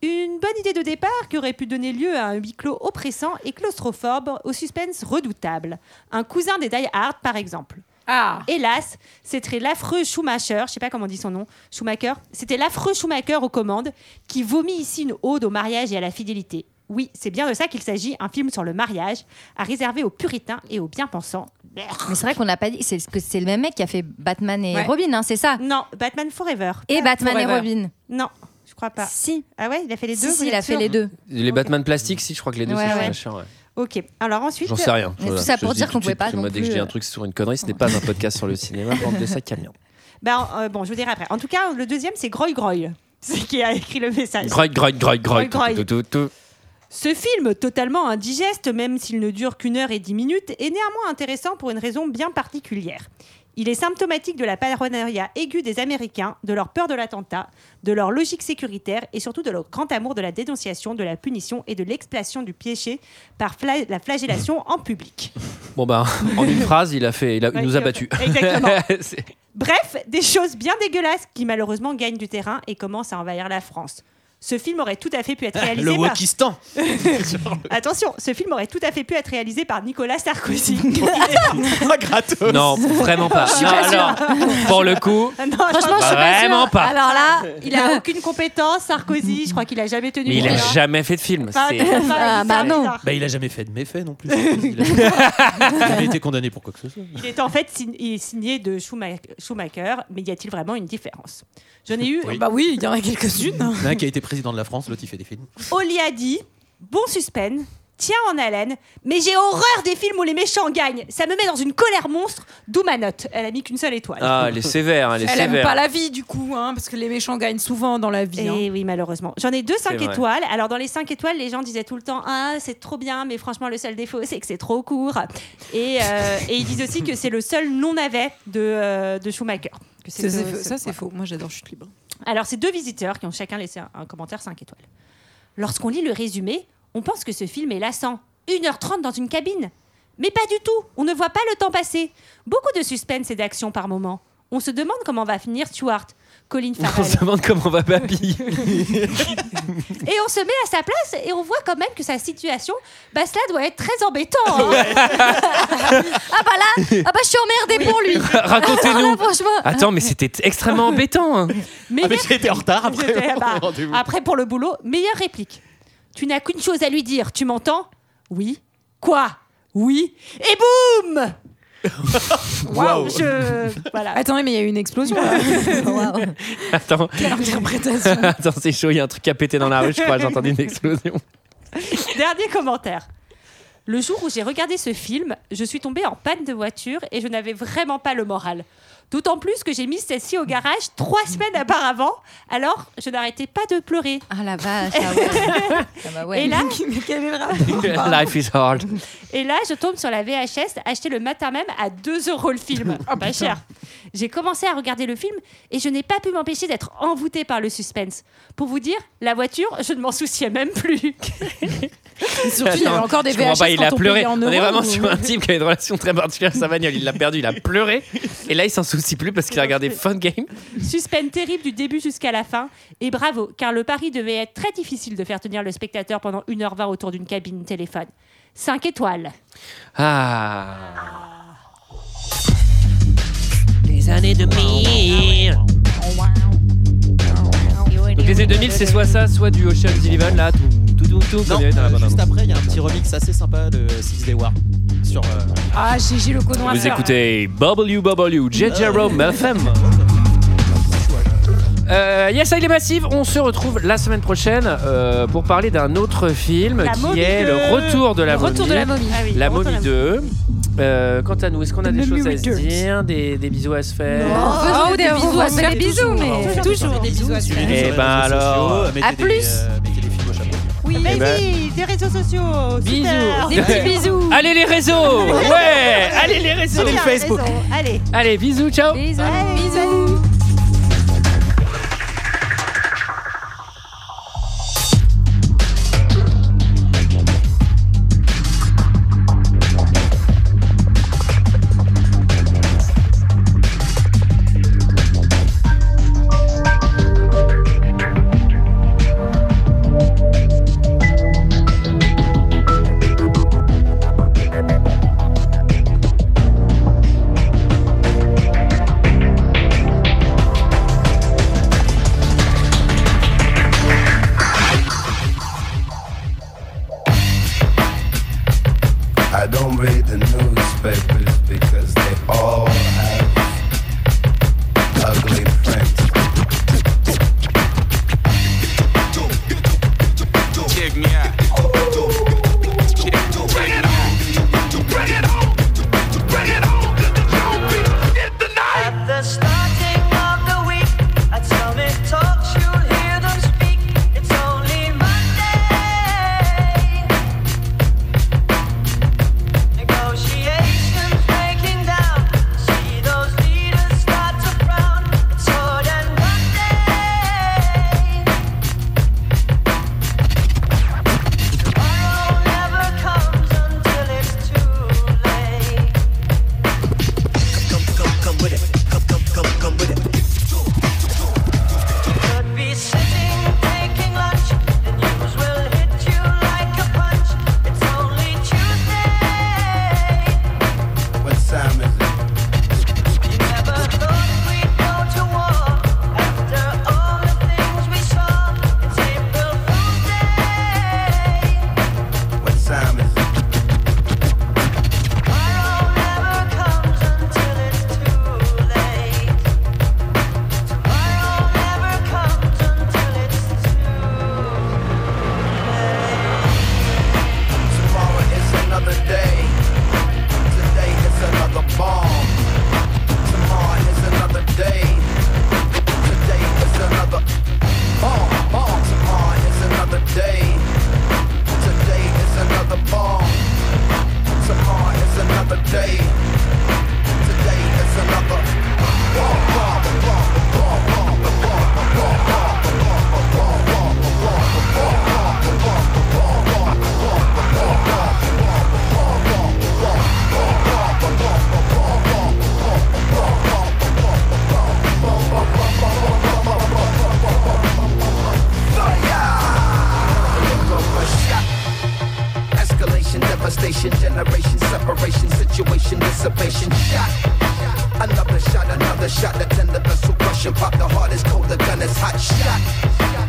Speaker 10: Une bonne idée de départ qui aurait pu donner lieu à un huis clos oppressant et claustrophobe au suspense redoutable. Un cousin des Die Hard, par exemple. Ah. Hélas, c'était l'affreux Schumacher, je sais pas comment on dit son nom, Schumacher, c'était l'affreux Schumacher aux commandes qui vomit ici une ode au mariage et à la fidélité. Oui, c'est bien de ça qu'il s'agit, un film sur le mariage, à réserver aux puritains et aux bien-pensants.
Speaker 15: Mais c'est vrai qu'on n'a pas dit, c'est que c'est le même mec qui a fait Batman et
Speaker 10: Ouais.
Speaker 15: Robin, hein, c'est ça
Speaker 10: Non, Batman Forever.
Speaker 15: Et Batman et
Speaker 10: Forever.
Speaker 15: Robin.
Speaker 10: Non, je crois pas.
Speaker 15: Si.
Speaker 10: Ah ouais, il a fait les
Speaker 15: Si,
Speaker 10: deux
Speaker 15: si,
Speaker 10: vous
Speaker 15: il
Speaker 10: êtes
Speaker 15: a fait
Speaker 10: sûr
Speaker 15: les deux.
Speaker 1: Les Batman plastiques, si, je crois que les deux,
Speaker 10: Ouais,
Speaker 1: c'est
Speaker 10: ouais.
Speaker 1: Schumacher, ouais.
Speaker 10: Ok, alors ensuite.
Speaker 1: J'en sais rien.
Speaker 10: Mais
Speaker 1: Voilà, je le dis tout de suite, parce que Moi, dès
Speaker 10: euh,
Speaker 1: que je dis
Speaker 15: euh,
Speaker 1: un truc sur une connerie, ce n'est pas un podcast sur le cinéma, bande de sacs à merde.
Speaker 10: Ben, euh, bon, je vous dirai après. En tout cas, le deuxième, c'est Groy Groy. C'est qui a écrit le message.
Speaker 1: Groy, groy, groy, groy.
Speaker 10: Groy,
Speaker 1: tout,
Speaker 10: groy.
Speaker 1: tout, tout, tout.
Speaker 10: Ce film, totalement indigeste, même s'il ne dure qu'une heure et dix minutes, est néanmoins intéressant pour une raison bien particulière. Il est symptomatique de la paranoïa aiguë des Américains, de leur peur de l'attentat, de leur logique sécuritaire et surtout de leur grand amour de la dénonciation, de la punition et de l'expiation du péché par fla- la flagellation en public.
Speaker 1: Bon, bah, en une phrase, il, a fait, il, a- il
Speaker 10: Ouais,
Speaker 1: nous a battus.
Speaker 10: exactement.
Speaker 1: C'est-
Speaker 10: Bref, des choses bien dégueulasses qui malheureusement gagnent du terrain et commencent à envahir la France. Ce film aurait tout à fait pu être réalisé
Speaker 11: Le
Speaker 10: par...
Speaker 11: Wakistan.
Speaker 13: Ah.
Speaker 10: Attention, ce film aurait tout à fait pu être réalisé par Nicolas Sarkozy.
Speaker 1: non, vraiment pas.
Speaker 10: Je suis
Speaker 1: Non,
Speaker 10: pas sûre.
Speaker 1: alors, pour le coup,
Speaker 9: Ah
Speaker 10: Non, je
Speaker 1: Franchement,
Speaker 10: crois-
Speaker 1: je suis pas Vraiment sûre. pas.
Speaker 10: Alors là, il a aucune compétence, Sarkozy. Je crois qu'il a jamais tenu.
Speaker 1: mais il a
Speaker 9: hein.
Speaker 10: une séance.
Speaker 1: jamais fait de film.
Speaker 10: Enfin,
Speaker 1: c'est-
Speaker 10: enfin,
Speaker 9: Ah,
Speaker 10: bizarre, bizarre.
Speaker 11: Bah, il a jamais fait de méfaits non plus. Il a jamais- il a jamais été condamné pour quoi que ce soit.
Speaker 10: Il est en fait sign- il est signé de Schuma- Schumacher, mais y a-t-il vraiment une différence J'en ai eu.
Speaker 11: Bah
Speaker 9: oui, il y en a quelques-unes. hein.
Speaker 11: Il y en a un qui a été président de la France, l'autre il fait des films.
Speaker 10: Oliadi, bon suspense, tiens en haleine, mais j'ai horreur des films où les méchants gagnent. Ça me met dans une colère monstre, d'où ma note. Elle a mis qu'une seule étoile.
Speaker 1: Ah, elle est sévère, elle est
Speaker 9: Elle aime
Speaker 1: sévère.
Speaker 9: pas la vie du coup, hein, parce que les méchants gagnent souvent dans la vie. hein.
Speaker 10: Et Eh oui, malheureusement. J'en ai deux
Speaker 9: C'est
Speaker 10: 5
Speaker 9: vrai.
Speaker 10: étoiles. Alors, dans les 5 étoiles, les gens disaient tout le temps Ah, c'est trop bien, mais franchement, le seul défaut, c'est que c'est trop court. Et, euh, et ils disent aussi que c'est le seul non-navet de, euh, de Schumacher. Que
Speaker 9: Ça, c'est faux.
Speaker 10: ce-
Speaker 9: Ça, c'est faux. Moi, j'adore Chute libre.
Speaker 10: alors, ces deux visiteurs qui ont chacun laissé un, un commentaire 5 étoiles. Lorsqu'on lit le résumé, on pense que ce film est lassant. 1h30 dans une cabine. Mais pas du tout, on ne voit pas le temps passer. Beaucoup de suspense et d'action par moment. On se demande comment va finir Stuart, Colin
Speaker 1: On
Speaker 10: Farrell.
Speaker 1: se demande comment va Babi.
Speaker 10: et on se met à sa place et on voit quand même que sa situation, bah cela doit être très embêtant. hein.
Speaker 15: Ah bah là, ah bah je suis emmerdée pour lui.
Speaker 1: Racontez-nous.
Speaker 15: Ah, franchement.
Speaker 1: Attends, mais c'était extrêmement embêtant. hein.
Speaker 10: Mais
Speaker 1: Ah, mais
Speaker 10: meilleure-
Speaker 1: j'ai été en retard après
Speaker 10: J'étais-
Speaker 1: pour
Speaker 10: bah,
Speaker 1: le rendez-vous.
Speaker 10: après pour le boulot, meilleure réplique. Tu n'as qu'une chose à lui dire, tu m'entends Oui. Quoi Oui. Et boum Waouh, je- voilà.
Speaker 9: Attends, mais il y a eu une explosion. là. Ah,
Speaker 1: Attends.
Speaker 9: Quelle interprétation.
Speaker 1: Attends, c'est chaud, il y a un truc à péter dans la rue, je crois. J'ai entendu une explosion.
Speaker 10: Dernier commentaire. Le jour où j'ai regardé ce film, je suis tombée en panne de voiture et je n'avais vraiment pas le moral. D'autant plus que j'ai mis celle-ci au garage trois semaines auparavant, alors je n'arrêtais pas de pleurer.
Speaker 15: Ah bah la vache,
Speaker 10: Et là,
Speaker 1: Life is hard.
Speaker 10: Et là, je tombe sur la VHS achetée le matin même à 2 euros le film. pas cher. J'ai commencé à regarder le film et je n'ai pas pu m'empêcher d'être envoûtée par le suspense. Pour vous dire, la voiture, je ne m'en souciais même plus.
Speaker 9: Surtout, il y avait
Speaker 1: Attends,
Speaker 9: encore des
Speaker 1: je comprends
Speaker 9: VHS
Speaker 1: pas, il
Speaker 9: quand
Speaker 1: a
Speaker 9: on
Speaker 1: pleuré.
Speaker 9: payait en
Speaker 1: On est
Speaker 9: euros,
Speaker 1: vraiment
Speaker 9: ou-
Speaker 1: sur un type qui a une relation très particulière à sa bagnole. Il l'a perdu, il a pleuré. Et là, il s'en soucie plus parce qu'il a regardé Fun Game.
Speaker 10: Suspense terrible du début jusqu'à la fin. Et bravo, car le pari devait être très difficile de faire tenir le spectateur pendant 1h20 autour d'une cabine téléphone. 5 étoiles.
Speaker 1: Ah.
Speaker 2: Les années 2000.
Speaker 1: Donc, les années 2000, c'est soit ça, soit du Ocean Eleven, là, tout, tout, tout, tout.
Speaker 11: Non,
Speaker 1: comme il y avait dans la
Speaker 11: euh,
Speaker 1: bande-annonce.
Speaker 11: juste après, il y a un petit remix assez sympa de Six Day War sur. euh,
Speaker 9: Ah, GG le codon à
Speaker 1: Vous
Speaker 9: faire.
Speaker 1: écoutez WW J. Jerome FM. Ah. Euh, yes, il est massive. On se retrouve la semaine prochaine euh, pour parler d'un autre film
Speaker 9: La
Speaker 1: qui
Speaker 9: momie
Speaker 1: est le
Speaker 9: 2.
Speaker 1: retour de la
Speaker 9: Le
Speaker 1: momie.
Speaker 9: retour de la momie. Ah oui,
Speaker 1: La
Speaker 9: le retour de
Speaker 1: momie
Speaker 9: la
Speaker 1: 2. Euh, quant à nous, est-ce qu'on a
Speaker 9: The
Speaker 1: des choses à
Speaker 9: Mummy
Speaker 1: se dire, des, des bisous à se faire
Speaker 9: Ah,
Speaker 15: des bisous, on fait des bisous, mais-
Speaker 9: toujours des bisous. à se
Speaker 1: Eh
Speaker 9: faire.
Speaker 1: ben alors,
Speaker 11: mettez
Speaker 1: à
Speaker 11: des-
Speaker 1: plus.
Speaker 11: euh, mettez des films au chapeau.
Speaker 10: Oui,
Speaker 1: Eh ben-
Speaker 10: vas-y, des réseaux sociaux. super.
Speaker 1: Allez les réseaux Ouais Allez les réseaux
Speaker 10: Allez, réseaux, Allez.
Speaker 1: Allez, bisous, ciao Bisous,
Speaker 10: bisous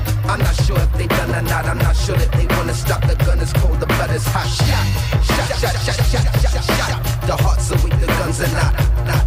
Speaker 2: or not, I'm not sure that they wanna stop. The gun is cold, the blood is hot. Shot, shot, shot, shot, shot, shot, shot. The hearts are weak, the guns are not, not.